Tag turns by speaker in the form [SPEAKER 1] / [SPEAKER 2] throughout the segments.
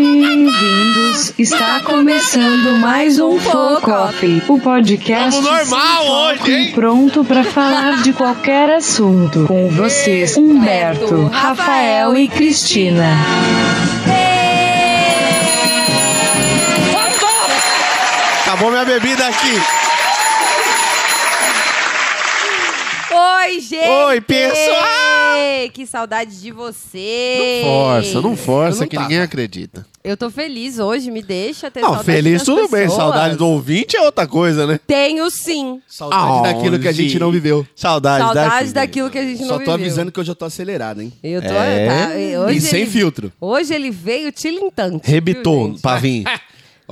[SPEAKER 1] Bem-vindos! Está começando mais um Focop, o podcast
[SPEAKER 2] Tamo normal
[SPEAKER 1] sem foco
[SPEAKER 2] hoje, hein?
[SPEAKER 1] e pronto para falar de qualquer assunto. Com vocês, Humberto, Rafael e Cristina.
[SPEAKER 2] Acabou minha bebida aqui.
[SPEAKER 3] Oi, gente!
[SPEAKER 2] Oi, pessoal!
[SPEAKER 3] Que saudade de você!
[SPEAKER 4] Força, não força,
[SPEAKER 2] Eu não
[SPEAKER 4] que
[SPEAKER 2] tava.
[SPEAKER 4] ninguém acredita.
[SPEAKER 3] Eu tô feliz hoje, me deixa ter
[SPEAKER 4] Não,
[SPEAKER 3] saudade
[SPEAKER 4] feliz
[SPEAKER 3] das
[SPEAKER 4] tudo bem,
[SPEAKER 3] pessoas.
[SPEAKER 4] saudade do ouvinte é outra coisa, né?
[SPEAKER 3] Tenho sim.
[SPEAKER 2] Saudade
[SPEAKER 4] Ah,
[SPEAKER 2] daquilo que a gente
[SPEAKER 4] gente.
[SPEAKER 2] não viveu.
[SPEAKER 4] Saudade,
[SPEAKER 3] Saudade daquilo que a gente
[SPEAKER 2] Só
[SPEAKER 3] não
[SPEAKER 2] tô
[SPEAKER 3] viveu.
[SPEAKER 2] avisando que hoje eu tô acelerado, hein?
[SPEAKER 3] Eu tô...
[SPEAKER 4] É,
[SPEAKER 3] tá, e hoje
[SPEAKER 4] e sem
[SPEAKER 3] ele-
[SPEAKER 4] filtro.
[SPEAKER 3] Hoje ele veio tilintante. viu,
[SPEAKER 4] Rebitou
[SPEAKER 3] gente?
[SPEAKER 4] pra vir.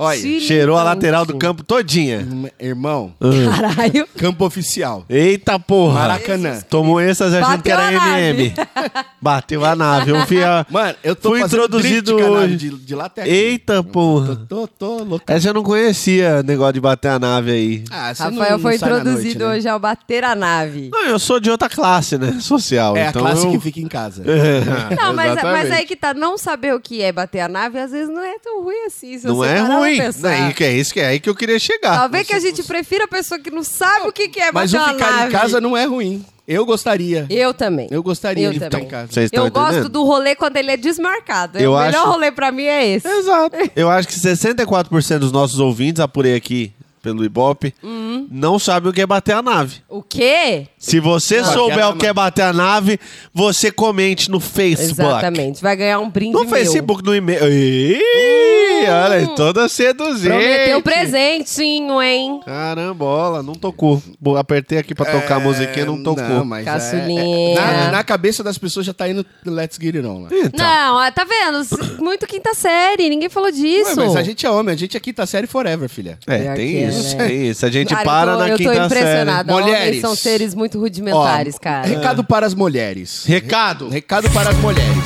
[SPEAKER 2] Olha,
[SPEAKER 3] Sim.
[SPEAKER 4] Cheirou a lateral do campo todinha.
[SPEAKER 2] irm- irmão,
[SPEAKER 3] Caralho.
[SPEAKER 2] campo oficial.
[SPEAKER 4] Eita porra.
[SPEAKER 2] Maracanã.
[SPEAKER 4] Tomou essas achando
[SPEAKER 3] Bateu
[SPEAKER 4] que era
[SPEAKER 3] a nave.
[SPEAKER 4] MM. Bateu a nave. Eu fui, a-
[SPEAKER 2] Mano, eu tô
[SPEAKER 4] fui
[SPEAKER 2] fazendo
[SPEAKER 4] introduzido
[SPEAKER 2] drift, caralho,
[SPEAKER 4] hoje.
[SPEAKER 2] De, de lá até aqui.
[SPEAKER 4] Eita porra.
[SPEAKER 2] Tô, tô, tô louco.
[SPEAKER 4] Essa eu não conhecia, negócio de bater a nave aí.
[SPEAKER 2] Ah, você
[SPEAKER 3] Rafael
[SPEAKER 2] não-
[SPEAKER 3] foi
[SPEAKER 2] não sai na
[SPEAKER 3] introduzido
[SPEAKER 2] noite, né?
[SPEAKER 3] hoje ao bater a nave.
[SPEAKER 4] Não, eu sou de outra classe, né? Social.
[SPEAKER 2] É
[SPEAKER 4] então
[SPEAKER 2] a classe
[SPEAKER 4] eu... É.
[SPEAKER 2] que fica em casa.
[SPEAKER 3] Não, mas, mas
[SPEAKER 4] Exatamente.
[SPEAKER 3] aí que tá, não saber o que é bater a nave, às vezes não é tão ruim assim. se
[SPEAKER 4] Não
[SPEAKER 3] você
[SPEAKER 4] é
[SPEAKER 3] parar pra
[SPEAKER 4] ruim.
[SPEAKER 3] pensar. Tá
[SPEAKER 4] Não, e que é isso que é aí que eu queria chegar.
[SPEAKER 3] Talvez que a gente prefira a pessoa que não sabe o que, que é
[SPEAKER 2] Mas
[SPEAKER 3] bater
[SPEAKER 2] o
[SPEAKER 3] a
[SPEAKER 2] ficar
[SPEAKER 3] nave.
[SPEAKER 2] em casa não é ruim. Eu gostaria.
[SPEAKER 3] Eu também.
[SPEAKER 2] Eu gostaria
[SPEAKER 3] Eu
[SPEAKER 2] de ficar
[SPEAKER 3] também.
[SPEAKER 2] em casa.
[SPEAKER 4] Vocês estão
[SPEAKER 3] Eu gosto
[SPEAKER 4] entendendo?
[SPEAKER 3] do rolê quando ele é desmarcado.
[SPEAKER 4] Eu
[SPEAKER 3] o
[SPEAKER 4] acho-
[SPEAKER 3] melhor rolê pra mim é esse.
[SPEAKER 4] Exato. Eu acho que 64% dos nossos ouvintes, apurei aqui pelo Ibope,
[SPEAKER 3] Uhum.
[SPEAKER 4] não sabem o que é bater a nave.
[SPEAKER 3] O quê?
[SPEAKER 4] Se você souber
[SPEAKER 2] Bater a
[SPEAKER 4] o que é bater a nave, você comente no Facebook.
[SPEAKER 3] Exatamente. Vai ganhar um brinde
[SPEAKER 4] No
[SPEAKER 3] meu.
[SPEAKER 4] Facebook, no e-mail. Ih, olha aí, toda seduzente.
[SPEAKER 3] Uhum. Prometeu um presentinho, hein?
[SPEAKER 4] Carambola, não tocou. Bo- Apertei aqui pra tocar a musiquinha, É, não tocou.
[SPEAKER 2] É, mas é,
[SPEAKER 3] Caçulinha.
[SPEAKER 2] na, na cabeça das pessoas já tá indo Let's Get It On lá.
[SPEAKER 4] Então,
[SPEAKER 3] Não, ah, tá vendo? S- Muito quinta série, ninguém falou
[SPEAKER 2] Ué,
[SPEAKER 3] disso.
[SPEAKER 2] mas a gente é homem, a gente aqui tá série forever, filha.
[SPEAKER 4] É,
[SPEAKER 3] Pior
[SPEAKER 4] tem
[SPEAKER 3] que é,
[SPEAKER 4] isso,
[SPEAKER 3] né?
[SPEAKER 4] tem isso. A gente
[SPEAKER 3] Cara, eu
[SPEAKER 4] para
[SPEAKER 3] tô-
[SPEAKER 4] na
[SPEAKER 3] eu tô
[SPEAKER 4] quinta série.
[SPEAKER 3] impressionada. Homens
[SPEAKER 2] Mulheres.
[SPEAKER 3] são seres muito rudimentares,
[SPEAKER 2] Ó,
[SPEAKER 3] cara.
[SPEAKER 2] Recado para as mulheres.
[SPEAKER 4] Recado.
[SPEAKER 2] Recado para as mulheres.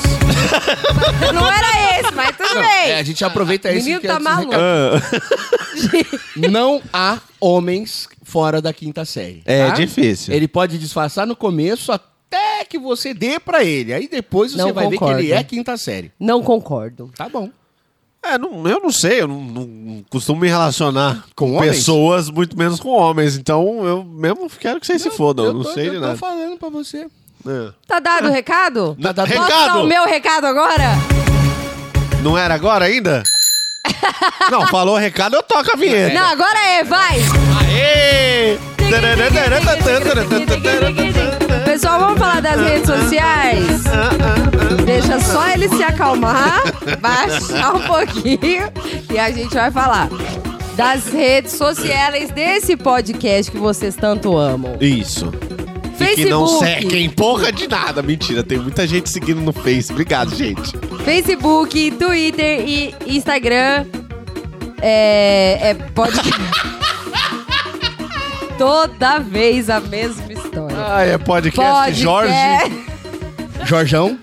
[SPEAKER 3] Não era esse, mas tudo bem.
[SPEAKER 2] É, a gente aproveita isso.
[SPEAKER 3] Menino
[SPEAKER 2] que
[SPEAKER 3] tá
[SPEAKER 2] é-
[SPEAKER 3] maluco.
[SPEAKER 2] Não há homens fora da quinta série.
[SPEAKER 4] É
[SPEAKER 2] tá?
[SPEAKER 4] difícil.
[SPEAKER 2] Ele pode disfarçar no começo até que você dê pra ele. Aí depois você
[SPEAKER 3] Não
[SPEAKER 2] vai ver
[SPEAKER 3] concordo.
[SPEAKER 2] que ele é quinta série.
[SPEAKER 3] Não concordo.
[SPEAKER 2] Tá bom.
[SPEAKER 4] É, não- eu não sei, eu não, não costumo me relacionar
[SPEAKER 2] Com
[SPEAKER 4] com,
[SPEAKER 2] homens?
[SPEAKER 4] pessoas, muito menos com homens. Então eu mesmo quero que vocês se fodam, eu não
[SPEAKER 2] tô-
[SPEAKER 4] sei de
[SPEAKER 2] eu
[SPEAKER 4] nada.
[SPEAKER 2] tô falando pra você.
[SPEAKER 4] É.
[SPEAKER 3] Tá dado o recado?
[SPEAKER 2] Tá dado-
[SPEAKER 3] Posso
[SPEAKER 4] Recado!
[SPEAKER 3] dar o meu recado agora?
[SPEAKER 4] Não era agora ainda? não, falou recado, eu toco a vinheta.
[SPEAKER 3] Não, agora é, vai!
[SPEAKER 4] Aê!
[SPEAKER 3] Pessoal, vamos falar das redes sociais? Deixa só ele se acalmar, baixar um pouquinho e a gente vai falar das redes sociais desse podcast que vocês tanto amam.
[SPEAKER 4] Isso. E que não sequem porra de nada. Mentira, tem muita gente seguindo no Face. Obrigado, gente.
[SPEAKER 3] Facebook, Twitter e Instagram. É. É podcast. Toda vez a mesma história.
[SPEAKER 4] Ah, é podcast,
[SPEAKER 3] Podcast,
[SPEAKER 4] Jorge.
[SPEAKER 2] Jorjão,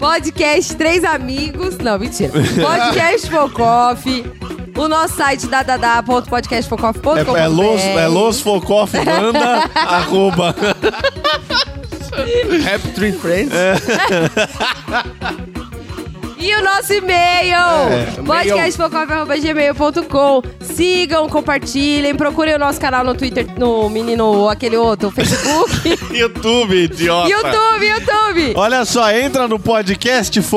[SPEAKER 3] podcast Três Amigos. Não, mentira. Podcast Focoff. O nosso site
[SPEAKER 4] É,
[SPEAKER 3] dadadá.podcastfocoff.com.
[SPEAKER 4] é, los, é los Focoff, manda, arroba.
[SPEAKER 2] Rap Three Friends.
[SPEAKER 4] É.
[SPEAKER 3] E o nosso e-mail,
[SPEAKER 4] É,
[SPEAKER 3] podcastfocoff.gmail.com. Sigam, compartilhem, procurem o nosso canal no Twitter, no menino, aquele outro, Facebook.
[SPEAKER 4] YouTube, idiota.
[SPEAKER 3] YouTube, YouTube.
[SPEAKER 4] Olha só, entra no podcast
[SPEAKER 3] Isso,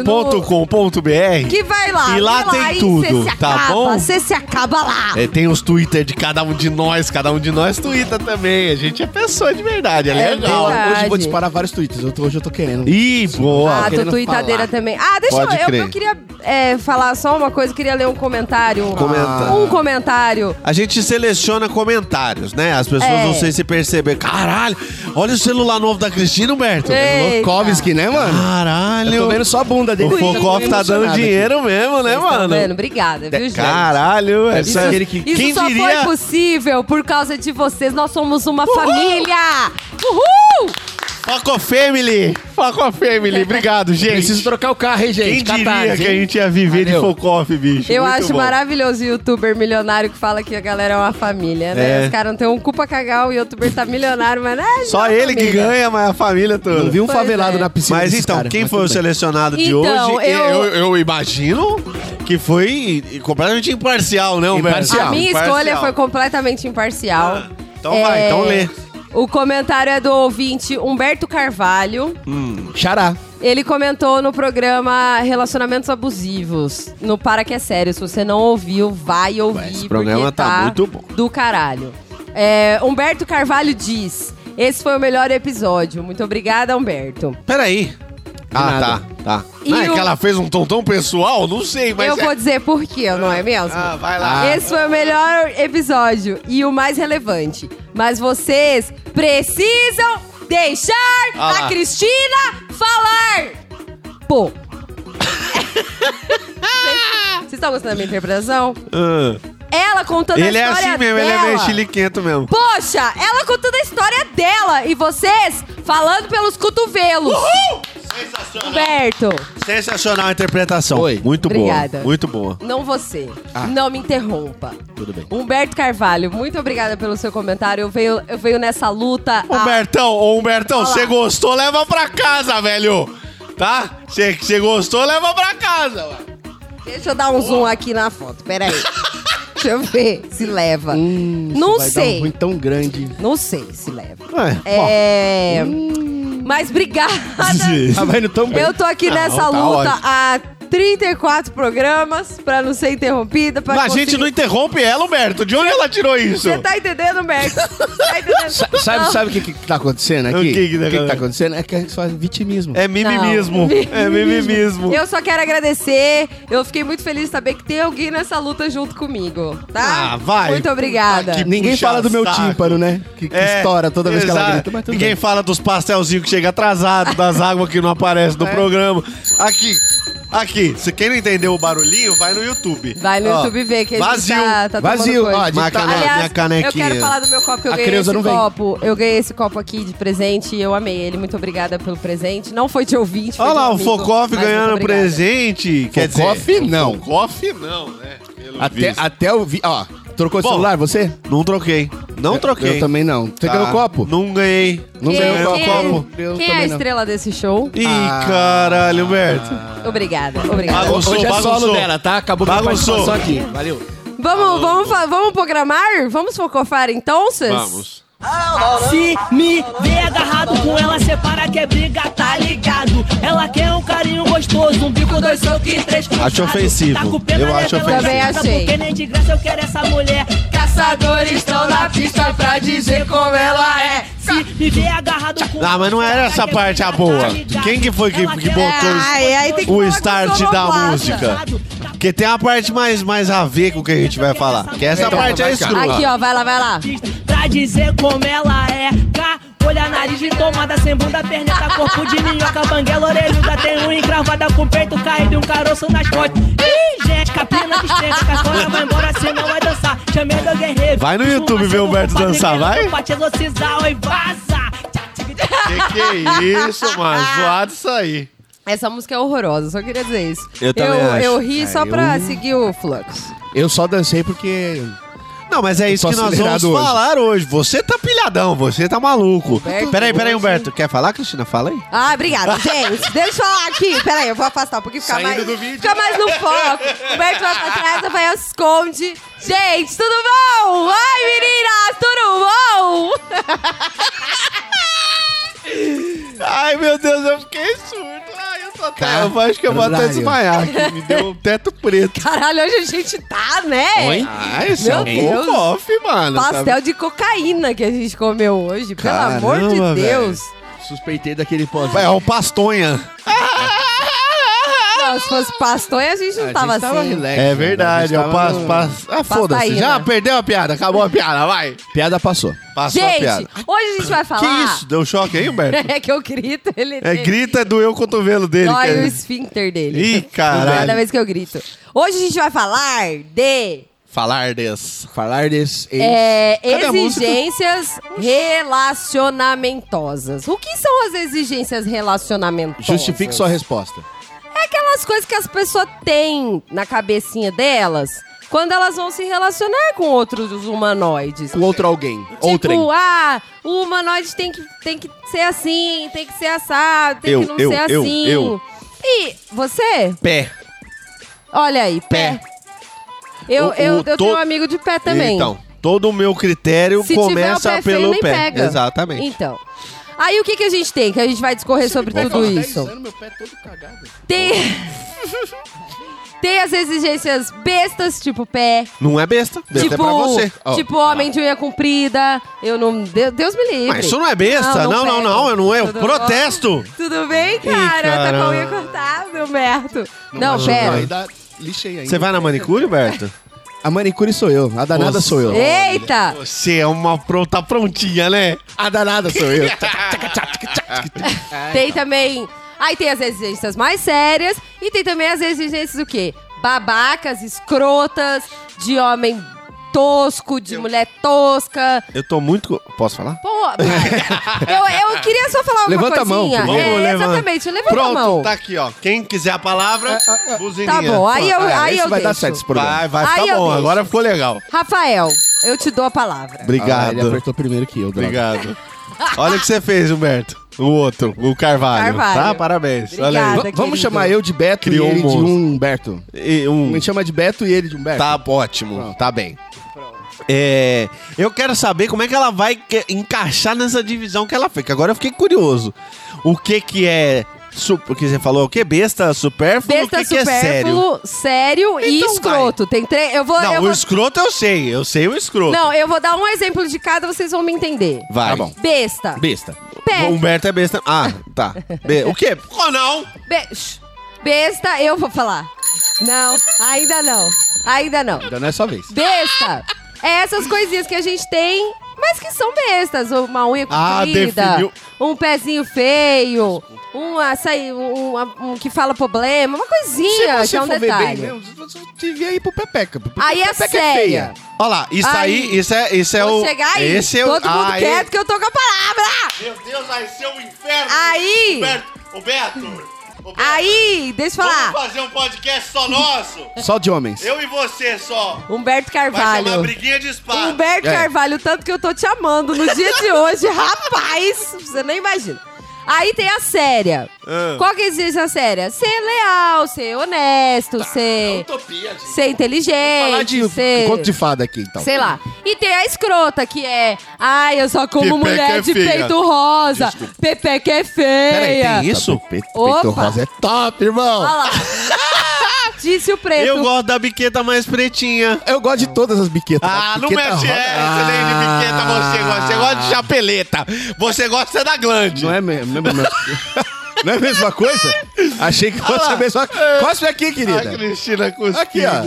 [SPEAKER 3] no-
[SPEAKER 4] focoff.com.br.
[SPEAKER 3] Que vai lá.
[SPEAKER 4] E lá
[SPEAKER 3] vai
[SPEAKER 4] tem
[SPEAKER 3] e
[SPEAKER 4] tudo,
[SPEAKER 3] cê se
[SPEAKER 4] tá
[SPEAKER 3] acaba,
[SPEAKER 4] bom?
[SPEAKER 3] Você se acaba lá.
[SPEAKER 4] É, tem os Twitter de cada um de nós, cada um de nós Twitter também. A gente é pessoa de verdade, é,
[SPEAKER 3] É
[SPEAKER 4] legal.
[SPEAKER 3] verdade.
[SPEAKER 2] Hoje eu vou disparar vários tweets. Eu tô- hoje eu tô querendo.
[SPEAKER 4] Ih, boa.
[SPEAKER 3] ah, tô
[SPEAKER 2] querendo
[SPEAKER 3] tuitadeira
[SPEAKER 2] falar.
[SPEAKER 3] também. Ah, deixa
[SPEAKER 4] Pode
[SPEAKER 3] eu, eu.
[SPEAKER 4] crer.
[SPEAKER 3] eu queria é, falar só uma coisa, queria ler um comentário.
[SPEAKER 4] Comenta.
[SPEAKER 3] Um comentário.
[SPEAKER 4] A gente seleciona comentários, né? As pessoas
[SPEAKER 3] É.
[SPEAKER 4] não sei se perceber. Caralho, olha o celular novo da Cristina, Humberto.
[SPEAKER 3] Ei.
[SPEAKER 2] Kovski, né, mano? Eu tô
[SPEAKER 4] Caralho.
[SPEAKER 2] vendo só a bunda dele.
[SPEAKER 4] O Focoff tá dando dinheiro mesmo, né,
[SPEAKER 3] Tá
[SPEAKER 4] mano?
[SPEAKER 3] vendo? Obrigada, viu, gente?
[SPEAKER 4] Caralho,
[SPEAKER 2] Isso-
[SPEAKER 4] essa...
[SPEAKER 2] aquele que-
[SPEAKER 3] Isso
[SPEAKER 4] Quem
[SPEAKER 3] só
[SPEAKER 4] diria...
[SPEAKER 3] foi possível por causa de vocês. Nós somos uma família. Uhul!
[SPEAKER 4] Foco Family! Foco Family, obrigado, gente.
[SPEAKER 2] Preciso trocar o carro, hein,
[SPEAKER 4] Quem
[SPEAKER 2] gente?
[SPEAKER 4] diria
[SPEAKER 2] Catarse,
[SPEAKER 4] que a
[SPEAKER 2] hein?
[SPEAKER 4] gente ia viver de
[SPEAKER 2] Valeu.
[SPEAKER 4] Focoff, bicho?
[SPEAKER 3] Eu
[SPEAKER 4] Muito
[SPEAKER 3] acho
[SPEAKER 4] bom.
[SPEAKER 3] maravilhoso o youtuber milionário que fala que a galera é uma família, né?
[SPEAKER 4] É.
[SPEAKER 3] Os caras não tem um cu pra cagar, o youtuber tá milionário, mas... Ah,
[SPEAKER 4] Só
[SPEAKER 3] não é
[SPEAKER 4] ele que
[SPEAKER 3] família.
[SPEAKER 4] ganha, mas a família toda.
[SPEAKER 2] Eu vi um
[SPEAKER 3] Pois
[SPEAKER 2] favelado
[SPEAKER 3] é.
[SPEAKER 2] na piscina.
[SPEAKER 4] Mas
[SPEAKER 2] desses
[SPEAKER 4] então,
[SPEAKER 2] caras,
[SPEAKER 4] quem
[SPEAKER 2] mas
[SPEAKER 4] foi o
[SPEAKER 2] tudo bem.
[SPEAKER 4] selecionado de
[SPEAKER 3] Então,
[SPEAKER 4] hoje?
[SPEAKER 3] eu-
[SPEAKER 4] Eu... eu imagino que foi completamente imparcial, né, Humberto?
[SPEAKER 2] Imparcial.
[SPEAKER 3] A minha escolha foi completamente imparcial. É,
[SPEAKER 4] Então vai, então lê.
[SPEAKER 3] O comentário é do ouvinte Humberto Carvalho.
[SPEAKER 2] Xará.
[SPEAKER 3] Ele comentou no programa Relacionamentos Abusivos, no Para Que É Sério. Se você não ouviu, vai ouvir.
[SPEAKER 4] esse programa
[SPEAKER 3] porque
[SPEAKER 4] tá muito bom.
[SPEAKER 3] Do caralho. É, Humberto Carvalho diz: Esse foi o melhor episódio. Muito obrigada, Humberto.
[SPEAKER 4] Peraí. Ah,
[SPEAKER 2] nada.
[SPEAKER 4] tá, tá.
[SPEAKER 3] E
[SPEAKER 4] Ah, é
[SPEAKER 3] o-
[SPEAKER 4] que ela fez um tom tão pessoal? Não sei, mas.
[SPEAKER 3] Eu
[SPEAKER 4] é-
[SPEAKER 3] vou dizer por quê, não é mesmo?
[SPEAKER 4] Ah, vai lá.
[SPEAKER 3] Esse foi o melhor episódio e o mais relevante. Mas vocês precisam deixar
[SPEAKER 4] Ah lá.
[SPEAKER 3] a Cristina falar! Pô. Vocês estão gostando da minha interpretação?
[SPEAKER 4] Ah.
[SPEAKER 3] Ela contando
[SPEAKER 4] Ele
[SPEAKER 3] a
[SPEAKER 4] é
[SPEAKER 3] história
[SPEAKER 4] assim mesmo, ele
[SPEAKER 3] dela.
[SPEAKER 4] é meio chiliquento mesmo.
[SPEAKER 3] Poxa, ela contando a história dela e vocês falando pelos cotovelos. Uhul! Humberto,
[SPEAKER 4] Sensacional a interpretação.
[SPEAKER 2] Oi.
[SPEAKER 4] Muito
[SPEAKER 3] Obrigada.
[SPEAKER 4] boa. Muito boa.
[SPEAKER 3] não você. Não me interrompa.
[SPEAKER 2] Ah. Tudo bem.
[SPEAKER 3] Humberto Carvalho, muito obrigada pelo seu comentário. Eu venho, eu venho nessa luta. há-
[SPEAKER 4] Humbertão, ô Humbertão,
[SPEAKER 3] Ah. Olha lá.
[SPEAKER 4] você gostou, leva pra casa, velho. Tá? Você gostou, leva pra casa. ué.
[SPEAKER 3] Deixa eu dar um zoom aqui na foto, peraí. Deixa eu ver se leva. não
[SPEAKER 2] Vai dar um
[SPEAKER 3] sei.
[SPEAKER 2] ruim tão grande.
[SPEAKER 3] Não sei se leva.
[SPEAKER 4] Ué,
[SPEAKER 3] É.
[SPEAKER 2] Hum.
[SPEAKER 3] Mas obrigada.
[SPEAKER 2] Tá vendo tão bem.
[SPEAKER 3] Eu tô aqui nessa
[SPEAKER 4] tá
[SPEAKER 3] luta
[SPEAKER 4] ótimo.
[SPEAKER 3] há 34 programas pra não ser interrompida. Pra
[SPEAKER 4] Mas a gente não
[SPEAKER 3] conseguir-
[SPEAKER 4] interrompe ela, Humberto. De onde ela tirou isso?
[SPEAKER 3] Você tá entendendo, Humberto? Tá entendendo?
[SPEAKER 2] Sa- Sabe,
[SPEAKER 3] Não.
[SPEAKER 2] sabe o que, que tá acontecendo aqui?
[SPEAKER 4] O que que tá acontecendo?
[SPEAKER 2] acontecendo? É que a gente faz vitimismo.
[SPEAKER 4] É mimimismo.
[SPEAKER 3] Não.
[SPEAKER 4] É mimimismo.
[SPEAKER 3] Eu só quero agradecer. Eu fiquei muito feliz de saber que tem alguém nessa luta junto comigo, tá?
[SPEAKER 4] Ah, vai.
[SPEAKER 3] Muito obrigada.
[SPEAKER 4] Puta que-
[SPEAKER 2] Ninguém
[SPEAKER 4] puxa
[SPEAKER 2] fala do meu
[SPEAKER 4] saco.
[SPEAKER 2] tímpano, né? Que, que estoura toda vez que ela
[SPEAKER 4] exato.
[SPEAKER 2] grita. Mas tudo
[SPEAKER 4] É. Ninguém
[SPEAKER 2] bem.
[SPEAKER 4] fala dos pastelzinhos que chega atrasado, das águas que não aparecem no
[SPEAKER 2] É.
[SPEAKER 4] programa. Aqui, aqui. Se quem não entendeu o barulhinho, vai no YouTube.
[SPEAKER 3] Vai no
[SPEAKER 4] Ó,
[SPEAKER 3] YouTube ver que a gente
[SPEAKER 4] Vazio.
[SPEAKER 3] tá, tá
[SPEAKER 2] Vazio,
[SPEAKER 3] tomando coisa.
[SPEAKER 2] ó, de
[SPEAKER 4] Mas a cane-
[SPEAKER 3] Aliás,
[SPEAKER 4] minha canequinha.
[SPEAKER 3] eu quero falar do meu copo que eu
[SPEAKER 2] A
[SPEAKER 3] ganhei
[SPEAKER 2] Creuza
[SPEAKER 3] esse
[SPEAKER 2] não vem.
[SPEAKER 3] copo. Eu ganhei esse copo aqui de presente e eu amei ele. Muito obrigada pelo presente. Não foi de ouvinte, foi
[SPEAKER 4] Olha
[SPEAKER 3] de
[SPEAKER 4] lá, o
[SPEAKER 3] amigo,
[SPEAKER 4] Focoff
[SPEAKER 3] mas muito
[SPEAKER 4] ganhando
[SPEAKER 3] obrigada.
[SPEAKER 4] presente. Quer dizer,
[SPEAKER 2] Focoff, não.
[SPEAKER 4] Focoff não, né? Pelo
[SPEAKER 2] Até,
[SPEAKER 4] visto.
[SPEAKER 2] até eu vi. Ó, trocou o
[SPEAKER 4] Bom,
[SPEAKER 2] celular, você?
[SPEAKER 4] Não troquei. Não troquei.
[SPEAKER 2] Eu também não. Você
[SPEAKER 4] Tá.
[SPEAKER 2] ganhou o copo?
[SPEAKER 4] Não ganhei.
[SPEAKER 2] Não
[SPEAKER 3] Quem,
[SPEAKER 2] ganhou
[SPEAKER 3] quem,
[SPEAKER 2] o copo? Ah.
[SPEAKER 3] é,
[SPEAKER 2] Eu
[SPEAKER 3] quem é a
[SPEAKER 2] também não.
[SPEAKER 3] estrela desse show?
[SPEAKER 4] Ih, caralho, Humberto.
[SPEAKER 3] Obrigada, obrigada.
[SPEAKER 4] Bagunçou.
[SPEAKER 2] Hoje é
[SPEAKER 4] bagunçou.
[SPEAKER 2] solo dela, tá? Acabou minha
[SPEAKER 4] Bagunçou.
[SPEAKER 2] participação aqui. Valeu.
[SPEAKER 3] Vamos, vamos, fa- vamos programar? Vamos focofar então?
[SPEAKER 4] Vamos.
[SPEAKER 5] Se me vê agarrado com ela, separa que é briga, tá ligado? Ela quer um carinho gostoso, um bico, dois socos e três Tá cruzados.
[SPEAKER 4] Acho ofensivo.
[SPEAKER 5] o pé na
[SPEAKER 4] Eu acho
[SPEAKER 5] levela,
[SPEAKER 3] ofensivo.
[SPEAKER 5] ela se
[SPEAKER 3] Também achei.
[SPEAKER 5] mata, Porque nem Tá de graça eu quero essa mulher.
[SPEAKER 3] Caçadores estão na pista pra dizer como ela é.
[SPEAKER 5] Se me vê agarrado com
[SPEAKER 4] Ah, mas não era essa parte
[SPEAKER 5] tá
[SPEAKER 4] a boa. Quem que foi que- que botou
[SPEAKER 5] um
[SPEAKER 3] Ai, aí tem que
[SPEAKER 4] O
[SPEAKER 3] falar com
[SPEAKER 4] start da
[SPEAKER 3] sonoplasta.
[SPEAKER 4] música.
[SPEAKER 5] tá
[SPEAKER 4] Porque tem uma parte mais, mais a ver com o que a gente vai falar. Que essa
[SPEAKER 2] Então,
[SPEAKER 4] parte é
[SPEAKER 2] vai cá.
[SPEAKER 4] escrota.
[SPEAKER 3] Aqui, ó, vai lá, vai lá.
[SPEAKER 5] Pra dizer como ela é. Cá, olha nariz de tomada, sem bunda, perneta, corpo de minhoca, banguela, orelhuda, tem um encravada com peito caído e um caroço nas costas. Ih, gente, capina que estende, caçona, vai embora, senão vai dançar. Chamei do guerreiro.
[SPEAKER 4] Vai no YouTube ver o Humberto dançar, vai.
[SPEAKER 5] Pate exorcizar, oi, vaza.
[SPEAKER 4] Que que é isso, mano? Zoado isso aí.
[SPEAKER 3] Essa música é horrorosa, só queria dizer isso.
[SPEAKER 4] Eu também
[SPEAKER 3] eu,
[SPEAKER 4] acho. É,
[SPEAKER 3] eu ri só pra seguir o fluxo.
[SPEAKER 2] Eu só dancei porque.
[SPEAKER 4] Não, mas é isso
[SPEAKER 2] tô
[SPEAKER 4] que nós vamos
[SPEAKER 2] acelerado hoje.
[SPEAKER 4] falar hoje. Você tá pilhadão, você tá maluco.
[SPEAKER 3] Humberto,
[SPEAKER 4] peraí, peraí,
[SPEAKER 3] hoje-
[SPEAKER 4] Humberto. Quer falar, Cristina? Fala aí.
[SPEAKER 3] Ah, obrigada, gente. Deixa eu falar aqui. Peraí, eu vou afastar um pouquinho, ficar
[SPEAKER 4] Saindo
[SPEAKER 3] mais.
[SPEAKER 4] do vídeo.
[SPEAKER 3] Fica mais no foco. O Humberto vai pra trás, Rafael se esconde. Gente, tudo bom? Ai, meninas, tudo bom?
[SPEAKER 4] Ai, meu Deus, eu fiquei surdo. Ai, eu
[SPEAKER 3] Tá.
[SPEAKER 4] tô até.
[SPEAKER 2] Caralho.
[SPEAKER 4] Eu acho que eu vou até desmaiar aqui. Me deu um teto preto.
[SPEAKER 3] Caralho, hoje a gente tá, né?
[SPEAKER 4] Ah, isso é
[SPEAKER 3] Meu Deus.
[SPEAKER 4] um pouco off, mano.
[SPEAKER 3] Pastel de cocaína que a gente comeu hoje, pelo amor
[SPEAKER 4] Caramba,
[SPEAKER 3] de Deus.
[SPEAKER 2] Suspeitei daquele pós.
[SPEAKER 4] sabe? É o pastonha.
[SPEAKER 3] Não, se fosse pastonha, a gente não tava assim.
[SPEAKER 2] relax,
[SPEAKER 4] É verdade,
[SPEAKER 2] né? A
[SPEAKER 4] eu
[SPEAKER 2] gente
[SPEAKER 4] passo,
[SPEAKER 2] tava no-
[SPEAKER 4] passo. Ah, foda-se.
[SPEAKER 3] Pastaína.
[SPEAKER 4] Já perdeu a piada, acabou a piada, vai.
[SPEAKER 2] Piada passou.
[SPEAKER 4] Passou a
[SPEAKER 3] Gente,
[SPEAKER 4] piada.
[SPEAKER 3] hoje a gente vai
[SPEAKER 4] Que
[SPEAKER 3] falar.
[SPEAKER 4] isso? Deu choque aí, Humberto?
[SPEAKER 3] É que eu grito, ele.
[SPEAKER 4] É,
[SPEAKER 3] ele-
[SPEAKER 4] grita, doeu o cotovelo dele. é
[SPEAKER 3] Dói o
[SPEAKER 4] cara.
[SPEAKER 3] esfíncter dele.
[SPEAKER 4] Ih,
[SPEAKER 3] Cada
[SPEAKER 4] caralho.
[SPEAKER 3] vez que eu grito. Hoje a gente vai falar de
[SPEAKER 4] Falar des.
[SPEAKER 2] Falar desse.
[SPEAKER 3] É,
[SPEAKER 4] Cadê a música?
[SPEAKER 3] exigências relacionamentosas. O que são as exigências relacionamentosas?
[SPEAKER 2] Justifique sua resposta.
[SPEAKER 3] É aquelas coisas que as pessoas têm na cabecinha delas quando elas vão se relacionar com outros humanoides.
[SPEAKER 2] Com outro alguém.
[SPEAKER 3] Tipo, ah, o humanoide tem que, tem que ser assim, tem que ser assado, tem
[SPEAKER 4] Eu,
[SPEAKER 3] que não
[SPEAKER 4] eu,
[SPEAKER 3] ser
[SPEAKER 4] eu,
[SPEAKER 3] assim.
[SPEAKER 4] eu.
[SPEAKER 3] E você?
[SPEAKER 4] Pé.
[SPEAKER 3] Olha aí, pé. Eu,
[SPEAKER 4] O- o
[SPEAKER 3] eu, eu
[SPEAKER 4] to-
[SPEAKER 3] tenho um amigo de pé também.
[SPEAKER 4] Então, todo o meu critério
[SPEAKER 3] Se
[SPEAKER 4] começa
[SPEAKER 3] tiver o pé feio,
[SPEAKER 4] pelo
[SPEAKER 3] nem
[SPEAKER 4] pé.
[SPEAKER 3] pega.
[SPEAKER 4] Exatamente.
[SPEAKER 3] Então. Aí o que, que a gente tem? Que a gente vai discorrer sobre tudo isso.
[SPEAKER 2] meu pé é todo cagado.
[SPEAKER 3] Tem... tem as exigências bestas, tipo pé.
[SPEAKER 4] Não é besta. Besta
[SPEAKER 3] tipo,
[SPEAKER 4] é pra você. Ó.
[SPEAKER 3] tipo homem de unha comprida. Eu não. De- Deus me livre.
[SPEAKER 4] Mas isso não é besta.
[SPEAKER 3] Não,
[SPEAKER 4] Não, não,
[SPEAKER 3] não
[SPEAKER 4] não.
[SPEAKER 3] pega.
[SPEAKER 4] eu não eu
[SPEAKER 3] Tudo
[SPEAKER 4] protesto.
[SPEAKER 3] Tudo bem, cara? tá com a unha cortada, Humberto. Não, pera.
[SPEAKER 2] Lixei ainda.
[SPEAKER 4] Você vai na manicure, Berto?
[SPEAKER 2] A manicure sou eu. A danada
[SPEAKER 4] Nossa.
[SPEAKER 2] sou eu.
[SPEAKER 3] Eita!
[SPEAKER 4] Você é uma pro- tá prontinha, né?
[SPEAKER 2] A danada sou eu.
[SPEAKER 3] Tem também. Aí tem as exigências mais sérias e tem também as exigências o quê? Babacas, escrotas, de homem tosco, de mulher tosca.
[SPEAKER 4] Eu tô muito. co- Posso falar?
[SPEAKER 3] Pô, eu, eu queria só falar uma
[SPEAKER 2] Levanta a mão,
[SPEAKER 3] coisinha.
[SPEAKER 2] por favor.
[SPEAKER 3] é,
[SPEAKER 4] Vamos levantar.
[SPEAKER 3] exatamente, levanta
[SPEAKER 4] Pronto,
[SPEAKER 3] a mão.
[SPEAKER 4] tá aqui, ó. Quem quiser a palavra, buzininha.
[SPEAKER 3] Tá bom, aí eu,
[SPEAKER 2] Ah,
[SPEAKER 3] aí
[SPEAKER 2] esse
[SPEAKER 3] eu
[SPEAKER 2] vai
[SPEAKER 3] deixo.
[SPEAKER 2] dar certo esse programa. Ah,
[SPEAKER 4] Vai, vai,
[SPEAKER 3] Aí
[SPEAKER 4] tá
[SPEAKER 3] eu
[SPEAKER 4] bom.
[SPEAKER 3] deixo.
[SPEAKER 4] Agora ficou legal.
[SPEAKER 3] Rafael, eu te dou a palavra.
[SPEAKER 2] Ah, ele
[SPEAKER 4] Obrigado.
[SPEAKER 2] apertou primeiro que eu, droga.
[SPEAKER 4] Obrigado. Olha o que você fez, Humberto. O outro, o Carvalho.
[SPEAKER 3] Carvalho.
[SPEAKER 4] Tá? Parabéns.
[SPEAKER 3] Obrigada.
[SPEAKER 4] Olha
[SPEAKER 2] V- Vamos
[SPEAKER 3] querido.
[SPEAKER 2] chamar eu de Beto
[SPEAKER 4] Criou
[SPEAKER 2] e ele
[SPEAKER 4] um monstro.
[SPEAKER 2] de Humberto.
[SPEAKER 4] aí. E um.
[SPEAKER 2] Me chama de Beto e ele de Humberto.
[SPEAKER 4] Tá ótimo,
[SPEAKER 2] É, Pronto.
[SPEAKER 4] tá bem. É, eu quero saber como é que ela vai que- encaixar nessa divisão que ela fez. que Agora eu fiquei curioso. O que que é... su- O que você falou? O que? Besta supérfluo?
[SPEAKER 3] Besta
[SPEAKER 4] o que, que é sério?
[SPEAKER 3] supérfluo, sério e
[SPEAKER 4] Então
[SPEAKER 3] escroto. Tem três. Eu vou. eu
[SPEAKER 4] Não,
[SPEAKER 3] vou-
[SPEAKER 4] o escroto eu sei. Eu sei o escroto.
[SPEAKER 3] Não, eu vou dar um exemplo de cada, vocês vão me entender.
[SPEAKER 4] Vai.
[SPEAKER 2] Tá bom.
[SPEAKER 3] Besta.
[SPEAKER 4] Besta.
[SPEAKER 3] Pé.
[SPEAKER 4] O Humberto é besta. Ah, tá. Be- o quê? Oh, não.
[SPEAKER 3] Be- shh. Besta, eu vou falar. Não, ainda não. Ainda não.
[SPEAKER 2] Ainda não é só vez.
[SPEAKER 3] Besta. É essas coisinhas que a gente tem, mas que são bestas. Uma unha
[SPEAKER 4] Ah,
[SPEAKER 3] comprida,
[SPEAKER 4] definiu.
[SPEAKER 3] um pezinho feio, um açaí, um, um- um que fala problema, uma coisinha que é um detalhe.
[SPEAKER 4] né,
[SPEAKER 2] mesmo, você devia ir pro Pepeca. porque
[SPEAKER 3] Aí é
[SPEAKER 2] Pepeca
[SPEAKER 3] séria.
[SPEAKER 4] Olha lá, isso aí,
[SPEAKER 3] Aí.
[SPEAKER 4] isso é, isso é
[SPEAKER 3] Vou
[SPEAKER 4] o...
[SPEAKER 3] chegar aí.
[SPEAKER 4] Esse é o...
[SPEAKER 3] Todo mundo
[SPEAKER 4] aí-
[SPEAKER 3] quieto que eu tô com a palavra.
[SPEAKER 4] Meu Deus, vai ser um inferno.
[SPEAKER 3] Aí,
[SPEAKER 4] Roberto, Roberto,
[SPEAKER 3] aí, deixa eu falar.
[SPEAKER 4] fazer um podcast só nosso.
[SPEAKER 2] Só de homens.
[SPEAKER 4] Eu e você só.
[SPEAKER 3] Humberto Carvalho.
[SPEAKER 4] briguinha de espada.
[SPEAKER 3] Humberto
[SPEAKER 2] É.
[SPEAKER 3] Carvalho, tanto que eu tô te amando no dia de hoje, rapaz, você nem imagina. Aí tem a séria. Qual que existe a séria? Ser leal, ser honesto, ser,
[SPEAKER 4] Utopia, gente.
[SPEAKER 3] ser
[SPEAKER 2] Falar
[SPEAKER 3] inteligente,
[SPEAKER 2] de
[SPEAKER 3] ser...
[SPEAKER 2] conto de fada aqui, então.
[SPEAKER 3] Sei lá. E tem a escrota, que é... Ai, eu só
[SPEAKER 4] Pepeca
[SPEAKER 3] como mulher
[SPEAKER 4] é
[SPEAKER 3] de
[SPEAKER 4] feia."
[SPEAKER 3] peito rosa. Pepeca é
[SPEAKER 4] Peraí,
[SPEAKER 3] feia.
[SPEAKER 4] tem isso?
[SPEAKER 2] Tá Peito
[SPEAKER 3] Opa.
[SPEAKER 2] rosa é top, irmão.
[SPEAKER 3] Olha lá. Disse o preto.
[SPEAKER 4] Eu gosto da biqueta mais pretinha.
[SPEAKER 2] Eu gosto de todas as biquetas.
[SPEAKER 4] Ah,
[SPEAKER 2] A
[SPEAKER 4] não
[SPEAKER 2] biqueta
[SPEAKER 4] mexe
[SPEAKER 2] rosa- Ah.
[SPEAKER 4] essa, nem de biqueta você gosta. Você gosta de chapeleta. Você gosta da glande.
[SPEAKER 2] Não é mesmo, mesmo- mesmo- não é a mesma coisa? Achei que fosse
[SPEAKER 4] lá. É.
[SPEAKER 2] a mesma coisa. Cospe aqui, querida.
[SPEAKER 4] A Cristina cuspindo.
[SPEAKER 2] Aqui, ó.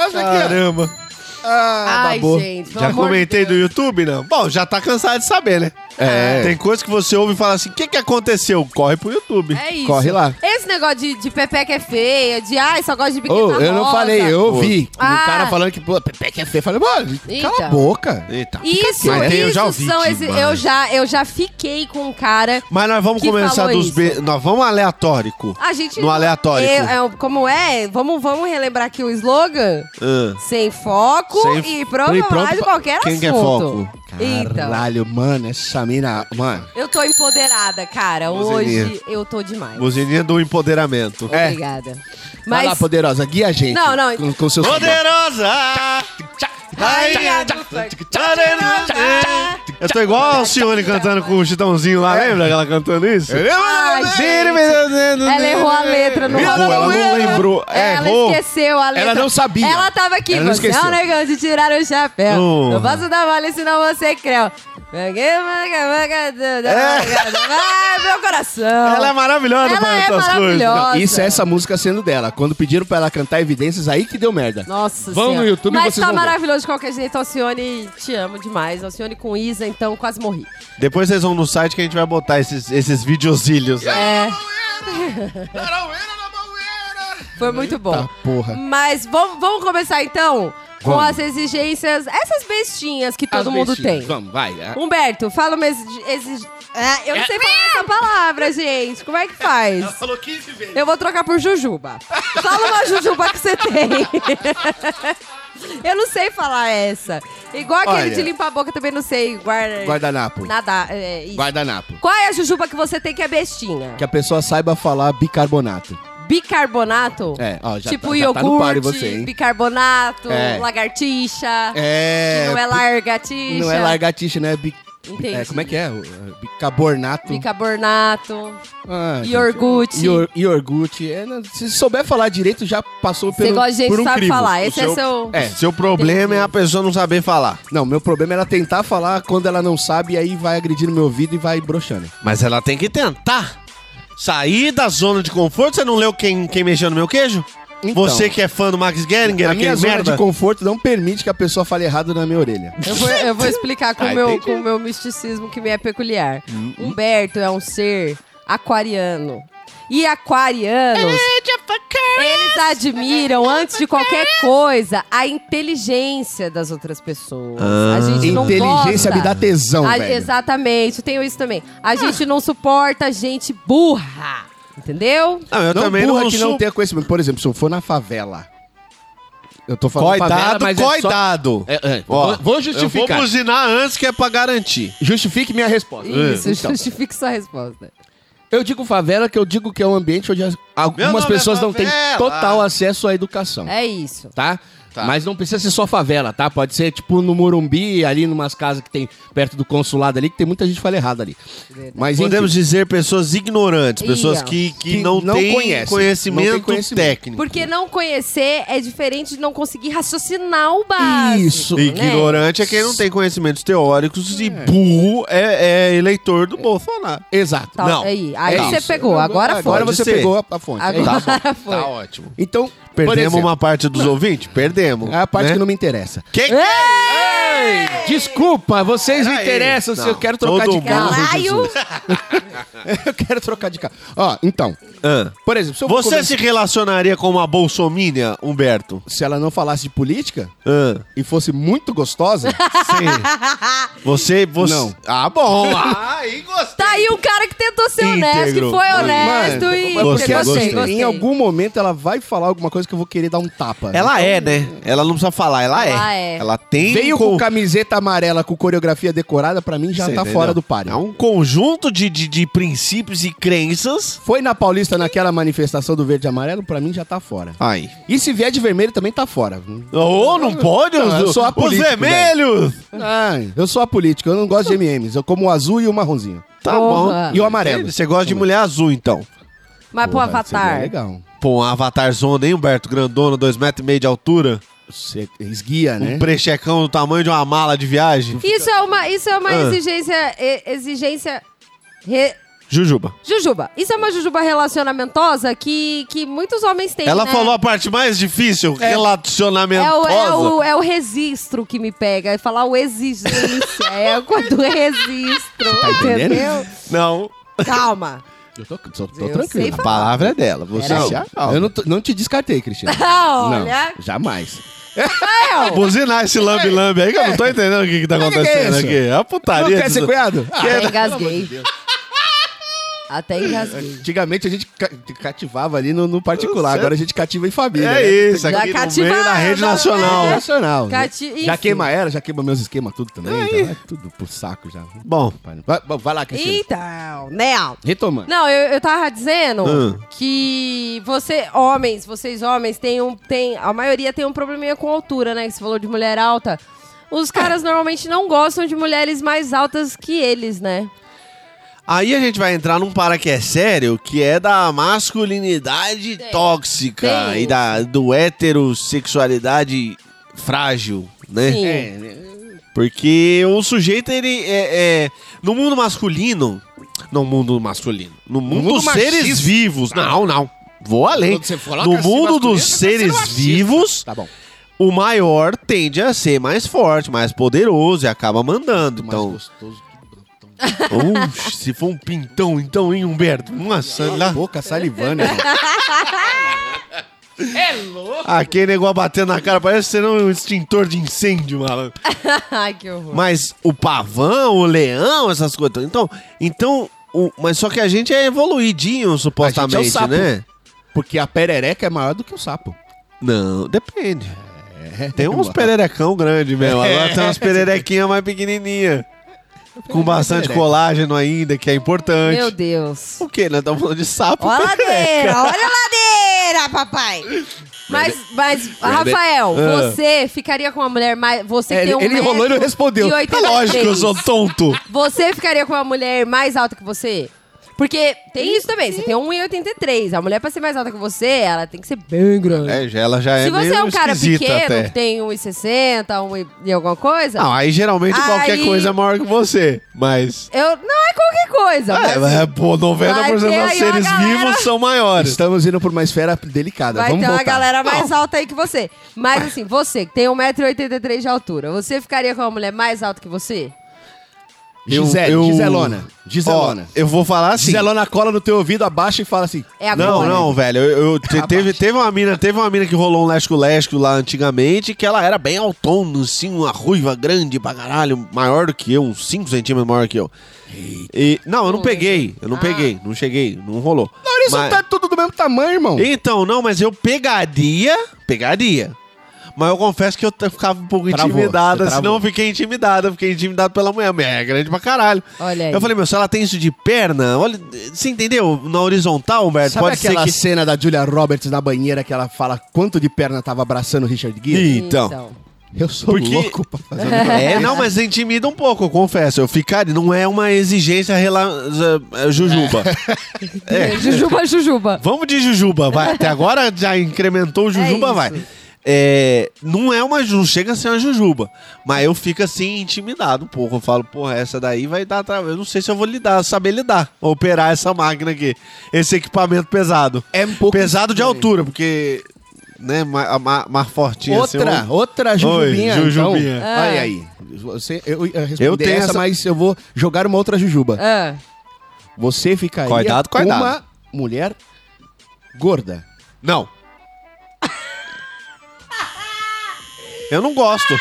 [SPEAKER 2] Essa aqui, ó.
[SPEAKER 4] Caramba.
[SPEAKER 2] Ah,
[SPEAKER 3] Ai,
[SPEAKER 2] babou.
[SPEAKER 3] gente, pelo
[SPEAKER 4] Já
[SPEAKER 3] amor de
[SPEAKER 4] comentei do
[SPEAKER 3] Deus.
[SPEAKER 4] YouTube, não? Bom, já tá cansado de saber, né?
[SPEAKER 2] É.
[SPEAKER 4] Tem coisa que você ouve e fala assim, o que que aconteceu? Corre pro YouTube.
[SPEAKER 3] É isso.
[SPEAKER 2] Corre lá.
[SPEAKER 3] Esse negócio de, de pepeca é feia, de ai, só gosto de biqueta
[SPEAKER 2] Ô,
[SPEAKER 3] rosa.
[SPEAKER 2] eu não falei, eu ouvi.
[SPEAKER 3] Ah.
[SPEAKER 2] Um cara falando que, pô, Pepeca é feio. Eu Falei, mano,
[SPEAKER 3] Então.
[SPEAKER 2] cala a boca.
[SPEAKER 4] Eita.
[SPEAKER 3] Isso,
[SPEAKER 2] Mas
[SPEAKER 3] isso
[SPEAKER 2] tem,
[SPEAKER 3] eu
[SPEAKER 2] eu
[SPEAKER 3] já
[SPEAKER 2] já ouvi
[SPEAKER 3] são esse,
[SPEAKER 2] demais.
[SPEAKER 3] eu já Eu já fiquei com um cara...
[SPEAKER 4] Mas nós vamos
[SPEAKER 3] Que
[SPEAKER 4] começar
[SPEAKER 3] falou
[SPEAKER 4] dos B. Nós vamos aleatório.
[SPEAKER 3] A gente...
[SPEAKER 4] No aleatório.
[SPEAKER 3] Eu- é, como é? Vamos, vamos relembrar aqui o slogan?
[SPEAKER 4] Ah.
[SPEAKER 3] Sem foco
[SPEAKER 4] Sem-
[SPEAKER 3] e pronto,
[SPEAKER 4] e pronto
[SPEAKER 3] de qualquer
[SPEAKER 4] quem
[SPEAKER 3] assunto.
[SPEAKER 4] quer foco?
[SPEAKER 3] Então,
[SPEAKER 2] Caralho, mano, essa mina. Mano.
[SPEAKER 3] eu tô empoderada, cara.
[SPEAKER 4] Buzininha.
[SPEAKER 3] Hoje eu tô demais.
[SPEAKER 4] Buzininha do empoderamento.
[SPEAKER 2] É.
[SPEAKER 3] Obrigada.
[SPEAKER 2] Vai lá,
[SPEAKER 3] Mas...
[SPEAKER 2] poderosa, guia a gente.
[SPEAKER 3] Não, não.
[SPEAKER 2] Com, com seus
[SPEAKER 4] Poderosa!
[SPEAKER 3] Rainha do funk.
[SPEAKER 4] Eu tô igual a Alcione cantando com o Chitãozinho lá, lembra? Ela cantando isso?
[SPEAKER 3] Ai, gente. Ela errou a letra no
[SPEAKER 4] Errou, ela não lembrou.
[SPEAKER 3] Ela
[SPEAKER 4] Errou.
[SPEAKER 3] esqueceu a letra.
[SPEAKER 2] É, Ela não sabia.
[SPEAKER 3] Ela tava aqui.
[SPEAKER 2] Ela não
[SPEAKER 3] você é um
[SPEAKER 2] esqueceu.
[SPEAKER 3] negão de tirar o chapéu.
[SPEAKER 4] Oh.
[SPEAKER 3] Não posso dar mole, senão você é creu.
[SPEAKER 2] É.
[SPEAKER 3] Ai, meu coração.
[SPEAKER 4] Ela é maravilhosa
[SPEAKER 3] Ela
[SPEAKER 4] pra
[SPEAKER 3] é
[SPEAKER 4] essas
[SPEAKER 3] maravilhosa.
[SPEAKER 4] coisas.
[SPEAKER 2] Não, isso é essa música sendo dela. Quando pediram pra ela cantar evidências, aí que deu merda.
[SPEAKER 3] Nossa
[SPEAKER 2] Vão no
[SPEAKER 3] Senhora.
[SPEAKER 2] YouTube e
[SPEAKER 3] Mas
[SPEAKER 2] vocês
[SPEAKER 3] tá
[SPEAKER 2] vão ver.
[SPEAKER 3] maravilhoso de qualquer jeito. Alcione, te amo demais. Alcione com Isa, então quase morri.
[SPEAKER 4] Depois vocês vão no site que a gente vai botar esses, esses videozilhos.
[SPEAKER 3] É. Foi muito bom.
[SPEAKER 2] Porra.
[SPEAKER 3] Mas vamos, vamos começar então com as exigências, essas bestinhas que todo
[SPEAKER 2] As
[SPEAKER 3] mundo
[SPEAKER 2] bestinhas.
[SPEAKER 3] tem.
[SPEAKER 2] Vamos, vai. Ah,
[SPEAKER 3] Humberto, fala uma exi- exi- Ah, eu não
[SPEAKER 2] É.
[SPEAKER 3] sei falar essa palavra, gente. Como é que faz?
[SPEAKER 4] Falou 15 vezes.
[SPEAKER 3] Eu vou trocar por Jujuba. Fala uma Jujuba que você tem. Eu não sei falar essa. Igual aquele
[SPEAKER 2] Olha.
[SPEAKER 3] de limpar a boca, também não sei. Guarda...
[SPEAKER 2] Guardanapo.
[SPEAKER 3] Nada. É, isso.
[SPEAKER 2] Guardanapo.
[SPEAKER 3] Qual é a Jujuba que você tem que é bestinha?
[SPEAKER 2] Que a pessoa saiba falar bicarbonato.
[SPEAKER 3] Bicarbonato?
[SPEAKER 2] É, ó, já
[SPEAKER 3] tipo
[SPEAKER 2] tá, já tá
[SPEAKER 3] iogurte,
[SPEAKER 2] no par em você, hein?
[SPEAKER 3] bicarbonato,
[SPEAKER 2] É.
[SPEAKER 3] lagartixa.
[SPEAKER 2] É.
[SPEAKER 3] que não é largatixa.
[SPEAKER 2] Não é largatixa, né? Bi-
[SPEAKER 3] Entendi.
[SPEAKER 2] é, como é que é? O- é, Bicarbonato.
[SPEAKER 3] Bicarbonato.
[SPEAKER 2] Ah, gente,
[SPEAKER 3] Iogurte.
[SPEAKER 2] Ior- Iogurte. É, não- se souber falar direito, já passou pelo.
[SPEAKER 3] Você gosta de gente
[SPEAKER 2] por
[SPEAKER 3] que
[SPEAKER 2] um
[SPEAKER 3] sabe
[SPEAKER 2] crivo.
[SPEAKER 3] falar. Esse é
[SPEAKER 4] seu-
[SPEAKER 3] seu.
[SPEAKER 2] É.
[SPEAKER 4] Seu problema é a pessoa não saber falar.
[SPEAKER 2] Não, meu problema é ela tentar falar quando ela não sabe e aí vai agredindo meu ouvido e vai broxando.
[SPEAKER 4] Mas ela tem que tentar sair da zona de conforto. Você não leu quem, quem mexeu no meu queijo?
[SPEAKER 2] Então.
[SPEAKER 4] Você que é fã do Max Geringer,
[SPEAKER 2] A
[SPEAKER 4] aquele
[SPEAKER 2] minha zona
[SPEAKER 4] merda.
[SPEAKER 2] de conforto não permite que a pessoa fale errado na minha orelha.
[SPEAKER 3] Eu vou, eu vou explicar com
[SPEAKER 4] Ah,
[SPEAKER 3] o meu,
[SPEAKER 4] entendi.
[SPEAKER 3] com o meu misticismo que me é peculiar.
[SPEAKER 2] Uhum.
[SPEAKER 3] Humberto é um ser aquariano. E aquarianos, eles admiram, antes de qualquer coisa, a inteligência das outras pessoas. a gente não
[SPEAKER 2] Ah. Inteligência
[SPEAKER 3] gosta.
[SPEAKER 2] me dá tesão,
[SPEAKER 3] Ah,
[SPEAKER 2] Então, velho.
[SPEAKER 3] Exatamente, eu tenho isso também. A gente não suporta gente burra, entendeu?
[SPEAKER 4] Não, eu
[SPEAKER 2] Não
[SPEAKER 4] também
[SPEAKER 2] burra
[SPEAKER 4] não
[SPEAKER 2] que
[SPEAKER 4] sou...
[SPEAKER 2] não tenha conhecimento. Por exemplo, se eu for na favela. Eu tô falando favela,
[SPEAKER 4] Coitado,
[SPEAKER 2] mas
[SPEAKER 4] coitado.
[SPEAKER 2] É só... É, é,
[SPEAKER 4] Ó,
[SPEAKER 2] vou, vou
[SPEAKER 4] Eu vou
[SPEAKER 2] justificar.
[SPEAKER 4] buzinar antes que é pra garantir.
[SPEAKER 2] Justifique minha resposta.
[SPEAKER 3] Isso,
[SPEAKER 2] Então,
[SPEAKER 3] justifique sua resposta.
[SPEAKER 2] eu digo favela que eu digo que é um ambiente onde as- algumas
[SPEAKER 4] nome é
[SPEAKER 2] pessoas não têm
[SPEAKER 4] favela.
[SPEAKER 2] total acesso à educação.
[SPEAKER 3] É isso.
[SPEAKER 2] tá?
[SPEAKER 4] Tá.
[SPEAKER 2] Mas não precisa ser só favela, tá? Pode ser tipo no Morumbi, ali numas casas que tem perto do consulado ali, que tem muita gente que fala errado ali. Mas
[SPEAKER 4] Podemos
[SPEAKER 2] enfim,
[SPEAKER 4] dizer pessoas ignorantes,
[SPEAKER 3] Ih,
[SPEAKER 4] pessoas
[SPEAKER 3] ó.
[SPEAKER 4] que, que,
[SPEAKER 2] Que
[SPEAKER 4] não,
[SPEAKER 2] não
[SPEAKER 4] têm
[SPEAKER 2] conhecem,
[SPEAKER 4] conhecimento,
[SPEAKER 2] não têm conhecimento.
[SPEAKER 4] técnico.
[SPEAKER 3] Porque não conhecer é diferente de não conseguir raciocinar o básico.
[SPEAKER 2] Isso.
[SPEAKER 3] né?
[SPEAKER 4] Ignorante é quem não tem conhecimentos teóricos e burro é, é eleitor do Bolsonaro.
[SPEAKER 2] exato.
[SPEAKER 3] Tá,
[SPEAKER 4] Não,
[SPEAKER 3] Aí, aí
[SPEAKER 2] É
[SPEAKER 3] você
[SPEAKER 2] isso.
[SPEAKER 3] pegou,
[SPEAKER 2] Não,
[SPEAKER 3] agora foi.
[SPEAKER 2] Agora
[SPEAKER 4] Pode
[SPEAKER 2] você
[SPEAKER 4] ser.
[SPEAKER 2] pegou a, a fonte. É
[SPEAKER 3] Agora
[SPEAKER 2] isso.
[SPEAKER 3] foi.
[SPEAKER 4] Tá ótimo.
[SPEAKER 2] Então, por
[SPEAKER 4] Perdemos
[SPEAKER 2] exemplo,
[SPEAKER 4] uma parte dos ouvintes? Perdemos.
[SPEAKER 2] É a parte
[SPEAKER 4] né?
[SPEAKER 2] que não me interessa.
[SPEAKER 4] Que-
[SPEAKER 3] É!
[SPEAKER 2] Desculpa, vocês me
[SPEAKER 4] Peraí.
[SPEAKER 2] interessam, se
[SPEAKER 4] Não,
[SPEAKER 2] eu quero trocar
[SPEAKER 4] todo
[SPEAKER 2] de carro.
[SPEAKER 4] mundo-
[SPEAKER 3] Caralho!
[SPEAKER 2] Eu quero trocar de carro. Ó, então,
[SPEAKER 4] Ah.
[SPEAKER 2] por exemplo, se, eu
[SPEAKER 4] Você
[SPEAKER 2] conversa-
[SPEAKER 4] se relacionaria com uma bolsomínia, Humberto?
[SPEAKER 2] se ela não falasse de política
[SPEAKER 4] Ah,
[SPEAKER 2] e fosse muito gostosa,
[SPEAKER 4] sim. Você, você...
[SPEAKER 2] Não.
[SPEAKER 4] Ah, bom. Ah, aí gostei.
[SPEAKER 3] Tá aí um cara que tentou ser honesto, que
[SPEAKER 4] Íntegro.
[SPEAKER 3] foi
[SPEAKER 4] Mano,
[SPEAKER 3] honesto e.
[SPEAKER 4] mas
[SPEAKER 2] porque
[SPEAKER 4] Gostei,
[SPEAKER 2] assim,
[SPEAKER 4] gostei.
[SPEAKER 2] em algum momento ela vai falar alguma coisa que eu vou querer dar um tapa.
[SPEAKER 4] Ela é, né? Ela não precisa falar, ela,
[SPEAKER 3] Ela
[SPEAKER 4] é.
[SPEAKER 3] é.
[SPEAKER 4] Ela tem...
[SPEAKER 2] Veio
[SPEAKER 4] con-
[SPEAKER 2] com camiseta amarela com coreografia decorada, pra mim já
[SPEAKER 4] Você
[SPEAKER 2] tá
[SPEAKER 4] entendeu?
[SPEAKER 2] fora do páreo.
[SPEAKER 4] É um conjunto de, de, de princípios e crenças.
[SPEAKER 2] Foi na Paulista naquela manifestação do verde e amarelo, pra mim já tá fora.
[SPEAKER 4] Ai.
[SPEAKER 2] E se vier de vermelho também tá fora.
[SPEAKER 4] Oh, não pode?
[SPEAKER 2] Não, eu
[SPEAKER 4] os,
[SPEAKER 2] sou
[SPEAKER 4] os
[SPEAKER 2] apolítico,
[SPEAKER 4] vermelhos!
[SPEAKER 2] Ai, Ah, eu sou apolítico, eu não gosto de MMs. Eu como o azul e o marronzinho.
[SPEAKER 4] Tá
[SPEAKER 3] Porra.
[SPEAKER 4] bom.
[SPEAKER 2] E o amarelo.
[SPEAKER 4] Você gosta de mulher azul, então.
[SPEAKER 3] Mas pro
[SPEAKER 2] Porra, seria
[SPEAKER 3] Avatar.
[SPEAKER 2] legal.
[SPEAKER 4] Pô, um avatar zona, hein, Humberto? Grandona, dois metros e meio de altura.
[SPEAKER 2] Você esguia, né?
[SPEAKER 4] Um prechecão do tamanho de uma mala de viagem.
[SPEAKER 3] Isso é uma, isso é uma
[SPEAKER 4] Ah.
[SPEAKER 3] exigência. e- exigência. re-
[SPEAKER 4] Jujuba.
[SPEAKER 3] Jujuba. Isso é uma jujuba relacionamentosa que, que muitos homens têm.
[SPEAKER 4] Ela
[SPEAKER 3] né?
[SPEAKER 4] falou a parte mais difícil,
[SPEAKER 3] É o,
[SPEAKER 4] relacionamentosa.
[SPEAKER 3] é, o, é o registro que me pega. É falar o exigência. é quando registro.
[SPEAKER 2] Tá entendendo?
[SPEAKER 3] entendeu?
[SPEAKER 4] Não.
[SPEAKER 3] Calma.
[SPEAKER 2] Eu tô, tô- tô
[SPEAKER 3] Eu sei
[SPEAKER 2] tranquilo.
[SPEAKER 3] falar.
[SPEAKER 4] palavra é dela. Você
[SPEAKER 2] Não, eu não, tô- não te descartei, Cristiano.
[SPEAKER 3] Ah, Olha.
[SPEAKER 2] Não, jamais.
[SPEAKER 3] É
[SPEAKER 4] Buzinar esse lambe-lambe aí, que eu não tô entendendo o que, que tá
[SPEAKER 2] Mas o que que é
[SPEAKER 4] acontecendo
[SPEAKER 2] isso?
[SPEAKER 4] aqui. É a
[SPEAKER 2] não
[SPEAKER 4] putaria.
[SPEAKER 2] quer ser
[SPEAKER 4] disso-
[SPEAKER 2] cunhado? Ah,
[SPEAKER 3] Até engasguei. Até engasguei.
[SPEAKER 2] antigamente a gente ca- cativava ali no, no particular, agora a gente cativa em família. né?
[SPEAKER 4] É isso, É.
[SPEAKER 3] Já
[SPEAKER 4] aqui no
[SPEAKER 3] cativaram,
[SPEAKER 4] meio da rede
[SPEAKER 3] não,
[SPEAKER 4] nacional.
[SPEAKER 3] né?
[SPEAKER 2] Nacional. né?
[SPEAKER 3] Cati-
[SPEAKER 2] Já
[SPEAKER 3] enfim.
[SPEAKER 2] queima ela, já queima meus esquemas, tudo também.
[SPEAKER 4] É
[SPEAKER 2] Já vai tudo pro saco já.
[SPEAKER 4] Bom,
[SPEAKER 2] Vai, bom, vai lá, Cristina.
[SPEAKER 3] Então, né?
[SPEAKER 2] Retomando.
[SPEAKER 3] Não, eu, eu tava dizendo
[SPEAKER 2] Hum.
[SPEAKER 4] Ah.
[SPEAKER 3] que você, homens, vocês homens, tem um. Tem, a maioria tem um probleminha com altura, né? Que você falou de mulher alta. Os caras normalmente não gostam de mulheres mais altas que eles, né?
[SPEAKER 4] aí a gente vai entrar num para que é sério, que é da masculinidade tóxica
[SPEAKER 3] Tem.
[SPEAKER 4] e da, do heterossexualidade frágil, né?
[SPEAKER 3] Sim.
[SPEAKER 2] É.
[SPEAKER 4] Porque o sujeito, ele é, é- No mundo masculino. No mundo masculino. No mundo,
[SPEAKER 2] mundo
[SPEAKER 4] dos seres
[SPEAKER 2] machista.
[SPEAKER 4] vivos. Não, não. Vou além.
[SPEAKER 2] Quando você coloca
[SPEAKER 4] No
[SPEAKER 2] assim,
[SPEAKER 4] mundo
[SPEAKER 2] masculino,
[SPEAKER 4] dos
[SPEAKER 2] você tá sendo
[SPEAKER 4] seres
[SPEAKER 2] machista.
[SPEAKER 4] vivos,
[SPEAKER 2] Tá bom.
[SPEAKER 4] o maior tende a ser mais forte, mais poderoso e acaba mandando. Então,
[SPEAKER 2] gostoso.
[SPEAKER 4] Oxe, se for um pintão, então, hein, Humberto? Nossa, lá.
[SPEAKER 2] né? Boca salivando. irmão.
[SPEAKER 4] Aquele negócio batendo na cara, parece ser um extintor de incêndio, malandro.
[SPEAKER 3] Ai, que horror.
[SPEAKER 4] Mas o pavão, o leão, essas coisas. Então, então o- mas só que a gente é evoluidinho, supostamente,
[SPEAKER 2] sapo.
[SPEAKER 4] né?
[SPEAKER 2] Porque a perereca é maior do que o sapo.
[SPEAKER 4] Não, depende. É, Tem É. uns pererecão grande mesmo. Agora tem umas pererequinhas mais pequenininha. Com bastante
[SPEAKER 2] perereca.
[SPEAKER 4] colágeno ainda, que é importante.
[SPEAKER 3] Meu Deus.
[SPEAKER 4] O quê? Nós estamos falando de sapo.
[SPEAKER 3] Olha a
[SPEAKER 4] perereca.
[SPEAKER 3] ladeira, olha a ladeira, papai. Mas, mas Rafael, você ficaria com uma mulher mais. Você que
[SPEAKER 2] Ah. É,
[SPEAKER 3] tem um
[SPEAKER 2] ele enrolou e não
[SPEAKER 3] metro
[SPEAKER 2] respondeu. Tá
[SPEAKER 3] e 83.
[SPEAKER 4] É Lógico que eu sou tonto.
[SPEAKER 3] Você ficaria com uma mulher mais alta que você? Porque tem isso também, você tem 1,83. A mulher, pra ser mais alta que você, ela tem que ser bem grande.
[SPEAKER 4] É, já- ela já é
[SPEAKER 3] Se você
[SPEAKER 4] meio
[SPEAKER 3] é um cara
[SPEAKER 4] esquisita
[SPEAKER 3] pequeno,
[SPEAKER 4] até.
[SPEAKER 3] que tem 1,60, 1 e alguma coisa.
[SPEAKER 4] Não, aí geralmente qualquer
[SPEAKER 3] Aí-
[SPEAKER 4] coisa é maior que você. Mas.
[SPEAKER 3] Eu, não é qualquer coisa. mas
[SPEAKER 4] É, é, pô, 90% dos
[SPEAKER 3] Vai ter aí uma
[SPEAKER 4] seres
[SPEAKER 3] galera-
[SPEAKER 4] vivos são maiores.
[SPEAKER 2] Estamos indo por uma esfera delicada.
[SPEAKER 3] vai
[SPEAKER 2] Vamos
[SPEAKER 3] ter uma
[SPEAKER 2] voltar.
[SPEAKER 3] galera mais alta aí que você. Mas assim, você que tem 1,83m de altura, você ficaria com uma mulher mais alta que você?
[SPEAKER 2] Gisele,
[SPEAKER 4] Eu- eu-
[SPEAKER 2] Giselona. Giselona.
[SPEAKER 4] Ó, eu vou falar assim.
[SPEAKER 2] Giselona cola no teu ouvido, abaixa e fala assim.
[SPEAKER 3] É agora.
[SPEAKER 4] Não, não, velho. Eu, eu- te- teve, teve uma mina, teve uma mina que rolou um lesco lesco lá antigamente, que ela era bem autônoma, assim, uma ruiva grande pra caralho, maior do que eu, uns 5 centímetros maior que eu. E, não, eu não peguei,
[SPEAKER 3] é.
[SPEAKER 4] eu não peguei,
[SPEAKER 3] Ah.
[SPEAKER 4] não cheguei, não rolou.
[SPEAKER 2] Não, eles
[SPEAKER 4] Mas-
[SPEAKER 2] não tá tudo do mesmo tamanho, irmão.
[SPEAKER 4] Então, não, mas eu pegaria, pegaria. Mas eu confesso que eu t- ficava um pouco
[SPEAKER 2] Travou,
[SPEAKER 4] intimidada,
[SPEAKER 2] você travou.
[SPEAKER 4] senão eu fiquei intimidada, eu fiquei intimidado pela mulher, mas é grande pra caralho.
[SPEAKER 3] Olha aí.
[SPEAKER 4] Eu falei, meu, se ela tem isso de perna, olha, você entendeu? Na horizontal, Humberto,
[SPEAKER 2] Sabe
[SPEAKER 4] É, pode ser
[SPEAKER 2] aquela
[SPEAKER 4] que...
[SPEAKER 2] cena da Julia Roberts na banheira que ela fala quanto de perna tava abraçando o Richard Gere?
[SPEAKER 4] Então,
[SPEAKER 2] Eu sou
[SPEAKER 4] Porque-
[SPEAKER 2] louco pra fazer um
[SPEAKER 4] É, não, mas intimida um pouco, eu confesso. Eu ficaria, não é uma exigência rela... z- jujuba. É.
[SPEAKER 3] Jujuba, Jujuba.
[SPEAKER 4] Vamos de jujuba, vai. Até agora já incrementou o jujuba,
[SPEAKER 3] isso.
[SPEAKER 4] vai. É, não é uma ju- não chega a ser uma jujuba, mas eu fico assim intimidado um pouco. Eu falo, porra, essa daí vai dar trabalho. Eu não sei se eu vou lidar, saber lidar, operar essa máquina aqui, esse equipamento pesado.
[SPEAKER 2] É um pouco
[SPEAKER 4] pesado de altura, porque né, ma- ma- mais fortinho
[SPEAKER 2] Outra,
[SPEAKER 4] assim, um-
[SPEAKER 2] outra jujubinha.
[SPEAKER 4] Oi, jujubinha. É.
[SPEAKER 2] Então, Olha aí. Você, eu ia responder
[SPEAKER 4] Eu tenho
[SPEAKER 2] essa,
[SPEAKER 4] essa- É.
[SPEAKER 2] mas eu vou jogar uma outra jujuba.
[SPEAKER 3] Ah,
[SPEAKER 2] Você ficaria
[SPEAKER 4] Cuidado,
[SPEAKER 2] com
[SPEAKER 4] cuidado.
[SPEAKER 2] uma mulher gorda.
[SPEAKER 4] Não. eu não gosto.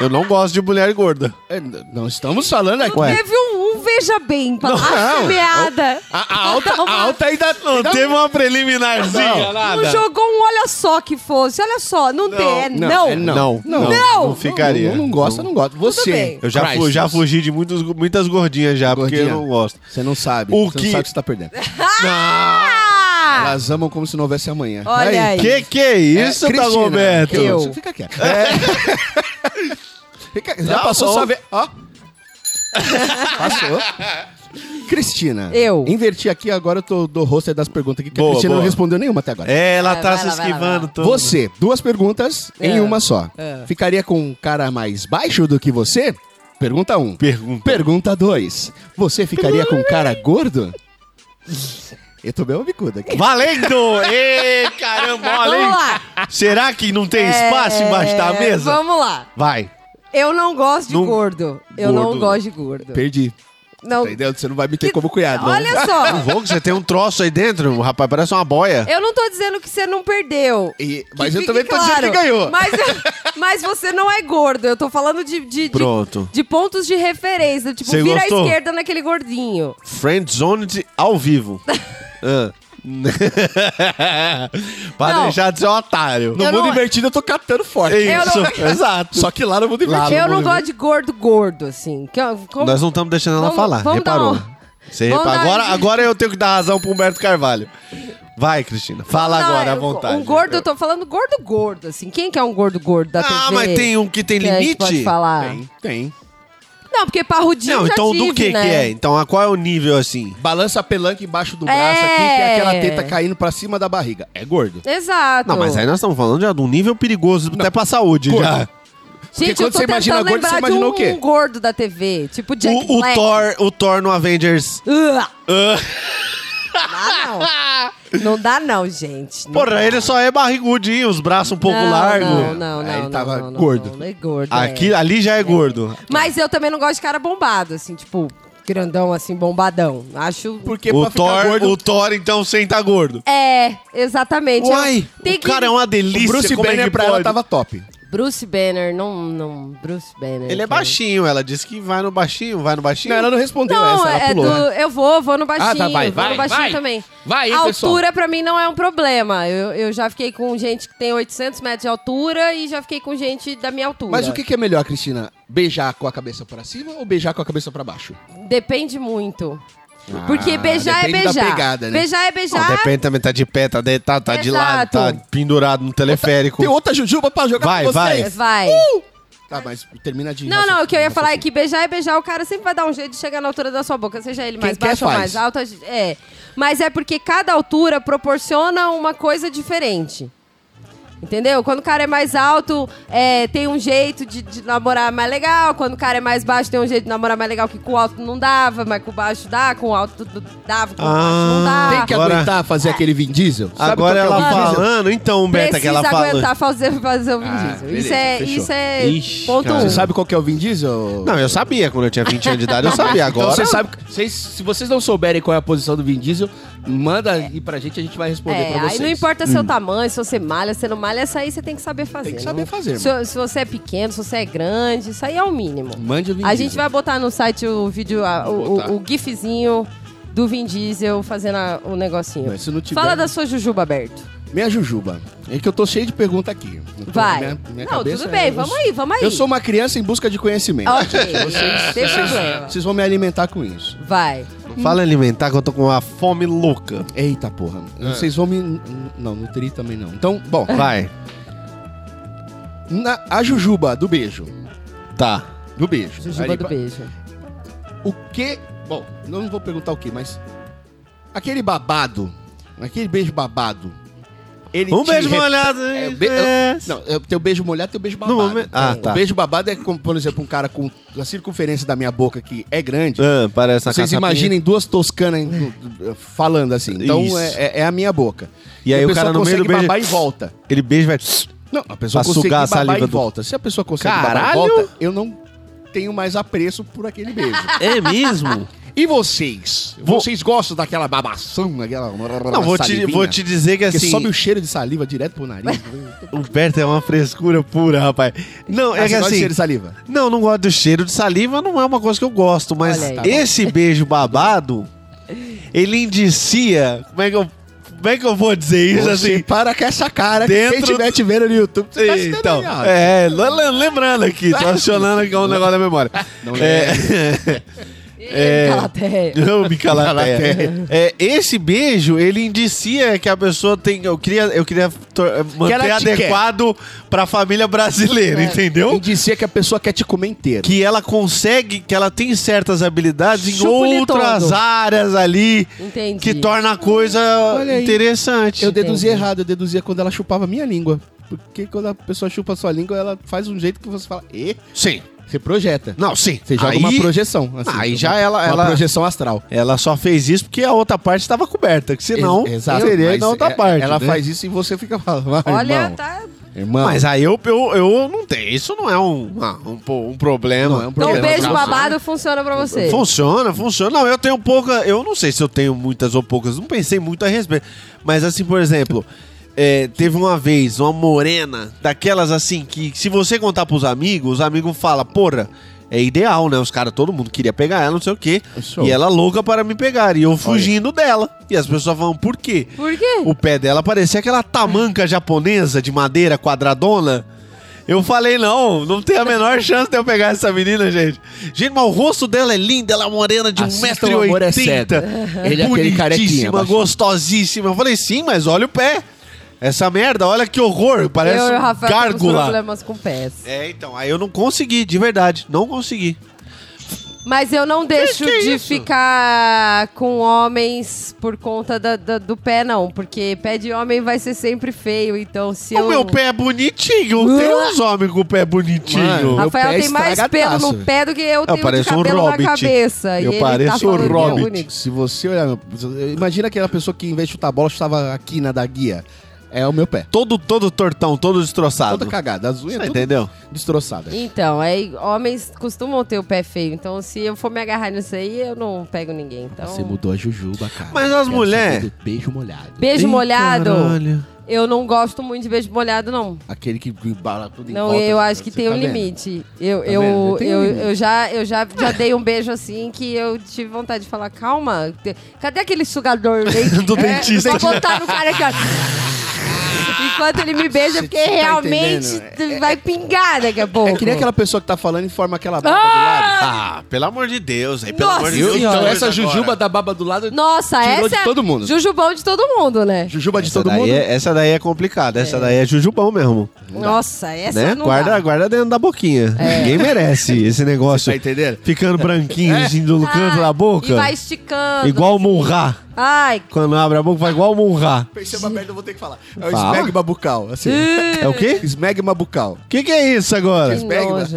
[SPEAKER 4] Eu não gosto de mulher gorda.
[SPEAKER 2] É, n- Não estamos falando aqui.
[SPEAKER 3] Teve um, um veja bem, pra
[SPEAKER 4] não.
[SPEAKER 3] semeada.
[SPEAKER 2] A, a alta, a alta ainda...
[SPEAKER 4] Não
[SPEAKER 2] ainda-
[SPEAKER 4] teve uma preliminarzinha,
[SPEAKER 2] Não.
[SPEAKER 4] nada.
[SPEAKER 3] Não jogou um olha só que fosse, olha só, não, tem, não.
[SPEAKER 4] Não.
[SPEAKER 2] é não. Não.
[SPEAKER 4] Não. Não
[SPEAKER 2] Não,
[SPEAKER 4] ficaria.
[SPEAKER 2] não, não gosta, não gosta. Você.
[SPEAKER 3] bem.
[SPEAKER 4] Eu já, fu-
[SPEAKER 2] Christ.
[SPEAKER 4] já fugi de muitos, muitas gordinhas já, porque eu não gosto.
[SPEAKER 2] Você não sabe.
[SPEAKER 4] O
[SPEAKER 2] você
[SPEAKER 4] que-
[SPEAKER 2] não sabe o que você tá perdendo.
[SPEAKER 3] Ah!
[SPEAKER 2] Elas amam como se não houvesse amanhã.
[SPEAKER 3] Olha aí.
[SPEAKER 4] Que que é isso,
[SPEAKER 2] É, Cristina,
[SPEAKER 4] Dagoberto?
[SPEAKER 3] eu.
[SPEAKER 2] Você Fica quieto.
[SPEAKER 4] É.
[SPEAKER 2] Fica- já
[SPEAKER 4] Tá
[SPEAKER 2] passou
[SPEAKER 4] bom.
[SPEAKER 2] sua vez. Ó. passou. Cristina.
[SPEAKER 3] Eu.
[SPEAKER 2] Inverti aqui, agora eu tô do roster das perguntas aqui, que a
[SPEAKER 4] Boa,
[SPEAKER 2] Cristina
[SPEAKER 4] boa.
[SPEAKER 2] não respondeu nenhuma até agora.
[SPEAKER 4] É, ela
[SPEAKER 3] Vai,
[SPEAKER 4] tá
[SPEAKER 3] vai
[SPEAKER 4] se
[SPEAKER 3] lá, vai lá, vai
[SPEAKER 4] esquivando
[SPEAKER 3] lá.
[SPEAKER 4] todo.
[SPEAKER 2] Você, duas perguntas em
[SPEAKER 3] É.
[SPEAKER 2] uma só.
[SPEAKER 3] É.
[SPEAKER 2] Ficaria com um cara mais baixo do que você? Pergunta 1. Um.
[SPEAKER 4] Pergunta.
[SPEAKER 2] Pergunta 2. Você ficaria com um cara gordo? Eu tô meio bicuda aqui.
[SPEAKER 4] Valendo! Ê, caramba, olha
[SPEAKER 3] Vamos
[SPEAKER 4] aí.
[SPEAKER 3] lá.
[SPEAKER 4] Será que não tem espaço embaixo da
[SPEAKER 3] É,
[SPEAKER 4] mesa?
[SPEAKER 3] Vamos lá.
[SPEAKER 4] Vai.
[SPEAKER 3] Eu não gosto de
[SPEAKER 4] Não-
[SPEAKER 3] gordo. Eu não
[SPEAKER 4] gordo.
[SPEAKER 3] gosto de gordo.
[SPEAKER 2] Perdi.
[SPEAKER 3] Não.
[SPEAKER 2] Entendeu? Você não vai me ter como cunhado. não.
[SPEAKER 3] Então, Olha só.
[SPEAKER 4] Vou que você tem um troço aí dentro, rapaz, parece uma boia.
[SPEAKER 3] Eu não tô dizendo que você não perdeu.
[SPEAKER 2] E-
[SPEAKER 3] Que
[SPEAKER 2] mas eu
[SPEAKER 3] fique
[SPEAKER 2] também tô dizendo que
[SPEAKER 3] claro.
[SPEAKER 2] ganhou.
[SPEAKER 3] Mas, mas você não é gordo. Eu tô falando de, de, de-
[SPEAKER 4] Pronto.
[SPEAKER 3] de pontos de referência. Tipo,
[SPEAKER 4] Você
[SPEAKER 3] vira
[SPEAKER 4] gostou?
[SPEAKER 3] à esquerda naquele gordinho.
[SPEAKER 4] Friend Zoned ao vivo. Ah. pra
[SPEAKER 3] Não.
[SPEAKER 4] deixar de ser um otário.
[SPEAKER 2] No
[SPEAKER 3] Eu
[SPEAKER 2] mundo
[SPEAKER 3] não-
[SPEAKER 2] invertido eu tô catando forte.
[SPEAKER 3] Eu
[SPEAKER 4] Isso,
[SPEAKER 3] não-
[SPEAKER 4] exato.
[SPEAKER 2] Só que lá no mundo invertido.
[SPEAKER 3] eu não gosto de gordo gordo, assim. Que eu- como-
[SPEAKER 4] Nós não estamos deixando ela
[SPEAKER 3] Vamos-
[SPEAKER 4] falar,
[SPEAKER 3] vamos dar
[SPEAKER 4] reparou.
[SPEAKER 3] um-
[SPEAKER 4] Você
[SPEAKER 3] vamos
[SPEAKER 4] repa-
[SPEAKER 3] dar um-
[SPEAKER 4] agora, agora eu tenho que dar razão pro Humberto Carvalho. Vai, Cristina. Fala
[SPEAKER 3] Não,
[SPEAKER 4] agora, à
[SPEAKER 3] eu-
[SPEAKER 4] vontade.
[SPEAKER 3] Um gordo, eu tô falando gordo gordo, assim. Quem que é um gordo gordo da TV?
[SPEAKER 4] Ah, mas tem um que tem
[SPEAKER 3] que a gente pode
[SPEAKER 4] limite?
[SPEAKER 3] falar.
[SPEAKER 2] Tem, tem.
[SPEAKER 3] Não, porque parrudinho
[SPEAKER 4] Não,
[SPEAKER 3] eu já
[SPEAKER 4] então do
[SPEAKER 3] tive,
[SPEAKER 4] que
[SPEAKER 3] né?
[SPEAKER 4] que é? Então a- qual é o nível, assim?
[SPEAKER 2] Balança a pelanca embaixo do braço aqui, que é aquela
[SPEAKER 3] É.
[SPEAKER 2] teta caindo pra cima da barriga. É gordo.
[SPEAKER 3] Exato.
[SPEAKER 4] Não, mas aí nós estamos falando já de um nível perigoso até pra saúde
[SPEAKER 2] Gordo.
[SPEAKER 4] já.
[SPEAKER 2] Porque
[SPEAKER 3] Gente, eu
[SPEAKER 2] quando
[SPEAKER 3] tô
[SPEAKER 2] você
[SPEAKER 3] tentando
[SPEAKER 2] imagina
[SPEAKER 3] lembrar
[SPEAKER 2] gordo, você
[SPEAKER 3] de
[SPEAKER 2] imaginou
[SPEAKER 3] um,
[SPEAKER 2] o quê?
[SPEAKER 3] um gordo da TV, tipo Jack
[SPEAKER 4] O, o
[SPEAKER 3] Black.
[SPEAKER 4] Thor, o Thor no Avengers.
[SPEAKER 3] Ah. Não dá, não. Não dá, não, gente. Não
[SPEAKER 4] Porra,
[SPEAKER 3] dá.
[SPEAKER 4] ele só é barrigudinho, os braços um É, pouco
[SPEAKER 3] não,
[SPEAKER 4] largos.
[SPEAKER 3] Não, não, não.
[SPEAKER 2] Aí ele
[SPEAKER 3] não,
[SPEAKER 2] tava
[SPEAKER 3] não, não,
[SPEAKER 2] gordo.
[SPEAKER 4] Ah,
[SPEAKER 3] não, não é gordo. é.
[SPEAKER 4] Aqui, ali já é gordo.
[SPEAKER 3] Mas eu também não gosto de cara bombado, assim, tipo. grandão, assim, bombadão. Acho.
[SPEAKER 2] Porque
[SPEAKER 4] o
[SPEAKER 2] pra ficar
[SPEAKER 4] Thor,
[SPEAKER 2] gordo,
[SPEAKER 4] o Thor, então, senta gordo.
[SPEAKER 3] É, exatamente.
[SPEAKER 4] Uai,
[SPEAKER 3] Tem
[SPEAKER 4] o
[SPEAKER 3] que-
[SPEAKER 2] um-
[SPEAKER 4] cara é uma delícia.
[SPEAKER 2] Bruce
[SPEAKER 4] como é
[SPEAKER 2] Banner
[SPEAKER 4] que
[SPEAKER 2] pra ela
[SPEAKER 4] pode?
[SPEAKER 2] tava top.
[SPEAKER 3] Bruce Banner, não, não. Bruce Banner.
[SPEAKER 4] Ele é
[SPEAKER 3] cara.
[SPEAKER 4] baixinho, ela disse que vai no baixinho, vai no baixinho.
[SPEAKER 2] Não, ela não respondeu
[SPEAKER 3] Não,
[SPEAKER 2] né? essa, ela
[SPEAKER 3] é do.
[SPEAKER 2] pulou.
[SPEAKER 3] Eu vou, vou no baixinho.
[SPEAKER 2] Ah, tá, vai,
[SPEAKER 3] vou
[SPEAKER 2] vai,
[SPEAKER 3] no baixinho
[SPEAKER 2] vai.
[SPEAKER 3] também.
[SPEAKER 2] Vai, hein,
[SPEAKER 3] a
[SPEAKER 2] pessoal.
[SPEAKER 3] altura pra mim não é um problema. Eu, eu já fiquei com gente que tem 800 metros de altura e já fiquei com gente da minha altura.
[SPEAKER 2] Mas o que, que é melhor, Cristina? Beijar com a cabeça pra cima ou beijar com a cabeça pra baixo?
[SPEAKER 3] Depende muito. Porque beijar é
[SPEAKER 2] Ah, depende da
[SPEAKER 3] beijar.
[SPEAKER 2] pegada, né?
[SPEAKER 3] Beijar é
[SPEAKER 4] Não,
[SPEAKER 3] beijar.
[SPEAKER 4] depende também, tá de pé, tá deitado, tá de lado,
[SPEAKER 3] Exato.
[SPEAKER 4] tá pendurado no teleférico.
[SPEAKER 2] Tem outra jujuba pra jogar
[SPEAKER 4] Vai,
[SPEAKER 2] com vocês.
[SPEAKER 4] vai.
[SPEAKER 3] Vai.
[SPEAKER 2] Tá, mas termina de...
[SPEAKER 3] Não, não, o que eu ia falar é
[SPEAKER 2] aqui.
[SPEAKER 3] que beijar é beijar, o cara sempre vai dar um jeito de chegar na altura da sua boca, seja ele mais
[SPEAKER 2] quer,
[SPEAKER 3] baixo ou
[SPEAKER 2] faz.
[SPEAKER 3] mais alto. É. Mas é porque cada altura proporciona uma coisa diferente. Entendeu? Quando o cara é mais alto, é, tem um jeito de, de namorar mais legal. Quando o cara é mais baixo, tem um jeito de namorar mais legal que com o alto não dava, mas com o baixo dá, com o alto d- dava, com o baixo não
[SPEAKER 4] Ah,
[SPEAKER 3] dá.
[SPEAKER 2] Tem que
[SPEAKER 4] Agora-
[SPEAKER 2] aguentar fazer aquele Vin Diesel? Sabe
[SPEAKER 4] Agora
[SPEAKER 2] qual que é o
[SPEAKER 4] ela
[SPEAKER 2] Vin Diesel?
[SPEAKER 4] falando, então, Humberta, que
[SPEAKER 3] Precisa
[SPEAKER 4] ela fala.
[SPEAKER 3] aguentar fazer, fazer o Vin
[SPEAKER 2] Ah,
[SPEAKER 3] Diesel.
[SPEAKER 2] beleza,
[SPEAKER 3] isso é,
[SPEAKER 2] fechou.
[SPEAKER 3] isso é
[SPEAKER 4] Ixi,
[SPEAKER 3] ponto
[SPEAKER 4] cara.
[SPEAKER 3] um.
[SPEAKER 2] Você sabe qual que é o Vin Diesel?
[SPEAKER 4] Não, eu sabia, quando eu tinha 20 anos de idade, eu sabia.
[SPEAKER 2] Então,
[SPEAKER 4] Agora.
[SPEAKER 2] vocês sabem, vocês- se vocês não souberem qual é a posição do Vin Diesel, manda aí pra gente, a gente vai responder
[SPEAKER 3] É,
[SPEAKER 2] pra vocês.
[SPEAKER 3] aí não importa seu tamanho, se você malha, se não malha, essa aí você tem que saber fazer.
[SPEAKER 2] Hum. Tem que saber
[SPEAKER 3] não?
[SPEAKER 2] fazer,
[SPEAKER 3] Se, se você é pequeno, se você é grande, isso aí é o mínimo.
[SPEAKER 2] Mande o Vin
[SPEAKER 3] A
[SPEAKER 2] Diesel.
[SPEAKER 3] gente vai botar no site o vídeo, a- o, o- o gifzinho do Vin Diesel fazendo a- o negocinho.
[SPEAKER 2] Mas se não tiver-
[SPEAKER 3] Fala da sua jujuba, Berto.
[SPEAKER 2] Minha Jujuba, é que eu tô cheio de pergunta aqui. Então,
[SPEAKER 3] Vai.
[SPEAKER 2] minha- minha
[SPEAKER 3] não,
[SPEAKER 2] cabeça
[SPEAKER 3] tudo
[SPEAKER 2] é-
[SPEAKER 3] bem,
[SPEAKER 2] eu
[SPEAKER 3] vamos
[SPEAKER 2] sou-
[SPEAKER 3] aí, vamos aí.
[SPEAKER 2] Eu sou uma criança em busca de conhecimento.
[SPEAKER 3] Ok, tem
[SPEAKER 2] vocês,
[SPEAKER 3] problema.
[SPEAKER 2] vocês vão me alimentar com isso.
[SPEAKER 3] Vai.
[SPEAKER 4] Fala em alimentar que eu tô com uma fome louca.
[SPEAKER 2] Eita porra. Vocês vão me. Não, nutrir também não. Então, bom.
[SPEAKER 4] Vai.
[SPEAKER 2] na- a Jujuba do beijo.
[SPEAKER 4] Tá.
[SPEAKER 2] Do beijo.
[SPEAKER 3] Jujuba
[SPEAKER 2] Ali-
[SPEAKER 3] do beijo.
[SPEAKER 2] O que. Bom, não vou perguntar o que, mas. Aquele babado. Aquele beijo babado. Ele
[SPEAKER 4] Um
[SPEAKER 2] te
[SPEAKER 4] beijo
[SPEAKER 2] re-
[SPEAKER 4] molhado.
[SPEAKER 2] É, o be-
[SPEAKER 4] É.
[SPEAKER 2] Não, é o teu beijo molhado, teu beijo
[SPEAKER 4] No
[SPEAKER 2] babado.
[SPEAKER 4] momento- Ah, tá.
[SPEAKER 2] O beijo babado é como, por exemplo, um cara com a circunferência da minha boca que é grande.
[SPEAKER 4] Ah, parece uma
[SPEAKER 2] Vocês
[SPEAKER 4] cacapinha.
[SPEAKER 2] imaginem duas toscanas em- falando assim. Então
[SPEAKER 4] Isso.
[SPEAKER 2] é, é- é a minha boca.
[SPEAKER 4] E aí
[SPEAKER 2] a
[SPEAKER 4] o
[SPEAKER 2] pessoa
[SPEAKER 4] cara no meio do
[SPEAKER 2] consegue
[SPEAKER 4] beijo-
[SPEAKER 2] babar em volta.
[SPEAKER 4] Aquele beijo vai.
[SPEAKER 2] Não, a pessoa
[SPEAKER 4] Pra
[SPEAKER 2] consegue
[SPEAKER 4] sugar a
[SPEAKER 2] babar
[SPEAKER 4] saliva do-
[SPEAKER 2] em volta. Se a pessoa consegue babar em
[SPEAKER 4] Caralho!
[SPEAKER 2] volta, eu não tenho mais apreço por aquele beijo.
[SPEAKER 4] É mesmo?
[SPEAKER 2] E vocês?
[SPEAKER 4] Vou-
[SPEAKER 2] Vocês gostam daquela babação, aquela.
[SPEAKER 4] Não, vou te,
[SPEAKER 2] salivinha?
[SPEAKER 4] vou te dizer que
[SPEAKER 2] Porque
[SPEAKER 4] assim.
[SPEAKER 2] sobe o cheiro de saliva direto pro nariz. né?
[SPEAKER 4] Humberto é uma frescura pura, rapaz. Não, é
[SPEAKER 2] Ah,
[SPEAKER 4] que
[SPEAKER 2] você gosta de
[SPEAKER 4] assim.
[SPEAKER 2] cheiro de saliva?
[SPEAKER 4] Não, não gosto do cheiro de saliva, não é uma coisa que eu gosto, mas
[SPEAKER 3] Olha aí.
[SPEAKER 4] esse beijo babado, ele indicia. Como é que eu, como é que eu vou dizer isso
[SPEAKER 2] Você
[SPEAKER 4] assim?
[SPEAKER 2] para com essa cara. que
[SPEAKER 4] Dentro
[SPEAKER 2] Quem tiver te vendo no YouTube, você tá se dando
[SPEAKER 4] Então,
[SPEAKER 2] errado.
[SPEAKER 4] é, le- le- lembrando aqui, tô acionando aqui um negócio da memória.
[SPEAKER 2] Não
[SPEAKER 4] é,
[SPEAKER 3] É... Calateia.
[SPEAKER 4] Não, Micalaté. É, esse beijo, ele indicia que a pessoa tem. Eu queria, eu queria tor-
[SPEAKER 2] ela
[SPEAKER 4] manter
[SPEAKER 2] te quer. É.
[SPEAKER 4] adequado pra família brasileira, entendeu?
[SPEAKER 2] E dizer que a pessoa quer te comer inteiro.
[SPEAKER 4] que ela consegue, que ela tem certas habilidades em
[SPEAKER 3] Chupa-lhe
[SPEAKER 4] outras
[SPEAKER 3] todo.
[SPEAKER 4] áreas ali
[SPEAKER 3] Entendi.
[SPEAKER 4] que torna a coisa
[SPEAKER 2] Olha aí.
[SPEAKER 4] interessante.
[SPEAKER 2] Eu deduzi
[SPEAKER 3] Entendi.
[SPEAKER 2] errado, eu deduzia quando ela chupava minha língua. Porque quando a pessoa chupa a sua língua, ela faz um jeito que você fala. E
[SPEAKER 4] Sim.
[SPEAKER 2] você projeta.
[SPEAKER 4] Não, sim.
[SPEAKER 2] Você joga
[SPEAKER 4] aí, Ah,
[SPEAKER 2] uma projeção. assim,
[SPEAKER 4] aí
[SPEAKER 2] uma-
[SPEAKER 4] já ela-
[SPEAKER 2] Uma
[SPEAKER 4] ela-
[SPEAKER 2] projeção astral.
[SPEAKER 4] Ela só fez isso porque a outra parte estava coberta, que senão
[SPEAKER 2] Ex- exato,
[SPEAKER 4] seria
[SPEAKER 2] mas
[SPEAKER 4] na outra
[SPEAKER 2] é-
[SPEAKER 4] parte.
[SPEAKER 2] Ela
[SPEAKER 4] né?
[SPEAKER 2] faz isso e você fica falando. "Ah,
[SPEAKER 3] Olha,
[SPEAKER 2] irmão,
[SPEAKER 3] tá.
[SPEAKER 2] irmão,
[SPEAKER 4] Mas aí eu, eu, eu não tenho. Isso não é um, ah, um, po- um problema.
[SPEAKER 2] Não é um
[SPEAKER 3] Então,
[SPEAKER 2] problema.
[SPEAKER 3] um beijo
[SPEAKER 2] Não,
[SPEAKER 3] babado funciona pra você.
[SPEAKER 4] Funciona, funciona. Não, eu tenho pouca. Eu não sei se eu tenho muitas ou poucas. Não pensei muito a respeito. Mas assim, por exemplo, é, teve uma vez uma morena daquelas assim que se você contar pros amigos, os amigos falam, porra. É ideal, né? Os caras, todo mundo queria pegar ela, não sei o quê.
[SPEAKER 2] Show.
[SPEAKER 4] E ela louca para me pegar. E eu fugindo dela. E as pessoas falam, por quê?
[SPEAKER 3] Por quê?
[SPEAKER 4] O pé dela parecia aquela tamanca japonesa de madeira quadradona. Eu falei, não, não tem a menor chance de eu pegar essa menina, gente. Gente, mas o rosto dela é lindo, ela é morena de
[SPEAKER 2] Assista
[SPEAKER 4] 1,80m.
[SPEAKER 2] O Amor é Cego. Ele é aquele carequinha, baixinho.
[SPEAKER 4] Uhum. gostosíssima. Eu falei, sim, mas olha o pé. Essa merda, olha que horror, parece
[SPEAKER 3] eu e o
[SPEAKER 4] um
[SPEAKER 3] Rafael temos
[SPEAKER 4] gárgula.
[SPEAKER 3] problemas com pés.
[SPEAKER 4] É, então, aí eu não consegui, de verdade, não consegui.
[SPEAKER 3] Mas eu não deixo
[SPEAKER 4] que é
[SPEAKER 3] de
[SPEAKER 4] isso?
[SPEAKER 3] ficar com homens por conta da- da- do pé, não. Porque pé de homem vai ser sempre feio. Então, se eu.
[SPEAKER 4] O meu pé é bonitinho, tem
[SPEAKER 3] Ah!
[SPEAKER 4] uns homens com o pé bonitinho.
[SPEAKER 2] Mano, meu
[SPEAKER 3] Rafael
[SPEAKER 2] pé
[SPEAKER 3] tem mais
[SPEAKER 2] estragadaço,
[SPEAKER 3] pelo no
[SPEAKER 2] velho.
[SPEAKER 3] pé do que eu, tenho de
[SPEAKER 4] pareço um
[SPEAKER 3] cabelo
[SPEAKER 4] hobbit.
[SPEAKER 3] na cabeça.
[SPEAKER 4] Eu
[SPEAKER 3] e
[SPEAKER 4] pareço
[SPEAKER 3] ele tá
[SPEAKER 4] um
[SPEAKER 3] falando que é
[SPEAKER 4] hobbit.
[SPEAKER 3] bonito.
[SPEAKER 2] Se você olhar. Imagina aquela pessoa que, em vez de chutar bola, chutava aqui na da guia. É o meu pé.
[SPEAKER 4] Todo, todo tortão, todo destroçado.
[SPEAKER 2] Toda cagada, azul é
[SPEAKER 4] Você tá
[SPEAKER 2] toda
[SPEAKER 4] entendeu?
[SPEAKER 2] destroçada.
[SPEAKER 3] Então, é, homens costumam ter o pé feio. Então, se eu for me agarrar nisso aí, eu não pego ninguém. Então,
[SPEAKER 2] Você mudou a jujuba, cara.
[SPEAKER 4] Mas as
[SPEAKER 2] Quero
[SPEAKER 4] mulher-
[SPEAKER 2] saber do Beijo molhado.
[SPEAKER 3] beijo
[SPEAKER 4] Ih,
[SPEAKER 3] molhado.
[SPEAKER 4] caralho.
[SPEAKER 3] Eu não gosto muito de beijo molhado, não.
[SPEAKER 2] Aquele que embala tudo em
[SPEAKER 3] Não,
[SPEAKER 2] volta,
[SPEAKER 3] eu acho que
[SPEAKER 2] você
[SPEAKER 3] tem
[SPEAKER 2] tá
[SPEAKER 3] um
[SPEAKER 2] vendo?
[SPEAKER 3] limite. Eu,
[SPEAKER 2] Tá
[SPEAKER 3] eu,
[SPEAKER 2] vendo? Tem um
[SPEAKER 3] eu,
[SPEAKER 2] limite.
[SPEAKER 3] eu já, eu já, já dei um beijo assim que eu tive vontade de falar, calma, te- cadê aquele sugador dente?
[SPEAKER 4] Do dentista.
[SPEAKER 3] Vou botar no cara aqui, ó. Enquanto ele me beija, porque
[SPEAKER 2] tá
[SPEAKER 3] realmente vai pingar daqui a pouco.
[SPEAKER 2] É que nem aquela pessoa que tá falando e forma aquela baba do lado.
[SPEAKER 4] Ah, pelo amor de Deus, aí, pelo
[SPEAKER 3] Nossa
[SPEAKER 4] amor de
[SPEAKER 2] Eu-
[SPEAKER 4] Deus.
[SPEAKER 2] então
[SPEAKER 4] dois
[SPEAKER 2] essa
[SPEAKER 4] agora.
[SPEAKER 2] jujuba da baba do lado...
[SPEAKER 3] Nossa,
[SPEAKER 2] Tirou
[SPEAKER 3] essa
[SPEAKER 2] de todo mundo.
[SPEAKER 3] Jujubão de todo mundo, né?
[SPEAKER 2] Jujuba de
[SPEAKER 4] Essa
[SPEAKER 2] todo
[SPEAKER 4] daí,
[SPEAKER 2] mundo.
[SPEAKER 4] é, essa daí é complicada, essa daí é jujubão mesmo.
[SPEAKER 3] Nossa, essa
[SPEAKER 4] né?
[SPEAKER 3] não
[SPEAKER 4] Guarda,
[SPEAKER 3] dá. É.
[SPEAKER 4] guarda dentro da boquinha. Ninguém merece esse negócio.
[SPEAKER 2] Tá entendendo? É.
[SPEAKER 4] Ficando branquinho, assim, do canto da boca.
[SPEAKER 3] Ah, E vai esticando.
[SPEAKER 4] Igual o Munra.
[SPEAKER 3] Ai,
[SPEAKER 4] Quando abre a boca, vai igual o Munra.
[SPEAKER 2] Perceba a merda, eu vou ter que falar. É o
[SPEAKER 4] Fala.
[SPEAKER 2] smegma bucal, assim.
[SPEAKER 4] É o quê?
[SPEAKER 2] smegma bucal.
[SPEAKER 4] O que, que é isso agora?
[SPEAKER 3] que nojo.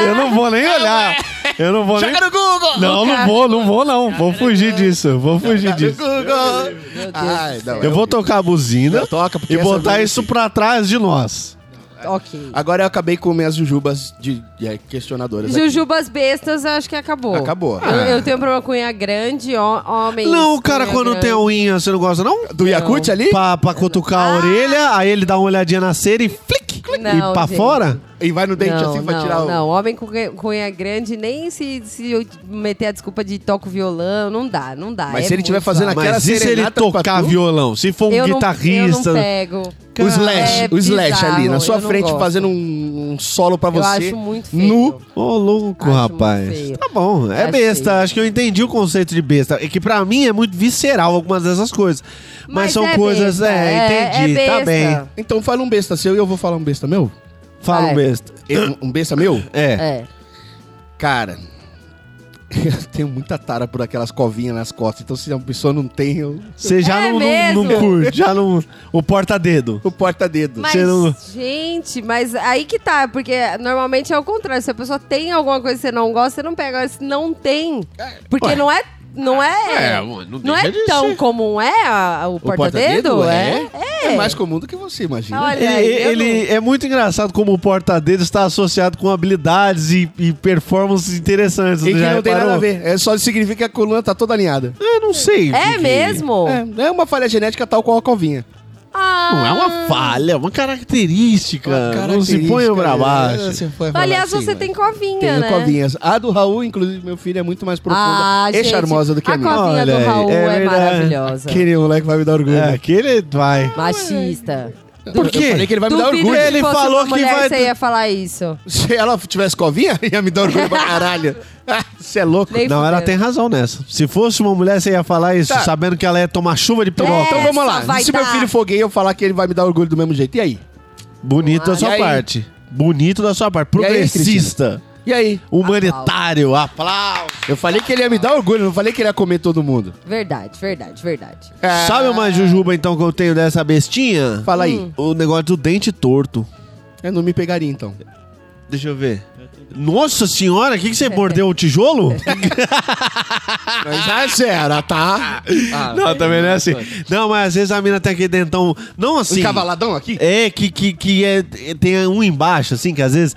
[SPEAKER 4] Eu não vou
[SPEAKER 3] Ah,
[SPEAKER 4] nem olhar. Eu não vou nem.
[SPEAKER 2] no Google!
[SPEAKER 4] Não, não vou, não vou, não. Vou fugir disso. Vou fugir disso.
[SPEAKER 2] Google! Ai, não, é
[SPEAKER 4] Eu vou
[SPEAKER 2] horrível.
[SPEAKER 4] tocar a buzina
[SPEAKER 2] Não toca, porque
[SPEAKER 4] e
[SPEAKER 2] essa é
[SPEAKER 4] botar
[SPEAKER 2] não
[SPEAKER 4] isso
[SPEAKER 2] existe.
[SPEAKER 4] pra trás de nós.
[SPEAKER 3] ok.
[SPEAKER 2] Agora eu acabei com minhas jujubas de, de- é, questionadoras. aqui.
[SPEAKER 3] Jujubas bestas, eu acho que acabou.
[SPEAKER 2] Acabou. Ah.
[SPEAKER 3] Eu, eu tenho um problema com unha grande, ho- homens.
[SPEAKER 4] Não,
[SPEAKER 3] com
[SPEAKER 4] cara,
[SPEAKER 3] unha
[SPEAKER 4] quando
[SPEAKER 2] um
[SPEAKER 4] tem a
[SPEAKER 3] grande.
[SPEAKER 4] unha, você não gosta, não?
[SPEAKER 2] Do Yakut ali?
[SPEAKER 4] Pra, pra cutucar a orelha, aí ele dá uma olhadinha na cera e flic, clic,
[SPEAKER 3] Ah. Não,
[SPEAKER 4] e pra
[SPEAKER 3] gente.
[SPEAKER 4] fora.
[SPEAKER 2] E vai no dente
[SPEAKER 3] não,
[SPEAKER 2] assim
[SPEAKER 3] não,
[SPEAKER 2] pra tirar o...
[SPEAKER 3] não, homem com unha- com unha grande, nem se, se eu meter a desculpa de toco violão, não dá, não dá.
[SPEAKER 2] Mas
[SPEAKER 3] é
[SPEAKER 2] se ele
[SPEAKER 3] muito
[SPEAKER 2] tiver fazendo
[SPEAKER 3] suave.
[SPEAKER 2] aquela
[SPEAKER 4] Mas e se ele
[SPEAKER 2] serenata pra
[SPEAKER 4] tocar
[SPEAKER 2] tu?
[SPEAKER 4] violão? Se for um
[SPEAKER 3] Eu não-
[SPEAKER 4] guitarrista.
[SPEAKER 3] eu não pego.
[SPEAKER 2] O slash,
[SPEAKER 3] É
[SPEAKER 2] o slash ali, na
[SPEAKER 3] bizarro,
[SPEAKER 2] sua
[SPEAKER 3] eu não
[SPEAKER 2] frente
[SPEAKER 3] gosto.
[SPEAKER 2] fazendo um, um solo pra
[SPEAKER 3] Eu
[SPEAKER 2] você.
[SPEAKER 3] acho muito feio.
[SPEAKER 2] nu.
[SPEAKER 4] Ô, louco,
[SPEAKER 3] Acho muito
[SPEAKER 4] rapaz.
[SPEAKER 3] feio.
[SPEAKER 4] Tá bom, é
[SPEAKER 3] Acho
[SPEAKER 4] besta.
[SPEAKER 3] feio.
[SPEAKER 4] Acho que eu entendi o conceito de besta. É que pra mim é muito visceral algumas dessas coisas. Mas,
[SPEAKER 3] Mas
[SPEAKER 4] são
[SPEAKER 3] é
[SPEAKER 4] coisas.
[SPEAKER 3] besta,
[SPEAKER 4] É,
[SPEAKER 3] é-
[SPEAKER 4] entendi.
[SPEAKER 3] é
[SPEAKER 4] tá
[SPEAKER 3] besta.
[SPEAKER 4] bem.
[SPEAKER 2] Então fala um besta seu e eu vou falar um besta meu.
[SPEAKER 4] Fala
[SPEAKER 3] Vai.
[SPEAKER 4] besta.
[SPEAKER 2] Eu- um besta meu?
[SPEAKER 4] É.
[SPEAKER 3] É.
[SPEAKER 2] Cara, eu tenho muita tara por aquelas covinhas nas costas. Então se a pessoa não tem, eu...
[SPEAKER 4] Você já
[SPEAKER 3] É
[SPEAKER 4] não, não- não
[SPEAKER 3] mesmo.
[SPEAKER 4] curte. Já não. O porta-dedo.
[SPEAKER 2] o porta-dedo.
[SPEAKER 3] Mas,
[SPEAKER 4] Você não-
[SPEAKER 3] gente, mas aí que tá, porque normalmente é o contrário. Se a pessoa tem alguma coisa que você não gosta, você não pega. Agora, Se não tem, porque não é. Não é,
[SPEAKER 4] É, não
[SPEAKER 3] não,
[SPEAKER 4] deixa
[SPEAKER 3] é
[SPEAKER 4] de
[SPEAKER 3] tão
[SPEAKER 4] ser.
[SPEAKER 3] comum, é a- a- o porta-dedo? é.
[SPEAKER 2] é? É mais comum do que você imagina.
[SPEAKER 3] Olha,
[SPEAKER 4] Ele,
[SPEAKER 3] aí, eu
[SPEAKER 4] ele-
[SPEAKER 3] não-
[SPEAKER 4] é muito engraçado como o porta-dedo está associado com habilidades e, e performances interessantes.
[SPEAKER 2] E que
[SPEAKER 4] Já
[SPEAKER 2] não tem nada
[SPEAKER 4] reparou?
[SPEAKER 2] a ver. É só significa que a coluna tá toda alinhada.
[SPEAKER 4] Eu não sei. o que
[SPEAKER 3] É
[SPEAKER 4] que-
[SPEAKER 3] mesmo?
[SPEAKER 2] É, é uma falha genética tal qual a covinha.
[SPEAKER 3] Ah,
[SPEAKER 4] Não é uma falha, é uma característica. Não se ponha né?
[SPEAKER 2] é,
[SPEAKER 4] pra baixo.
[SPEAKER 2] assim.
[SPEAKER 3] aliás, você tem covinha,
[SPEAKER 2] Tenho
[SPEAKER 3] né?
[SPEAKER 2] covinhas. A do Raul, inclusive, meu filho, é muito mais profunda
[SPEAKER 3] Ah,
[SPEAKER 2] e
[SPEAKER 4] É
[SPEAKER 3] gente,
[SPEAKER 2] charmosa do que a,
[SPEAKER 3] a
[SPEAKER 2] minha.
[SPEAKER 3] covinha
[SPEAKER 4] Olha aí,
[SPEAKER 3] do Raul
[SPEAKER 4] é
[SPEAKER 3] é,
[SPEAKER 4] verdade.
[SPEAKER 3] maravilhosa.
[SPEAKER 2] Aquele moleque vai me dar orgulho.
[SPEAKER 4] É, aquele vai.
[SPEAKER 3] Machista.
[SPEAKER 4] Por quê?
[SPEAKER 2] Eu falei que ele vai me dar
[SPEAKER 3] Duvido
[SPEAKER 2] orgulho.
[SPEAKER 3] que
[SPEAKER 4] Ele
[SPEAKER 3] fosse
[SPEAKER 4] falou
[SPEAKER 3] uma
[SPEAKER 4] que
[SPEAKER 3] mulher
[SPEAKER 4] vai-
[SPEAKER 3] Você ia falar isso.
[SPEAKER 2] Se ela tivesse covinha, ia me dar orgulho pra caralho. Você é louco.
[SPEAKER 3] Nem
[SPEAKER 4] Não, ela
[SPEAKER 3] fudendo.
[SPEAKER 4] tem razão nessa. Se fosse uma mulher, você ia falar isso,
[SPEAKER 2] Tá.
[SPEAKER 4] sabendo que ela ia tomar chuva de
[SPEAKER 3] É.
[SPEAKER 4] piroca.
[SPEAKER 2] Então vamos
[SPEAKER 3] Essa
[SPEAKER 2] lá.
[SPEAKER 3] vai
[SPEAKER 2] Se meu
[SPEAKER 3] dar.
[SPEAKER 2] filho for gay, eu falar que ele vai me dar orgulho do mesmo jeito. E aí?
[SPEAKER 4] Bonito da
[SPEAKER 2] E
[SPEAKER 4] sua
[SPEAKER 2] aí?
[SPEAKER 4] parte. Bonito da sua parte.
[SPEAKER 2] E aí,
[SPEAKER 4] Progressista.
[SPEAKER 2] E aí?
[SPEAKER 4] humanitário. Aplauso.
[SPEAKER 2] Eu falei que ele ia me dar orgulho, não falei que ele ia comer todo mundo.
[SPEAKER 3] Verdade, verdade, verdade.
[SPEAKER 4] Sabe uma jujuba, então, que eu tenho dessa bestinha? Hum.
[SPEAKER 2] Fala
[SPEAKER 3] Hum.
[SPEAKER 2] aí.
[SPEAKER 4] O negócio do dente torto.
[SPEAKER 2] Eu não me pegaria, então.
[SPEAKER 4] Deixa eu ver. Nossa senhora, o que, que você mordeu? O tijolo?
[SPEAKER 2] Mas já era, tá?
[SPEAKER 4] não, também não é assim. Não, mas às vezes a mina tem aquele dentão. Não assim.
[SPEAKER 2] Encavaladão aqui?
[SPEAKER 4] É, que, que, que é, tem um embaixo, assim, que às vezes.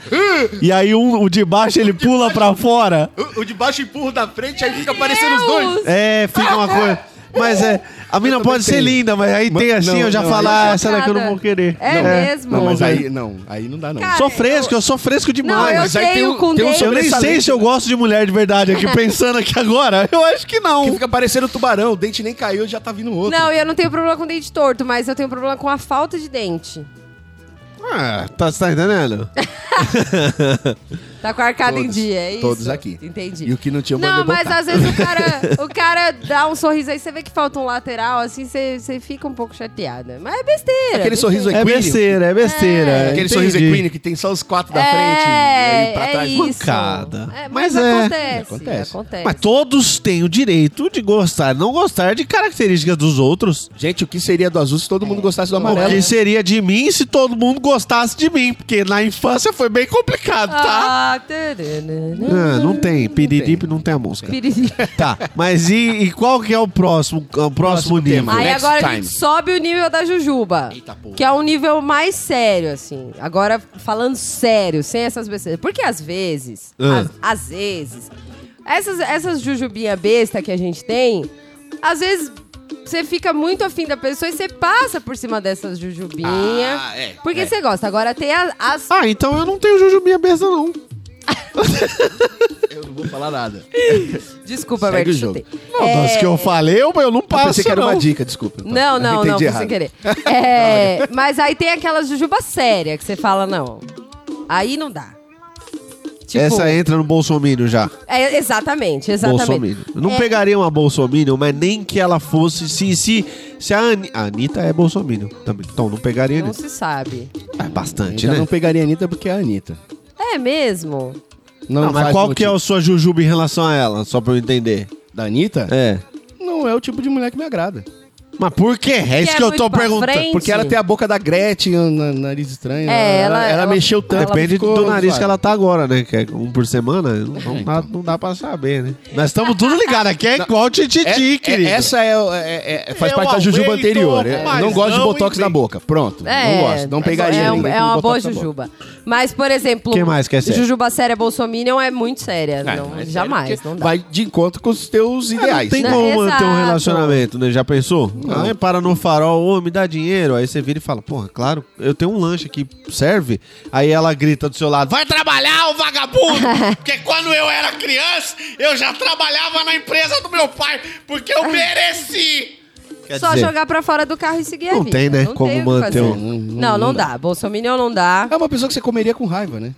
[SPEAKER 4] e aí um, o de baixo é um ele pula pra fora.
[SPEAKER 2] O, o de baixo empurra da frente, aí fica aparecendo os dois.
[SPEAKER 4] É, fica uma coisa. Mas é. A mina
[SPEAKER 2] também
[SPEAKER 4] pode ser
[SPEAKER 2] tenho.
[SPEAKER 4] linda, mas aí tem
[SPEAKER 2] Mas-
[SPEAKER 4] assim,
[SPEAKER 2] não,
[SPEAKER 4] eu já
[SPEAKER 2] não,
[SPEAKER 4] falo,
[SPEAKER 2] aí-
[SPEAKER 4] ah, essa daqui eu não vou querer.
[SPEAKER 3] É
[SPEAKER 4] Não.
[SPEAKER 3] mesmo?
[SPEAKER 2] Não, mas
[SPEAKER 4] Não,
[SPEAKER 2] aí não, aí não dá não.
[SPEAKER 3] Cara,
[SPEAKER 4] Sou um fresco, eu sou fresco demais.
[SPEAKER 3] Não, eu
[SPEAKER 2] mas aí tem
[SPEAKER 3] tenho
[SPEAKER 2] um-
[SPEAKER 3] com
[SPEAKER 2] tem um
[SPEAKER 3] dente.
[SPEAKER 4] Eu nem sei se eu gosto de mulher de verdade aqui, pensando aqui agora. Eu acho que
[SPEAKER 2] Que
[SPEAKER 4] não.
[SPEAKER 2] fica parecendo tubarão, o dente nem caiu, já tá vindo outro.
[SPEAKER 3] Não, eu não tenho problema com dente torto, mas eu tenho problema com a falta de dente.
[SPEAKER 4] Ah, tá, você tá entendendo?
[SPEAKER 3] Tá com a arcada em
[SPEAKER 2] Todos,
[SPEAKER 3] dia, é isso?
[SPEAKER 2] todos aqui.
[SPEAKER 3] Entendi.
[SPEAKER 2] E o que não tinha, eu
[SPEAKER 3] Não,
[SPEAKER 2] mandei
[SPEAKER 3] mas
[SPEAKER 2] botar.
[SPEAKER 3] às vezes o cara, o cara dá um sorriso aí, você vê que falta um lateral, assim, você, você fica um pouco chateada. Mas é besteira.
[SPEAKER 2] Aquele
[SPEAKER 3] besteira.
[SPEAKER 2] sorriso
[SPEAKER 4] É
[SPEAKER 2] equíneo.
[SPEAKER 4] besteira, é besteira.
[SPEAKER 2] Aquele
[SPEAKER 4] entendi.
[SPEAKER 2] sorriso equíneo que tem só os quatro da frente e aí pra
[SPEAKER 3] é
[SPEAKER 2] trás.
[SPEAKER 3] Isso.
[SPEAKER 4] Mancada.
[SPEAKER 3] É,
[SPEAKER 4] Mas
[SPEAKER 3] mas
[SPEAKER 4] é.
[SPEAKER 3] acontece,
[SPEAKER 2] Acontece.
[SPEAKER 3] acontece.
[SPEAKER 4] Mas todos têm o direito de gostar, não gostar de características dos outros.
[SPEAKER 2] Gente, o que seria do azul se todo mundo gostasse do
[SPEAKER 4] O
[SPEAKER 2] amarelo?
[SPEAKER 4] que seria de mim se todo mundo gostasse de mim? Porque na infância foi bem complicado, tá?
[SPEAKER 3] Ah,
[SPEAKER 4] Ah, não tem. Piriripe não tem a música.
[SPEAKER 3] piriri.
[SPEAKER 4] Tá, mas e, e qual que é o próximo, o próximo,
[SPEAKER 2] Próximo
[SPEAKER 4] nível? né?
[SPEAKER 2] tema.
[SPEAKER 3] Aí
[SPEAKER 2] Next
[SPEAKER 3] agora a
[SPEAKER 2] time.
[SPEAKER 3] gente sobe o nível da Jujuba.
[SPEAKER 2] Eita porra.
[SPEAKER 3] que é um nível mais sério, assim. Agora, falando sério, sem essas besteiras. Porque às vezes,
[SPEAKER 4] Ah.
[SPEAKER 3] às- às vezes, essas, essas jujubinha besta que a gente tem, às vezes você fica muito afim da pessoa e você passa por cima dessas jujubinha.
[SPEAKER 2] Ah, é,
[SPEAKER 3] porque
[SPEAKER 2] é.
[SPEAKER 3] você gosta. Agora tem a- as.
[SPEAKER 4] Ah, então eu não tenho Jujubinha besta, não.
[SPEAKER 2] Eu não vou falar nada.
[SPEAKER 3] Desculpa,
[SPEAKER 2] Segue
[SPEAKER 3] Bert,
[SPEAKER 2] o jogo.
[SPEAKER 3] chutei.
[SPEAKER 4] Não, das que eu falei, eu, eu não
[SPEAKER 6] Eu
[SPEAKER 4] passo,
[SPEAKER 6] pensei que era
[SPEAKER 4] não.
[SPEAKER 6] uma dica,
[SPEAKER 4] Tá
[SPEAKER 6] desculpa. então.
[SPEAKER 3] É. Não,
[SPEAKER 6] Eu
[SPEAKER 3] não, não,
[SPEAKER 6] entendi
[SPEAKER 3] foi
[SPEAKER 6] errado.
[SPEAKER 3] sem querer. É, mas aí tem aquelas jujuba séria que você fala, não. Aí não dá. Tipo,
[SPEAKER 4] Essa entra no Bolsominion já.
[SPEAKER 3] é, exatamente, exatamente.
[SPEAKER 4] Bolsominion. Eu Não
[SPEAKER 3] É.
[SPEAKER 4] pegaria uma Bolsominion, mas nem que ela fosse. Se, se, se a, Ani, a Anitta é Bolsominion também. Então, não pegaria
[SPEAKER 3] Não
[SPEAKER 4] Anitta.
[SPEAKER 3] se sabe.
[SPEAKER 4] É bastante,
[SPEAKER 2] Já
[SPEAKER 4] né?
[SPEAKER 2] não pegaria a Anitta porque é a Anitta.
[SPEAKER 3] É mesmo?
[SPEAKER 4] Não, mas
[SPEAKER 2] faz
[SPEAKER 4] qual
[SPEAKER 2] motivo.
[SPEAKER 4] que é a sua Jujuba em relação a ela? Só pra eu entender.
[SPEAKER 2] Da Anitta?
[SPEAKER 4] É.
[SPEAKER 2] Não é o tipo de mulher que me agrada.
[SPEAKER 4] Mas por quê? É isso
[SPEAKER 3] é
[SPEAKER 4] que eu
[SPEAKER 3] muito
[SPEAKER 4] tô
[SPEAKER 3] pra
[SPEAKER 4] perguntando.
[SPEAKER 3] frente.
[SPEAKER 2] Porque ela tem a boca da Gretchen, o na- nariz estranho.
[SPEAKER 3] É, ela-
[SPEAKER 2] ela,
[SPEAKER 3] ela-
[SPEAKER 2] mexeu tanto.
[SPEAKER 4] Depende
[SPEAKER 2] ficou É, então.
[SPEAKER 4] do nariz
[SPEAKER 2] zoada.
[SPEAKER 4] que ela tá agora, né? Que é um por semana, não, não dá, não dá pra saber, né? Nós estamos tudo ligados aqui, é igual o
[SPEAKER 2] É-
[SPEAKER 4] Tititi,
[SPEAKER 2] é-
[SPEAKER 4] querido.
[SPEAKER 2] essa é, é- é- faz
[SPEAKER 4] Eu
[SPEAKER 2] parte da jujuba
[SPEAKER 4] aguento,
[SPEAKER 2] anterior. Eu
[SPEAKER 4] mas
[SPEAKER 2] não gosto de
[SPEAKER 4] um não
[SPEAKER 2] botox na
[SPEAKER 4] invento.
[SPEAKER 2] boca. Pronto.
[SPEAKER 3] É,
[SPEAKER 2] não gosto. Não pegaria.
[SPEAKER 3] É, um-
[SPEAKER 2] ninguém
[SPEAKER 3] é
[SPEAKER 2] com
[SPEAKER 3] uma boa
[SPEAKER 2] botox na boca.
[SPEAKER 3] jujuba. Mas, por exemplo,
[SPEAKER 4] Quem mais quer ser?
[SPEAKER 3] jujuba séria Bolsominion é muito séria.
[SPEAKER 2] É,
[SPEAKER 3] não,
[SPEAKER 2] mas é sério
[SPEAKER 3] jamais,
[SPEAKER 2] porque
[SPEAKER 3] não dá.
[SPEAKER 2] Vai de encontro com os teus
[SPEAKER 4] Ah, não
[SPEAKER 2] ideais.
[SPEAKER 4] tem
[SPEAKER 3] né?
[SPEAKER 4] como manter um
[SPEAKER 3] Exato.
[SPEAKER 4] relacionamento, né? Já pensou? Aí para no farol, ô, me dá dinheiro. Aí você vira e fala, porra, claro, eu tenho um lanche aqui, serve? Aí ela grita do seu lado, vai trabalhar, ô vagabundo! porque quando eu era criança, eu já trabalhava na empresa do meu pai, porque eu mereci! Quer
[SPEAKER 3] Só
[SPEAKER 4] dizer,
[SPEAKER 3] jogar pra fora do carro e seguir a
[SPEAKER 4] Não
[SPEAKER 3] vida.
[SPEAKER 4] tem, né, como
[SPEAKER 3] tem o que
[SPEAKER 4] manter
[SPEAKER 3] fazer.
[SPEAKER 4] um-
[SPEAKER 2] não- não-
[SPEAKER 3] Não,
[SPEAKER 2] não
[SPEAKER 3] não dá. Bolsominion não dá.
[SPEAKER 2] É uma pessoa que você comeria com raiva, né?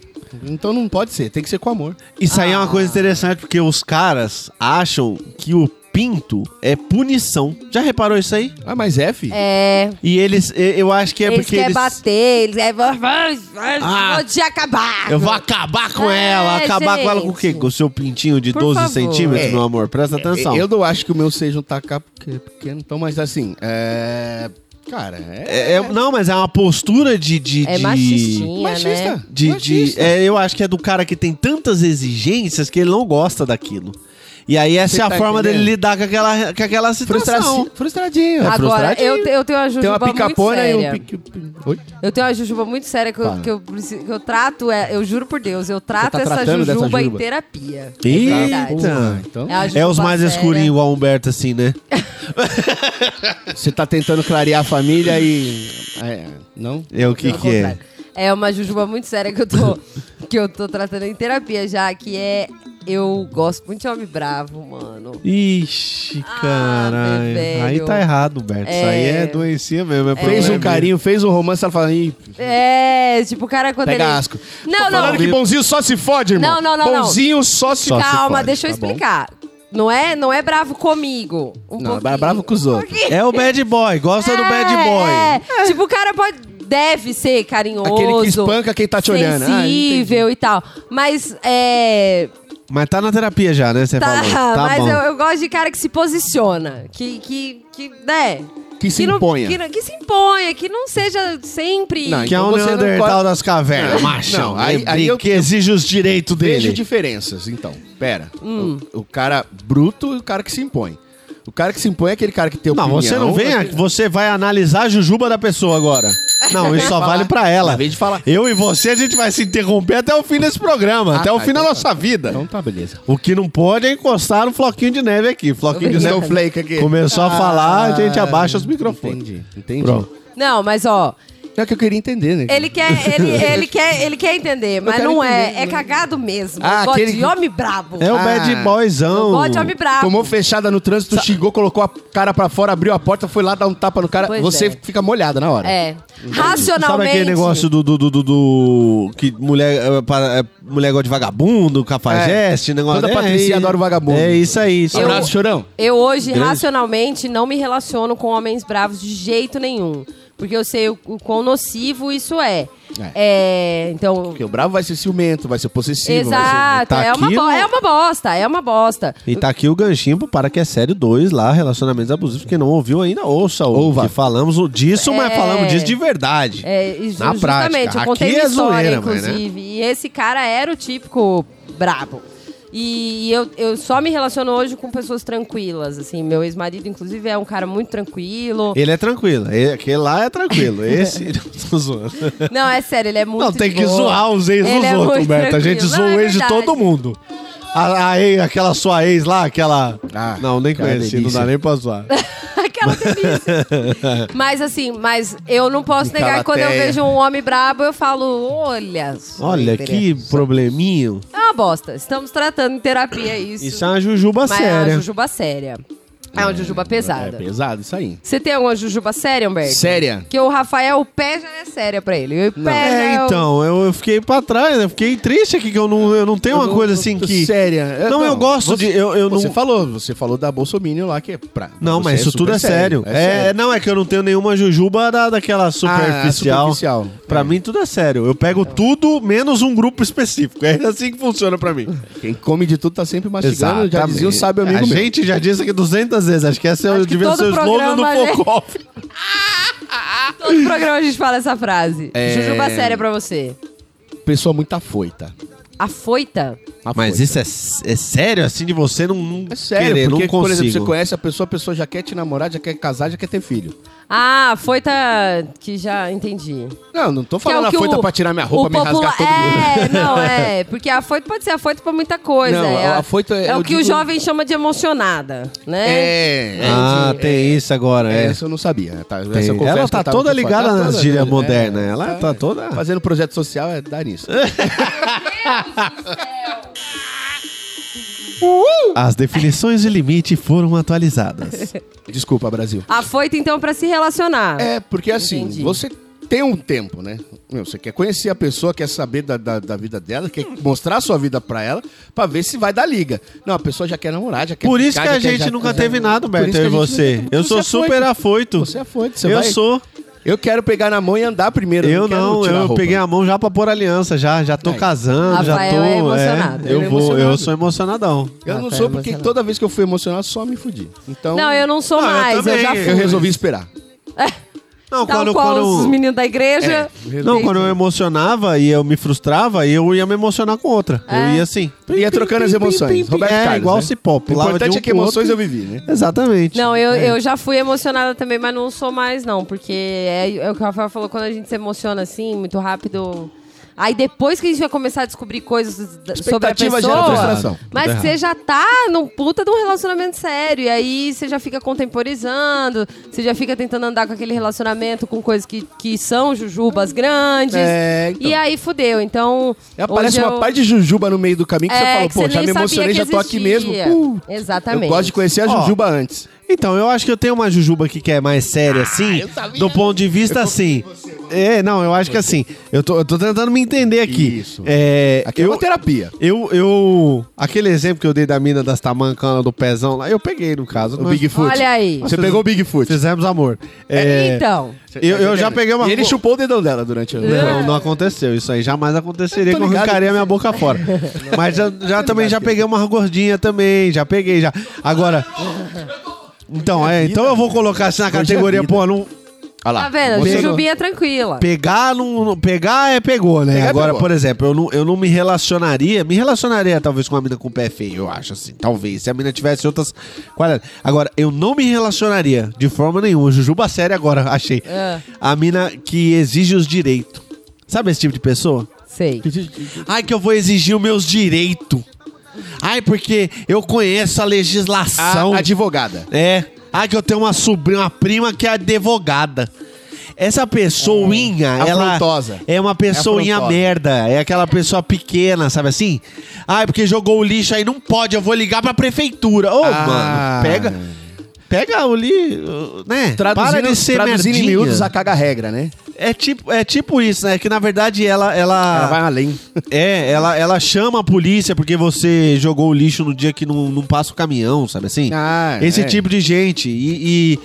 [SPEAKER 2] Então não pode ser, tem que ser com amor.
[SPEAKER 4] Isso
[SPEAKER 2] Ah.
[SPEAKER 4] aí é uma coisa interessante, porque os caras acham que o pinto é punição. Já reparou isso aí?
[SPEAKER 2] Ah, mas é, filho.
[SPEAKER 3] É,
[SPEAKER 4] E eles, e- eu acho que é
[SPEAKER 3] eles
[SPEAKER 4] porque
[SPEAKER 3] querem
[SPEAKER 4] eles...
[SPEAKER 3] bater, eles é, vou, vou, vou te acabar.
[SPEAKER 4] Eu vou acabar com
[SPEAKER 3] É,
[SPEAKER 4] ela. Acabar com ela com o quê?
[SPEAKER 3] gente.
[SPEAKER 4] Com o seu pintinho de
[SPEAKER 3] Por
[SPEAKER 4] 12
[SPEAKER 3] favor.
[SPEAKER 4] centímetros,
[SPEAKER 2] É.
[SPEAKER 4] meu amor? Presta atenção.
[SPEAKER 2] Eu não acho que o meu seja um tacar porque é pequeno, então, mas assim, é. Cara, é.
[SPEAKER 4] É- é- não, mas é uma postura de... de,
[SPEAKER 3] É
[SPEAKER 4] de-
[SPEAKER 3] machistinha,
[SPEAKER 2] Machista.
[SPEAKER 3] né?
[SPEAKER 4] de- de-
[SPEAKER 2] Machista.
[SPEAKER 4] é, eu acho que é do cara que tem tantas exigências que ele não gosta daquilo. E aí essa
[SPEAKER 2] Você
[SPEAKER 4] é a
[SPEAKER 2] tá
[SPEAKER 4] forma dele
[SPEAKER 2] entendendo?
[SPEAKER 4] lidar com aquela, com aquela situação.
[SPEAKER 2] Frustrado, frustradinho.
[SPEAKER 4] É
[SPEAKER 3] Agora,
[SPEAKER 4] frustradinho.
[SPEAKER 3] eu, te- eu tenho uma
[SPEAKER 2] Tem
[SPEAKER 3] jujuba
[SPEAKER 2] uma
[SPEAKER 3] muito
[SPEAKER 2] picapona e
[SPEAKER 3] séria.
[SPEAKER 2] um pique. pi- Oi?
[SPEAKER 3] Eu tenho uma jujuba muito séria que eu,
[SPEAKER 2] Fala.
[SPEAKER 3] que eu, preci- que eu trato, é- eu juro por Deus, eu trato
[SPEAKER 2] tá
[SPEAKER 3] essa
[SPEAKER 2] tratando
[SPEAKER 3] jujuba,
[SPEAKER 2] dessa
[SPEAKER 3] em
[SPEAKER 2] juba?
[SPEAKER 3] terapia. É verdade.
[SPEAKER 4] Eita.
[SPEAKER 2] Então,
[SPEAKER 3] a
[SPEAKER 4] É
[SPEAKER 3] jujuba
[SPEAKER 4] os mais
[SPEAKER 3] séria.
[SPEAKER 4] escurinhos, igual o Humberto, assim, né?
[SPEAKER 2] você tá tentando clarear a família e. é, não?
[SPEAKER 4] É o que
[SPEAKER 3] Ao
[SPEAKER 4] que é.
[SPEAKER 3] contrário. É uma jujuba muito séria que eu tô, que eu tô tratando em terapia já, que é. Eu gosto muito de homem bravo, mano.
[SPEAKER 4] Ixi,
[SPEAKER 2] Ah,
[SPEAKER 4] caralho.
[SPEAKER 3] meu
[SPEAKER 4] aí
[SPEAKER 3] velho.
[SPEAKER 4] tá errado, Humberto. Isso aí
[SPEAKER 3] É.
[SPEAKER 4] é doencinha mesmo. É
[SPEAKER 2] Fez
[SPEAKER 4] problema
[SPEAKER 2] um carinho, fez um romance, ela fala. "Ih,
[SPEAKER 3] É, tipo, o cara quando
[SPEAKER 2] Pega
[SPEAKER 3] ele.
[SPEAKER 2] asco.
[SPEAKER 3] Não, não.
[SPEAKER 2] Falando que bonzinho só se fode, irmão.
[SPEAKER 3] Não, não, não, não.
[SPEAKER 2] Bonzinho só se
[SPEAKER 4] Só se
[SPEAKER 3] Calma,
[SPEAKER 4] fode,
[SPEAKER 3] deixa eu
[SPEAKER 4] tá bom.
[SPEAKER 3] explicar. Não é, não é bravo comigo. Um
[SPEAKER 2] Não, é
[SPEAKER 3] pouquinho.
[SPEAKER 2] bravo com os outros.
[SPEAKER 4] É o bad boy, gosta do bad
[SPEAKER 3] É,
[SPEAKER 4] boy.
[SPEAKER 3] é. Tipo, o cara pode, deve ser carinhoso.
[SPEAKER 2] Aquele que espanca quem tá te olhando. Ah,
[SPEAKER 3] Sensível e tal. Mas é.
[SPEAKER 4] Mas tá na terapia já, né? Você
[SPEAKER 2] É
[SPEAKER 3] Tá,
[SPEAKER 4] falou. Tá
[SPEAKER 3] mas
[SPEAKER 4] bom.
[SPEAKER 3] eu, eu gosto de cara que se posiciona. Que. que, que né?
[SPEAKER 2] Que se
[SPEAKER 3] não-
[SPEAKER 2] imponha.
[SPEAKER 3] que Não, que, se imponha, que não seja sempre.
[SPEAKER 2] Não,
[SPEAKER 4] Que é
[SPEAKER 2] Então
[SPEAKER 4] um
[SPEAKER 2] você não
[SPEAKER 4] Neandertal
[SPEAKER 2] pode-
[SPEAKER 4] das cavernas,
[SPEAKER 2] Não,
[SPEAKER 4] machão.
[SPEAKER 2] não, aí-
[SPEAKER 4] Aí,
[SPEAKER 2] aí eu-
[SPEAKER 4] que exige os direitos
[SPEAKER 2] Vejo
[SPEAKER 4] dele.
[SPEAKER 2] diferenças, então. Pera.
[SPEAKER 3] Hum.
[SPEAKER 2] O, o cara bruto e o cara que se impõe. O cara que se impõe é aquele cara que tem
[SPEAKER 4] Não,
[SPEAKER 2] opinião. é
[SPEAKER 4] você não vem aqui, você vai analisar a jujuba da pessoa agora. Não, isso só vale pra ela.
[SPEAKER 2] Acabei de falar.
[SPEAKER 4] Eu e você, a gente vai se interromper até o fim desse programa, até o
[SPEAKER 2] tá,
[SPEAKER 4] fim da
[SPEAKER 2] então
[SPEAKER 4] nossa vida.
[SPEAKER 2] Então tá, beleza.
[SPEAKER 4] O que não pode é encostar no floquinho de neve aqui. Floquinho de neve.
[SPEAKER 2] Snowflake aqui.
[SPEAKER 4] Começou a falar, a gente
[SPEAKER 2] Ah,
[SPEAKER 4] abaixa os microfones.
[SPEAKER 2] Entendi, entendi.
[SPEAKER 4] Pronto.
[SPEAKER 3] Não, mas ó.
[SPEAKER 2] É o que eu queria entender, né?
[SPEAKER 3] Ele quer, ele, ele quer, ele quer entender, mas
[SPEAKER 2] quero
[SPEAKER 3] não
[SPEAKER 2] entender,
[SPEAKER 3] é. É
[SPEAKER 2] né?
[SPEAKER 3] cagado mesmo.
[SPEAKER 2] Ah,
[SPEAKER 3] eu gosto
[SPEAKER 2] aquele
[SPEAKER 3] de
[SPEAKER 2] que-
[SPEAKER 3] homem brabo.
[SPEAKER 4] É o
[SPEAKER 2] Ah,
[SPEAKER 4] bad
[SPEAKER 3] Eu
[SPEAKER 4] boyzão.
[SPEAKER 3] gosto de homem brabo.
[SPEAKER 2] Tomou fechada no trânsito, xingou, colocou a cara pra fora, abriu a porta, foi lá dar um tapa no cara.
[SPEAKER 3] Pois
[SPEAKER 2] você
[SPEAKER 3] é.
[SPEAKER 2] fica molhada na hora.
[SPEAKER 3] É.
[SPEAKER 4] Sabe
[SPEAKER 3] Racionalmente.
[SPEAKER 4] aquele negócio do, do, do, do- do- que mulher, eh, para- eh, mulher gosta de vagabundo, cafajeste, negócio...
[SPEAKER 2] Toda
[SPEAKER 4] é,
[SPEAKER 2] Patricinha
[SPEAKER 4] é-
[SPEAKER 2] adora o vagabundo.
[SPEAKER 4] É isso aí. Isso aí.
[SPEAKER 2] Abraço, chorão.
[SPEAKER 3] Eu hoje,
[SPEAKER 4] Grande.
[SPEAKER 3] racionalmente, não me relaciono com homens bravos de jeito nenhum. Porque eu sei o, o quão nocivo isso é. É, então,
[SPEAKER 2] Porque o bravo vai ser ciumento, vai ser possessivo. Vai ser...
[SPEAKER 3] Exato,
[SPEAKER 4] tá
[SPEAKER 3] é, uma
[SPEAKER 4] aqui,
[SPEAKER 3] bo-
[SPEAKER 4] ó.
[SPEAKER 3] é uma bosta, é uma bosta.
[SPEAKER 4] E tá aqui o ganchinho pro Para Que É Sério 2 lá, Relacionamentos Abusivos. Quem não ouviu ainda, ouça o
[SPEAKER 2] Ouva.
[SPEAKER 4] que falamos o- disso, mas
[SPEAKER 3] É.
[SPEAKER 4] falamos disso de verdade.
[SPEAKER 3] É, e ju-
[SPEAKER 4] Na
[SPEAKER 3] justamente,
[SPEAKER 4] prática.
[SPEAKER 3] eu contei
[SPEAKER 4] Aqui
[SPEAKER 3] minha
[SPEAKER 4] é
[SPEAKER 3] história,
[SPEAKER 4] zoeira, mas, né?
[SPEAKER 3] inclusive. E esse cara era o típico brabo. E eu, eu só me relaciono hoje com pessoas tranquilas, assim. Meu ex-marido, inclusive, é um cara muito tranquilo.
[SPEAKER 4] Ele é tranquilo, ele- aquele lá é tranquilo. Esse, tô zoando.
[SPEAKER 3] Não, é sério, ele é muito
[SPEAKER 4] Não, tem
[SPEAKER 3] de
[SPEAKER 4] que
[SPEAKER 3] boa.
[SPEAKER 4] zoar os ex
[SPEAKER 3] Ele
[SPEAKER 4] dos
[SPEAKER 3] é
[SPEAKER 4] outros,
[SPEAKER 3] muito
[SPEAKER 4] Beto. A gente
[SPEAKER 3] tranquilo.
[SPEAKER 4] zoa
[SPEAKER 3] Não,
[SPEAKER 4] o
[SPEAKER 3] é
[SPEAKER 4] ex de
[SPEAKER 3] verdade.
[SPEAKER 4] todo mundo. A, a ex, aquela sua ex lá, aquela.
[SPEAKER 2] Ah,
[SPEAKER 4] não, nem
[SPEAKER 2] aquela
[SPEAKER 4] conheci, não
[SPEAKER 2] delícia.
[SPEAKER 4] dá nem pra zoar.
[SPEAKER 3] Aquela delícia. mas assim, mas eu não posso
[SPEAKER 2] Fica
[SPEAKER 3] negar que quando eu
[SPEAKER 2] lateia.
[SPEAKER 3] vejo um homem brabo, eu falo, olha só,
[SPEAKER 4] Olha, que probleminho.
[SPEAKER 3] É uma bosta. Estamos tratando em terapia isso.
[SPEAKER 4] Isso é uma jujuba
[SPEAKER 3] mas é uma
[SPEAKER 4] séria.
[SPEAKER 3] jujuba séria. É uma jujuba
[SPEAKER 2] É
[SPEAKER 3] pesada.
[SPEAKER 2] pesado isso aí.
[SPEAKER 3] Você tem alguma jujuba séria, Humberto?
[SPEAKER 2] Séria?
[SPEAKER 3] Que o Rafael, o pé já é séria pra ele. O pé já
[SPEAKER 4] É,
[SPEAKER 3] o-
[SPEAKER 4] então, eu, eu fiquei pra trás, né? Fiquei triste aqui que eu não, eu não tenho uma coisa assim que.
[SPEAKER 2] Séria. É,
[SPEAKER 4] Não, eu gosto de- eu- eu
[SPEAKER 2] você
[SPEAKER 4] não-
[SPEAKER 2] falou, você falou da Bolsominion lá, que é pra...
[SPEAKER 4] Não,
[SPEAKER 2] você
[SPEAKER 4] mas isso
[SPEAKER 2] super
[SPEAKER 4] tudo é sério. É, não, é que eu não tenho nenhuma jujuba da, daquela superficial.
[SPEAKER 2] superficial.
[SPEAKER 4] Pra
[SPEAKER 2] É.
[SPEAKER 4] mim, tudo é sério. Eu pego tudo menos um grupo específico. É assim que funciona pra mim.
[SPEAKER 2] Quem come de tudo tá sempre mastigando, já dizia o sábio amigo
[SPEAKER 4] É. A
[SPEAKER 2] meu.
[SPEAKER 4] gente já disse aqui 200 vezes. Acho que esse é o,
[SPEAKER 3] Acho que
[SPEAKER 4] devia
[SPEAKER 3] todo
[SPEAKER 4] ser o slogan do
[SPEAKER 3] programa, né?
[SPEAKER 4] Focoff.
[SPEAKER 3] Todo programa a gente fala essa frase.
[SPEAKER 2] É.
[SPEAKER 3] Jujuba séria pra você.
[SPEAKER 2] Pessoa muito afoita.
[SPEAKER 3] Afoita?
[SPEAKER 4] Mas isso é, s- é sério assim de você não, não
[SPEAKER 2] É sério,
[SPEAKER 4] querer,
[SPEAKER 2] porque,
[SPEAKER 4] não consigo.
[SPEAKER 2] por exemplo, você conhece a pessoa, a pessoa já quer te namorar, já quer casar, já quer ter filho.
[SPEAKER 3] Ah, afoita que já entendi.
[SPEAKER 2] Não, não tô
[SPEAKER 3] Que é
[SPEAKER 2] falando
[SPEAKER 3] o que
[SPEAKER 2] afoita
[SPEAKER 3] o-
[SPEAKER 2] pra tirar minha
[SPEAKER 3] o
[SPEAKER 2] roupa, me
[SPEAKER 3] popula-
[SPEAKER 2] rasgar todo mundo.
[SPEAKER 3] É, não, é. Porque afoita pode ser afoita pra muita coisa.
[SPEAKER 2] Não,
[SPEAKER 3] é,
[SPEAKER 2] a- afoito é-
[SPEAKER 3] é o
[SPEAKER 2] eu
[SPEAKER 3] que o
[SPEAKER 2] digo-
[SPEAKER 3] jovem chama de emocionada, né?
[SPEAKER 2] É, é.
[SPEAKER 4] Ah, tem isso agora, é.
[SPEAKER 2] Essa eu não sabia. tá? Essa
[SPEAKER 4] Tem.
[SPEAKER 2] eu confesso
[SPEAKER 4] Ela
[SPEAKER 2] que
[SPEAKER 4] tá
[SPEAKER 2] eu tava
[SPEAKER 4] toda
[SPEAKER 2] por fora.
[SPEAKER 4] ligada
[SPEAKER 2] Tá
[SPEAKER 4] nas
[SPEAKER 2] toda,
[SPEAKER 4] gírias
[SPEAKER 2] né?
[SPEAKER 4] modernas, ela tá toda-
[SPEAKER 2] Fazendo projeto social é dar nisso.
[SPEAKER 4] As definições de limite foram atualizadas.
[SPEAKER 2] Desculpa, Brasil.
[SPEAKER 3] Afoita, então, pra se
[SPEAKER 4] Ah,
[SPEAKER 3] relacionar.
[SPEAKER 2] É, porque assim,
[SPEAKER 3] Entendi.
[SPEAKER 2] você tem um tempo, né? Meu, você quer conhecer a pessoa, quer saber da, da, da vida dela, quer mostrar a sua vida pra ela, pra ver se vai dar liga. Não, a pessoa já quer namorar, já quer
[SPEAKER 4] Por isso
[SPEAKER 2] ficar,
[SPEAKER 4] que a
[SPEAKER 2] já quer-
[SPEAKER 4] gente
[SPEAKER 3] tá
[SPEAKER 2] já-
[SPEAKER 4] nunca
[SPEAKER 2] já-
[SPEAKER 4] teve nada,
[SPEAKER 2] Por
[SPEAKER 4] Beto,
[SPEAKER 2] isso
[SPEAKER 4] eu
[SPEAKER 2] que
[SPEAKER 4] e
[SPEAKER 2] a gente
[SPEAKER 4] você.
[SPEAKER 2] nunca-
[SPEAKER 4] Eu sou super afoito.
[SPEAKER 2] é Você é afoito. Você
[SPEAKER 4] eu
[SPEAKER 2] vai-
[SPEAKER 4] sou.
[SPEAKER 2] Eu quero pegar na mão e andar primeiro.
[SPEAKER 4] Eu
[SPEAKER 2] quero
[SPEAKER 4] não,
[SPEAKER 2] tirar
[SPEAKER 4] eu
[SPEAKER 2] roupa.
[SPEAKER 4] peguei a mão já pra pôr aliança, já, já tô
[SPEAKER 2] Aí.
[SPEAKER 4] casando, já
[SPEAKER 3] Rafael
[SPEAKER 4] tô.
[SPEAKER 3] é emocionado.
[SPEAKER 4] eu
[SPEAKER 3] Ele é
[SPEAKER 4] vou, eu
[SPEAKER 3] emocionado.
[SPEAKER 4] sou emocionadão.
[SPEAKER 2] Eu não
[SPEAKER 3] Ah, tá,
[SPEAKER 2] sou porque
[SPEAKER 3] emocionado.
[SPEAKER 2] toda vez que eu fui emocionado, só me fudi. Então,
[SPEAKER 3] Não, eu não sou
[SPEAKER 4] Não, eu
[SPEAKER 3] mais, eu,
[SPEAKER 4] também,
[SPEAKER 3] já fui.
[SPEAKER 2] eu resolvi esperar.
[SPEAKER 4] Não,
[SPEAKER 3] Tal
[SPEAKER 4] quando,
[SPEAKER 3] qual
[SPEAKER 4] quando-
[SPEAKER 3] os meninos da igreja.
[SPEAKER 2] É.
[SPEAKER 4] não, quando eu emocionava e eu me frustrava, eu ia me emocionar com outra. Eu ia assim.
[SPEAKER 2] Ia trocando as emoções. Roberto
[SPEAKER 4] é,
[SPEAKER 2] Carlos,
[SPEAKER 4] igual
[SPEAKER 2] né?
[SPEAKER 4] se pop. um
[SPEAKER 2] O importante é que emoções eu vivi, né?
[SPEAKER 4] Exatamente.
[SPEAKER 3] Não, eu,
[SPEAKER 2] É.
[SPEAKER 3] eu já fui emocionada também, mas não sou mais, não. Porque é, é o que o Rafael falou, quando a gente se emociona assim, muito rápido. Aí depois que a gente vai começar a descobrir coisas da- sobre a
[SPEAKER 2] Expectativa gera
[SPEAKER 3] pessoa.
[SPEAKER 2] frustração.
[SPEAKER 3] Mas
[SPEAKER 4] Tudo
[SPEAKER 3] você já tá num puta de um relacionamento sério. E aí você já fica contemporizando, você já fica tentando andar com aquele relacionamento com coisas que, que são jujubas grandes.
[SPEAKER 2] É, então.
[SPEAKER 3] E aí fudeu. Então.
[SPEAKER 2] E Aparece
[SPEAKER 3] hoje
[SPEAKER 2] uma
[SPEAKER 3] eu-
[SPEAKER 2] parte de jujuba no meio do caminho que
[SPEAKER 3] É,
[SPEAKER 2] você
[SPEAKER 3] que
[SPEAKER 2] fala,
[SPEAKER 3] você
[SPEAKER 2] pô, já
[SPEAKER 3] nem
[SPEAKER 2] me emocionei,
[SPEAKER 3] sabia
[SPEAKER 2] já
[SPEAKER 3] que
[SPEAKER 2] tô aqui mesmo.
[SPEAKER 3] existia.
[SPEAKER 2] Puh.
[SPEAKER 3] Exatamente.
[SPEAKER 2] Eu gosto de conhecer a
[SPEAKER 4] Ó.
[SPEAKER 2] jujuba antes.
[SPEAKER 4] Então, eu acho que eu tenho uma jujuba aqui que é mais
[SPEAKER 2] Ah,
[SPEAKER 4] séria, assim, do ponto de vista, assim. É, não, eu acho que assim, eu tô, eu tô tentando me entender aqui.
[SPEAKER 2] Isso.
[SPEAKER 4] É,
[SPEAKER 2] Aqui é
[SPEAKER 4] eu,
[SPEAKER 2] uma terapia.
[SPEAKER 4] eu, eu, aquele exemplo que eu dei da mina das tamancanas do pezão lá, eu peguei, no caso.
[SPEAKER 2] O
[SPEAKER 4] nós
[SPEAKER 2] Bigfoot.
[SPEAKER 3] Olha aí.
[SPEAKER 2] Você pegou o Bigfoot.
[SPEAKER 4] Fizemos amor. É,
[SPEAKER 3] Então.
[SPEAKER 4] eu, eu já peguei uma...
[SPEAKER 2] E ele chupou o dedão dela durante o...
[SPEAKER 4] Não, não aconteceu. Isso aí jamais aconteceria
[SPEAKER 2] É. Eu
[SPEAKER 4] que
[SPEAKER 2] tô
[SPEAKER 4] eu
[SPEAKER 2] ligado
[SPEAKER 4] arrancaria minha boca fora. Mas já, já também já peguei uma gordinha também, já peguei já. Agora. Então, é, então eu vou colocar assim
[SPEAKER 2] é
[SPEAKER 4] na categoria, pô, não.
[SPEAKER 2] Olha lá.
[SPEAKER 3] Tá vendo?
[SPEAKER 4] você-
[SPEAKER 3] Jujubinha tranquila.
[SPEAKER 4] Pegar, não, não- pegar é pegou, né?
[SPEAKER 2] Pegar é
[SPEAKER 4] Agora,
[SPEAKER 2] pegou.
[SPEAKER 4] por exemplo, eu não, eu não me relacionaria. Me relacionaria talvez com uma mina com pé feio, eu acho, assim. Talvez. Se a mina tivesse outras qualidades. Agora, eu não me relacionaria de forma nenhuma. Jujuba séria agora, achei.
[SPEAKER 3] É.
[SPEAKER 4] A mina que exige os direitos. Sabe esse tipo de pessoa?
[SPEAKER 3] Sei.
[SPEAKER 4] Ai, que eu vou exigir os meus direitos. Ai, porque eu conheço a
[SPEAKER 2] Ah, A
[SPEAKER 4] legislação.
[SPEAKER 2] advogada.
[SPEAKER 4] É. Ai, que eu tenho uma sobrinha, uma prima que é advogada. Essa pessoinha,
[SPEAKER 2] É.
[SPEAKER 4] ela
[SPEAKER 2] Afrontosa.
[SPEAKER 4] é uma pessoinha
[SPEAKER 2] É afrontosa.
[SPEAKER 4] merda. É aquela pessoa pequena, sabe assim? Ai, porque jogou o lixo aí, não pode, eu vou ligar pra prefeitura. Ô,
[SPEAKER 2] Ah.
[SPEAKER 4] mano, pega... Pega o lixo, né? Para de ser
[SPEAKER 2] traduzindo em
[SPEAKER 4] merdinha.
[SPEAKER 2] miúdos a caga-regra, né?
[SPEAKER 4] É tipo, é tipo isso, né? Que na verdade ela... Ela,
[SPEAKER 2] Ela vai além.
[SPEAKER 4] é, ela, ela chama a polícia porque você jogou o lixo no dia que não, não passa o caminhão, sabe assim?
[SPEAKER 2] Ah,
[SPEAKER 4] Esse
[SPEAKER 2] é.
[SPEAKER 4] tipo de gente. E, e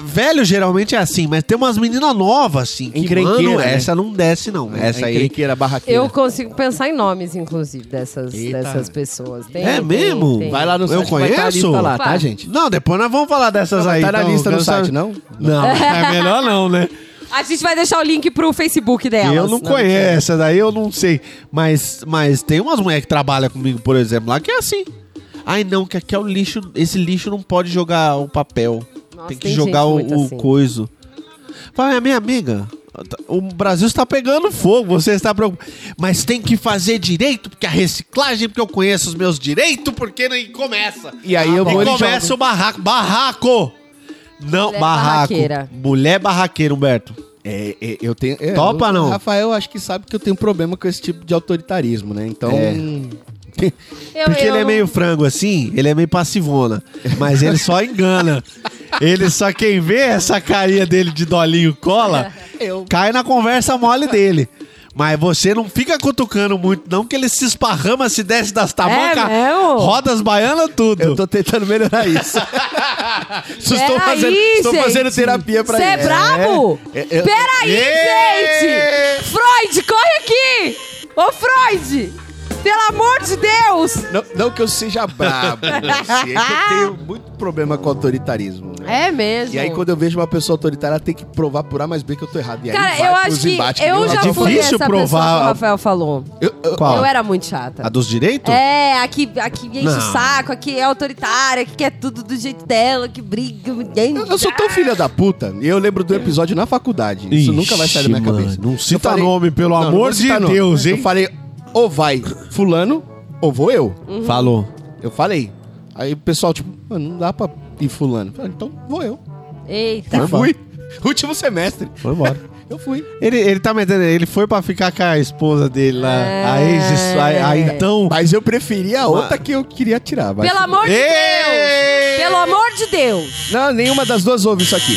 [SPEAKER 4] velho geralmente é assim, mas tem umas meninas novas, assim, que,
[SPEAKER 2] Encrenqueira,
[SPEAKER 4] mano,
[SPEAKER 2] né?
[SPEAKER 4] essa não desce, não. essa É
[SPEAKER 2] a
[SPEAKER 4] aí...
[SPEAKER 2] É encrenqueira, a barraqueira.
[SPEAKER 3] Eu consigo pensar em nomes, inclusive, dessas,
[SPEAKER 2] Eita.
[SPEAKER 3] dessas pessoas. Tem,
[SPEAKER 4] É
[SPEAKER 3] tem,
[SPEAKER 4] mesmo?
[SPEAKER 3] tem.
[SPEAKER 2] Vai lá no
[SPEAKER 4] Eu
[SPEAKER 2] site, vai tá a
[SPEAKER 4] conheço?
[SPEAKER 2] lista lá, tá,
[SPEAKER 3] Vai.
[SPEAKER 2] gente?
[SPEAKER 4] Não, depois nós vamos falar dessas
[SPEAKER 2] Não, mas
[SPEAKER 4] aí.
[SPEAKER 2] tá na
[SPEAKER 4] então,
[SPEAKER 2] lista no
[SPEAKER 4] eu
[SPEAKER 2] site,
[SPEAKER 4] sabe-
[SPEAKER 2] não?
[SPEAKER 4] Não, é melhor não, né?
[SPEAKER 3] A gente vai deixar o link pro Facebook delas.
[SPEAKER 4] eu não conheço, essa daí eu não sei. Mas, mas tem umas mulheres que trabalham comigo, por exemplo, lá que é assim. Ai, não, que aqui é o lixo. Esse lixo não pode jogar o papel.
[SPEAKER 3] Nossa,
[SPEAKER 4] tem que
[SPEAKER 3] tem
[SPEAKER 4] jogar
[SPEAKER 3] gente
[SPEAKER 4] o,
[SPEAKER 3] muito
[SPEAKER 4] o
[SPEAKER 3] assim.
[SPEAKER 4] coiso. Fala, minha amiga, o Brasil está pegando fogo, você está preocupado. Mas tem que fazer direito, porque a reciclagem, porque eu conheço os meus direitos, porque nem começa.
[SPEAKER 2] E aí eu
[SPEAKER 4] Ah, E
[SPEAKER 2] vou e
[SPEAKER 4] começa
[SPEAKER 2] jogo.
[SPEAKER 4] o barraco. Barraco! Não,
[SPEAKER 3] Mulher
[SPEAKER 4] barraco.
[SPEAKER 3] barraqueira.
[SPEAKER 4] Mulher barraqueira, Humberto.
[SPEAKER 2] É, é, eu tenho. é,
[SPEAKER 4] Topa,
[SPEAKER 2] o
[SPEAKER 4] não?
[SPEAKER 2] Rafael acho que sabe que eu tenho um problema com esse tipo de autoritarismo, né? Então.
[SPEAKER 4] É.
[SPEAKER 3] Eu-
[SPEAKER 4] Porque
[SPEAKER 3] eu
[SPEAKER 4] ele é
[SPEAKER 3] não-
[SPEAKER 4] meio frango assim, ele é meio passivona. Mas ele só engana. Ele só quem vê essa carinha dele de dolinho cola, cai na conversa mole dele. Mas você não fica cutucando muito, não, que ele se esparrama, se desce das tabacas,
[SPEAKER 3] É mesmo?
[SPEAKER 4] roda as baianas, tudo.
[SPEAKER 2] Eu tô tentando melhorar isso. estou
[SPEAKER 3] Peraí,
[SPEAKER 2] fazendo, estou
[SPEAKER 3] gente.
[SPEAKER 2] fazendo terapia pra
[SPEAKER 3] Você é
[SPEAKER 2] isso.
[SPEAKER 3] brabo?
[SPEAKER 2] É, é, eu-
[SPEAKER 3] Peraí,
[SPEAKER 4] Ê!
[SPEAKER 3] gente! Freud, corre aqui! Ô, Freud! Pelo amor de Deus!
[SPEAKER 2] Não, não que eu seja brabo, eu sei, é que eu tenho muito problema com autoritarismo. né?
[SPEAKER 3] É mesmo.
[SPEAKER 2] E aí, quando eu vejo uma pessoa autoritária, ela tem que provar por A mais B que eu tô errado. E aí
[SPEAKER 3] Cara,
[SPEAKER 2] vai
[SPEAKER 3] eu
[SPEAKER 2] pros
[SPEAKER 3] acho que
[SPEAKER 2] embates, É
[SPEAKER 3] eu
[SPEAKER 2] meu
[SPEAKER 3] já
[SPEAKER 2] Deus.
[SPEAKER 3] fui
[SPEAKER 4] É difícil
[SPEAKER 3] essa pessoa
[SPEAKER 4] provar-
[SPEAKER 3] que o Rafael falou.
[SPEAKER 2] Eu- eu-
[SPEAKER 4] Qual?
[SPEAKER 3] Eu era muito
[SPEAKER 4] A
[SPEAKER 3] chata.
[SPEAKER 4] dos direitos?
[SPEAKER 3] É, aqui, aqui enche
[SPEAKER 4] Não.
[SPEAKER 3] o saco, aqui é autoritária, que quer tudo do jeito dela, que briga.
[SPEAKER 2] Eu,
[SPEAKER 3] assim.
[SPEAKER 2] eu sou tão filha da puta, e eu
[SPEAKER 3] É.
[SPEAKER 2] lembro do episódio na faculdade. Isso
[SPEAKER 4] Ixi,
[SPEAKER 2] nunca vai sair da minha
[SPEAKER 4] mano,
[SPEAKER 2] cabeça.
[SPEAKER 4] não
[SPEAKER 2] Eu
[SPEAKER 4] cita nome, pelo
[SPEAKER 2] vou
[SPEAKER 4] amor
[SPEAKER 2] citar
[SPEAKER 4] de
[SPEAKER 2] nome.
[SPEAKER 4] Deus, hein?
[SPEAKER 2] Eu falei, ou vai fulano, ou vou eu.
[SPEAKER 3] Uhum.
[SPEAKER 4] Falou.
[SPEAKER 2] Eu falei. Aí o pessoal, tipo, mano, não dá pra ir fulano. Eu falei, então vou eu.
[SPEAKER 3] Eita.
[SPEAKER 2] eu fui. Último semestre.
[SPEAKER 4] Foi embora.
[SPEAKER 2] Eu fui.
[SPEAKER 4] Ele, ele tá metendo. Ele foi pra ficar com a esposa dele lá.
[SPEAKER 3] É.
[SPEAKER 4] Aí, just- aí, aí então.
[SPEAKER 2] Mas eu preferi a outra que eu queria tirar. mas-
[SPEAKER 3] Pelo amor de Deus!
[SPEAKER 4] Ei!
[SPEAKER 3] Pelo amor de Deus!
[SPEAKER 2] Não, nenhuma das duas ouve isso aqui.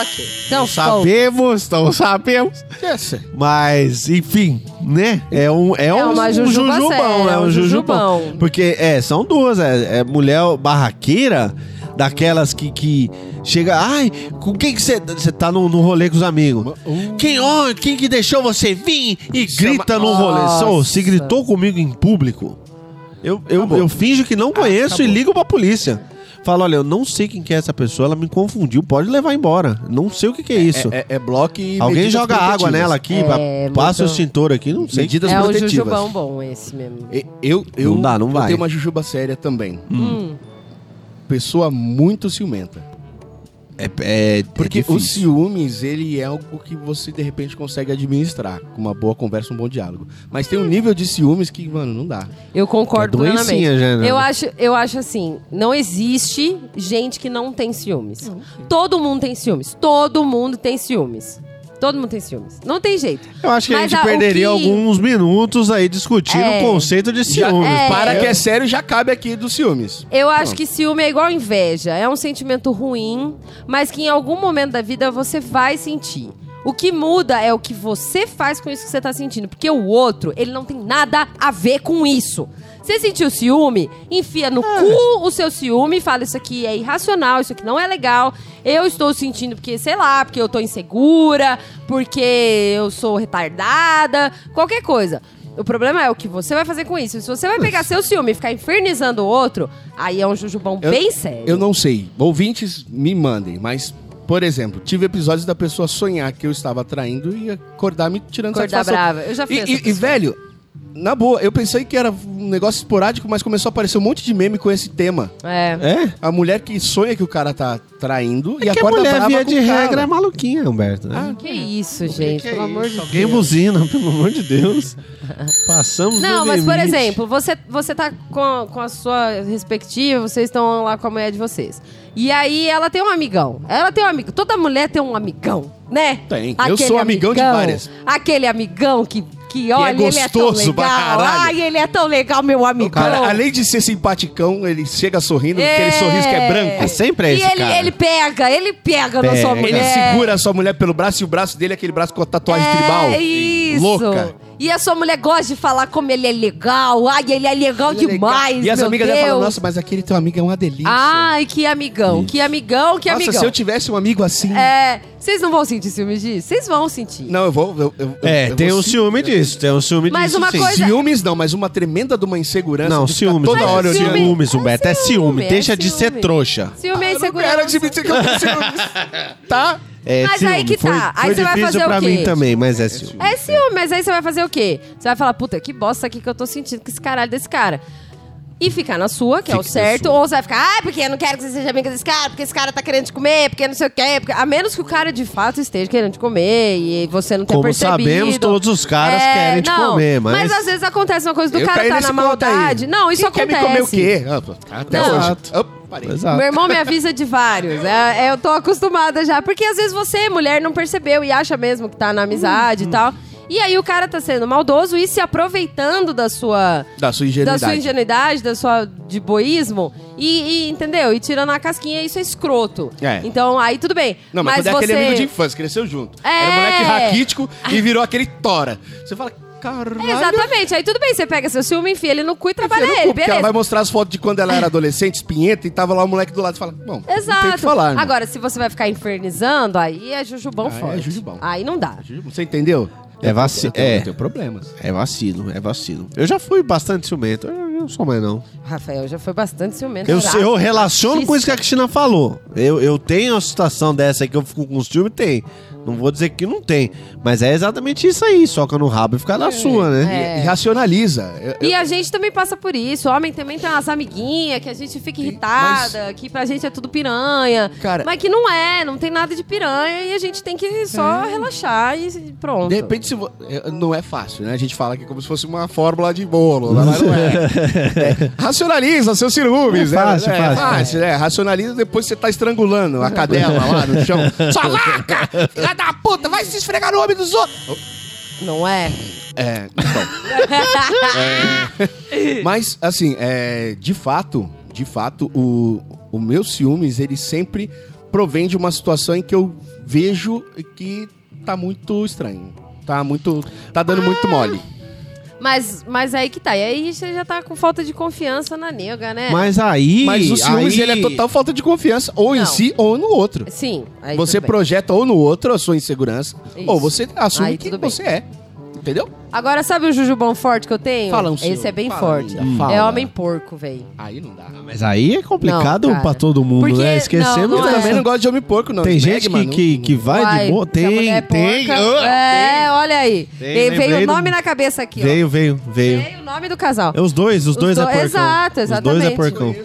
[SPEAKER 3] Ok. Então, bom.
[SPEAKER 4] Sabemos, não sabemos.
[SPEAKER 2] Essa.
[SPEAKER 4] Mas, enfim, né? É um, é um,
[SPEAKER 3] uma
[SPEAKER 4] um
[SPEAKER 3] jujuba
[SPEAKER 4] jujubão,
[SPEAKER 3] séria,
[SPEAKER 4] é um
[SPEAKER 3] um
[SPEAKER 4] jujubão.
[SPEAKER 3] jujubão.
[SPEAKER 4] Porque, é, são duas. É, é mulher barraqueira, daquelas que, que chega. Ai, com quem que você. Você tá no, no rolê com os amigos. Quem, ó, quem que deixou você vir e grita no rolê? Só, se gritou comigo em público, eu, eu, eu finjo que não conheço e ligo pra polícia. Falo, olha, eu não sei quem que é essa pessoa, ela me confundiu, pode levar embora. Não sei o que, que é isso.
[SPEAKER 2] É, é bloco e.
[SPEAKER 4] Alguém
[SPEAKER 2] medidas
[SPEAKER 4] joga água
[SPEAKER 2] protetivas.
[SPEAKER 4] nela aqui,
[SPEAKER 3] É,
[SPEAKER 4] pa- passa o
[SPEAKER 3] muito-
[SPEAKER 4] extintor aqui, não sei.
[SPEAKER 2] Medidas
[SPEAKER 3] É um
[SPEAKER 2] protetivas.
[SPEAKER 3] jujubão bom esse mesmo.
[SPEAKER 2] E- Eu, eu,
[SPEAKER 4] Não dá, não
[SPEAKER 2] eu
[SPEAKER 4] vai.
[SPEAKER 2] tenho uma jujuba séria também. Pessoa muito ciumenta.
[SPEAKER 4] É, é, é
[SPEAKER 2] Porque
[SPEAKER 4] difícil.
[SPEAKER 2] os ciúmes, ele é algo que você, de repente, consegue administrar. Com uma boa conversa, um bom diálogo. Mas tem um nível de ciúmes que, mano, não dá.
[SPEAKER 3] Eu concordo
[SPEAKER 4] É doencinha,
[SPEAKER 3] plenamente.
[SPEAKER 4] já, né?
[SPEAKER 3] Eu acho, eu acho assim, não existe gente que não tem ciúmes. Todo mundo tem ciúmes. Todo mundo tem ciúmes. Todo mundo tem ciúmes. Não tem jeito.
[SPEAKER 4] Eu acho que
[SPEAKER 3] Mas
[SPEAKER 4] a gente
[SPEAKER 3] a- o
[SPEAKER 4] perderia
[SPEAKER 3] que-
[SPEAKER 4] alguns minutos aí discutindo
[SPEAKER 3] É.
[SPEAKER 4] o conceito de
[SPEAKER 2] Já-
[SPEAKER 4] ciúmes.
[SPEAKER 3] É.
[SPEAKER 2] Para que é sério, já cabe aqui dos ciúmes.
[SPEAKER 3] Eu acho que ciúme é igual inveja. É um sentimento ruim, mas que em algum momento da vida você vai sentir. O que muda é o que você faz com isso que você tá sentindo. Porque o outro, ele não tem nada a ver com isso. Você sentiu ciúme? Enfia no cu o seu ciúme e fala: Isso aqui é irracional, isso aqui não é legal. Eu estou sentindo porque, sei lá, porque eu tô insegura, porque eu sou retardada, qualquer coisa. O problema é o que você vai fazer com isso. Se você vai pegar seu ciúme e ficar infernizando o outro, aí é um jujubão
[SPEAKER 2] Eu-
[SPEAKER 3] bem sério.
[SPEAKER 2] Eu não sei. Ouvintes, me mandem. Mas, por exemplo, tive episódios da pessoa sonhar que eu estava traindo e acordar me tirando
[SPEAKER 3] Acordar
[SPEAKER 2] satisfação.
[SPEAKER 3] brava. Eu já
[SPEAKER 2] E,
[SPEAKER 3] fiz essa
[SPEAKER 2] e- e,
[SPEAKER 3] pessoa.
[SPEAKER 2] velho, na boa, eu pensei que era um negócio esporádico, mas começou a aparecer um monte de meme com esse tema.
[SPEAKER 3] É.
[SPEAKER 4] É?
[SPEAKER 2] A mulher que sonha que o cara tá traindo e
[SPEAKER 4] É que a
[SPEAKER 2] acorda
[SPEAKER 4] mulher
[SPEAKER 2] brava
[SPEAKER 4] via
[SPEAKER 2] com
[SPEAKER 4] de
[SPEAKER 2] o cara.
[SPEAKER 4] regra é maluquinha, Humberto. né?
[SPEAKER 3] Que isso, gente. pelo amor de
[SPEAKER 4] Alguém
[SPEAKER 3] Deus.
[SPEAKER 4] buzina, pelo amor de Deus. Passamos
[SPEAKER 3] Não,
[SPEAKER 4] do
[SPEAKER 3] mas por
[SPEAKER 4] limite.
[SPEAKER 3] exemplo, você, você tá com a, com a sua respectiva, vocês estão lá com a mulher de vocês. E aí ela tem um amigão. Ela tem um amigo. Toda mulher tem um amigão, né?
[SPEAKER 2] Tem. Eu sou amigão de várias. é
[SPEAKER 3] Aquele amigão que, que olha, ele
[SPEAKER 2] gostoso
[SPEAKER 3] é tão
[SPEAKER 2] pra
[SPEAKER 3] legal.
[SPEAKER 2] caralho.
[SPEAKER 3] Ai, ele é tão legal, meu
[SPEAKER 2] O
[SPEAKER 3] amigão.
[SPEAKER 2] cara, além de ser simpaticão, ele chega sorrindo,
[SPEAKER 3] É.
[SPEAKER 2] aquele sorriso que é branco.
[SPEAKER 4] É sempre é
[SPEAKER 3] E
[SPEAKER 4] esse
[SPEAKER 3] ele,
[SPEAKER 4] cara.
[SPEAKER 3] ele pega, ele pega, na sua
[SPEAKER 4] Pega.
[SPEAKER 3] mulher.
[SPEAKER 2] Ele segura a sua mulher pelo braço e o braço dele é aquele braço com a tatuagem
[SPEAKER 3] é
[SPEAKER 2] tribal.
[SPEAKER 3] Isso.
[SPEAKER 2] Louca.
[SPEAKER 3] E a sua mulher gosta de falar como ele é legal. Ai, ele é legal
[SPEAKER 2] Ele é legal.
[SPEAKER 3] demais.
[SPEAKER 2] E as
[SPEAKER 3] meu
[SPEAKER 2] amigas
[SPEAKER 3] Deus.
[SPEAKER 2] dela falam, nossa, mas aquele teu amigo é uma delícia.
[SPEAKER 3] Ai, que amigão, que amigão, que
[SPEAKER 2] nossa,
[SPEAKER 3] amigão.
[SPEAKER 2] se eu tivesse um amigo assim...
[SPEAKER 3] É, vocês não vão sentir ciúme disso? Vocês vão sentir.
[SPEAKER 2] Não, eu vou... eu- eu-
[SPEAKER 4] É,
[SPEAKER 2] eu
[SPEAKER 4] tem
[SPEAKER 2] vou
[SPEAKER 4] um
[SPEAKER 2] sim-
[SPEAKER 4] ciúme disso, tem um ciúme
[SPEAKER 3] Mas
[SPEAKER 4] disso.
[SPEAKER 3] uma
[SPEAKER 4] sim.
[SPEAKER 3] coisa-
[SPEAKER 2] Ciúmes não, mas uma tremenda de uma insegurança.
[SPEAKER 4] Não,
[SPEAKER 2] de ficar
[SPEAKER 4] ciúme.
[SPEAKER 2] Toda
[SPEAKER 4] Humberto.
[SPEAKER 2] hora
[SPEAKER 4] é
[SPEAKER 3] Mas
[SPEAKER 2] olhando.
[SPEAKER 3] ciúme-
[SPEAKER 4] ciúmes, Humberto. É
[SPEAKER 3] é
[SPEAKER 4] ciúme.
[SPEAKER 3] ciúme,
[SPEAKER 4] Deixa
[SPEAKER 3] é
[SPEAKER 4] de ser
[SPEAKER 3] ciúme.
[SPEAKER 4] trouxa.
[SPEAKER 3] Ciúme é
[SPEAKER 2] Ah, Eu não
[SPEAKER 3] insegurança.
[SPEAKER 2] quero admitir que eu tenho ciúmes. Tá?
[SPEAKER 4] É
[SPEAKER 3] Mas
[SPEAKER 4] ciúme.
[SPEAKER 3] aí que tá.
[SPEAKER 4] Foi,
[SPEAKER 3] Aí
[SPEAKER 4] foi
[SPEAKER 3] você vai
[SPEAKER 4] difícil
[SPEAKER 3] fazer o
[SPEAKER 4] pra
[SPEAKER 3] quê?
[SPEAKER 4] mim também, mas é ciúme.
[SPEAKER 3] É ciúme, mas aí você vai fazer o quê? Você vai falar, puta, que bosta aqui que eu tô sentindo com esse caralho desse cara. E ficar na sua, que é o certo, ou você vai ficar, ah, porque eu não quero que você seja amiga desse cara, porque esse cara tá querendo te comer, porque não sei o quê. Porque... A menos que o cara de fato esteja querendo te comer e você não tenha
[SPEAKER 4] Como
[SPEAKER 3] tá percebido. É,
[SPEAKER 4] sabemos, todos os caras querem te
[SPEAKER 3] não,
[SPEAKER 4] comer, mas-
[SPEAKER 3] às vezes acontece uma coisa do
[SPEAKER 2] Eu
[SPEAKER 3] cara
[SPEAKER 2] caí
[SPEAKER 3] tá
[SPEAKER 2] nesse
[SPEAKER 3] na
[SPEAKER 2] conto aí.
[SPEAKER 3] maldade. Não, isso
[SPEAKER 2] Quem
[SPEAKER 3] acontece.
[SPEAKER 2] Quer me comer o quê? Ah, Até
[SPEAKER 3] Não.
[SPEAKER 2] hoje.
[SPEAKER 4] Exato.
[SPEAKER 2] Ah, parei.
[SPEAKER 3] Meu
[SPEAKER 4] Exato.
[SPEAKER 3] irmão me avisa de vários. É, é, eu tô acostumada já. Porque às vezes você, mulher, não percebeu e acha mesmo que tá na amizade
[SPEAKER 2] Uhum.
[SPEAKER 3] e tal. E aí o cara tá sendo maldoso e se aproveitando da sua.
[SPEAKER 2] Da sua
[SPEAKER 3] Da
[SPEAKER 2] ingenuidade.
[SPEAKER 3] sua ingenuidade, da sua de boísmo, e, e, entendeu? E tirando a casquinha, isso é escroto.
[SPEAKER 2] É.
[SPEAKER 3] Então, aí tudo bem.
[SPEAKER 2] Não, mas,
[SPEAKER 3] mas
[SPEAKER 2] quando é
[SPEAKER 3] você.
[SPEAKER 2] aquele amigo de infância, cresceu junto.
[SPEAKER 3] É.
[SPEAKER 2] Era um moleque raquítico e virou aquele tora. Você fala, caralho.
[SPEAKER 3] Exatamente, aí tudo bem, você pega seu ciúme, enfia ele no cu e trabalha
[SPEAKER 2] né? Enfia no cu,
[SPEAKER 3] ele,
[SPEAKER 2] porque Ela
[SPEAKER 3] beleza.
[SPEAKER 2] vai mostrar as fotos de quando ela era adolescente, espinhenta, e tava lá o moleque do lado e fala, bom, não tem o
[SPEAKER 3] Exato.
[SPEAKER 2] que falar. né?" irmão.
[SPEAKER 3] Agora, se você vai ficar infernizando, aí é jujubão
[SPEAKER 2] Aí é
[SPEAKER 3] forte.
[SPEAKER 2] jujubão.
[SPEAKER 3] Aí não dá.
[SPEAKER 2] Você entendeu?
[SPEAKER 4] É vaci-
[SPEAKER 2] Eu tenho-
[SPEAKER 4] é.
[SPEAKER 2] Eu tenho problemas.
[SPEAKER 4] É vacilo, é vacilo. Eu já fui bastante ciumento. Eu eu não sou mais, não.
[SPEAKER 3] Rafael já foi bastante ciumento.
[SPEAKER 4] Eu,
[SPEAKER 3] Tá.
[SPEAKER 4] eu relaciono com isso que a Cristina falou. Eu, eu tenho uma situação dessa aí que eu fico com ciúme, tem. Não vou dizer que não tem. Mas é exatamente isso aí, soca no rabo e fica na sua, né?
[SPEAKER 3] É.
[SPEAKER 2] E racionaliza. Eu- eu-
[SPEAKER 3] E a gente também passa por isso. O homem também tem umas amiguinhas que a gente fica irritada, que pra gente é tudo piranha.
[SPEAKER 2] Cara-
[SPEAKER 3] mas que não é, não tem nada de piranha e a gente tem que só relaxar e pronto.
[SPEAKER 2] De repente, se vo- eh, não é fácil, né? A gente fala aqui como se fosse uma fórmula de bolo, lá, mas não é. É, Racionaliza seus ciúmes,
[SPEAKER 4] É fácil,
[SPEAKER 2] né? É
[SPEAKER 4] fácil.
[SPEAKER 2] né? Racionaliza depois você tá estrangulando a cadela lá no chão. Sua vaca! Filha da puta, vai se esfregar no homem dos outros!
[SPEAKER 3] Não é?
[SPEAKER 2] É, então. É. Mas, assim, é, de fato, de fato, o, o meu ciúmes, ele sempre provém de uma situação em que eu vejo que tá muito estranho. Tá muito. Tá dando muito
[SPEAKER 3] Ah!
[SPEAKER 2] mole.
[SPEAKER 3] Mas, mas aí que tá. E aí você já tá com falta de confiança na nega, né?
[SPEAKER 4] É. Mas aí.
[SPEAKER 2] Mas o ciúmes,
[SPEAKER 4] aí-
[SPEAKER 2] ele é total falta de confiança, ou em
[SPEAKER 3] Não.
[SPEAKER 2] si, ou no outro.
[SPEAKER 3] Sim. aí
[SPEAKER 2] você
[SPEAKER 3] tudo bem.
[SPEAKER 2] projeta ou no outro a sua insegurança,
[SPEAKER 3] Isso.
[SPEAKER 2] ou você assume
[SPEAKER 3] Aí
[SPEAKER 2] que
[SPEAKER 3] tudo bem.
[SPEAKER 2] você é. Entendeu?
[SPEAKER 3] Agora, sabe o jujubão forte que eu tenho?
[SPEAKER 2] Fala um ciúme,
[SPEAKER 3] Esse é bem
[SPEAKER 2] fala,
[SPEAKER 3] forte.
[SPEAKER 2] amiga, fala.
[SPEAKER 3] É homem porco, velho.
[SPEAKER 2] Aí não dá.
[SPEAKER 4] Mas aí é complicado
[SPEAKER 3] Não, cara.
[SPEAKER 4] pra todo mundo,
[SPEAKER 3] Porque-
[SPEAKER 4] né? Esquecemos
[SPEAKER 3] não,
[SPEAKER 2] Eu
[SPEAKER 3] não é.
[SPEAKER 4] dessa-
[SPEAKER 2] também não gosto de homem porco, não.
[SPEAKER 4] Tem
[SPEAKER 2] Smeg,
[SPEAKER 4] gente que,
[SPEAKER 2] mano,
[SPEAKER 4] que, que vai, de boa.
[SPEAKER 3] se a
[SPEAKER 4] Tem,
[SPEAKER 3] mulher é
[SPEAKER 4] tem.
[SPEAKER 3] porca-
[SPEAKER 4] Ah,
[SPEAKER 3] é, olha aí.
[SPEAKER 4] Tem,
[SPEAKER 3] Veio- veio
[SPEAKER 4] lembrei
[SPEAKER 3] o
[SPEAKER 4] do-
[SPEAKER 3] nome na cabeça aqui, ó.
[SPEAKER 4] Veio, veio, veio.
[SPEAKER 3] Veio o nome do casal.
[SPEAKER 4] É os dois, os,
[SPEAKER 3] Os
[SPEAKER 4] dois é
[SPEAKER 3] do-
[SPEAKER 4] porcão.
[SPEAKER 3] Exato,
[SPEAKER 4] Os dois é
[SPEAKER 3] exatamente.
[SPEAKER 4] porcão.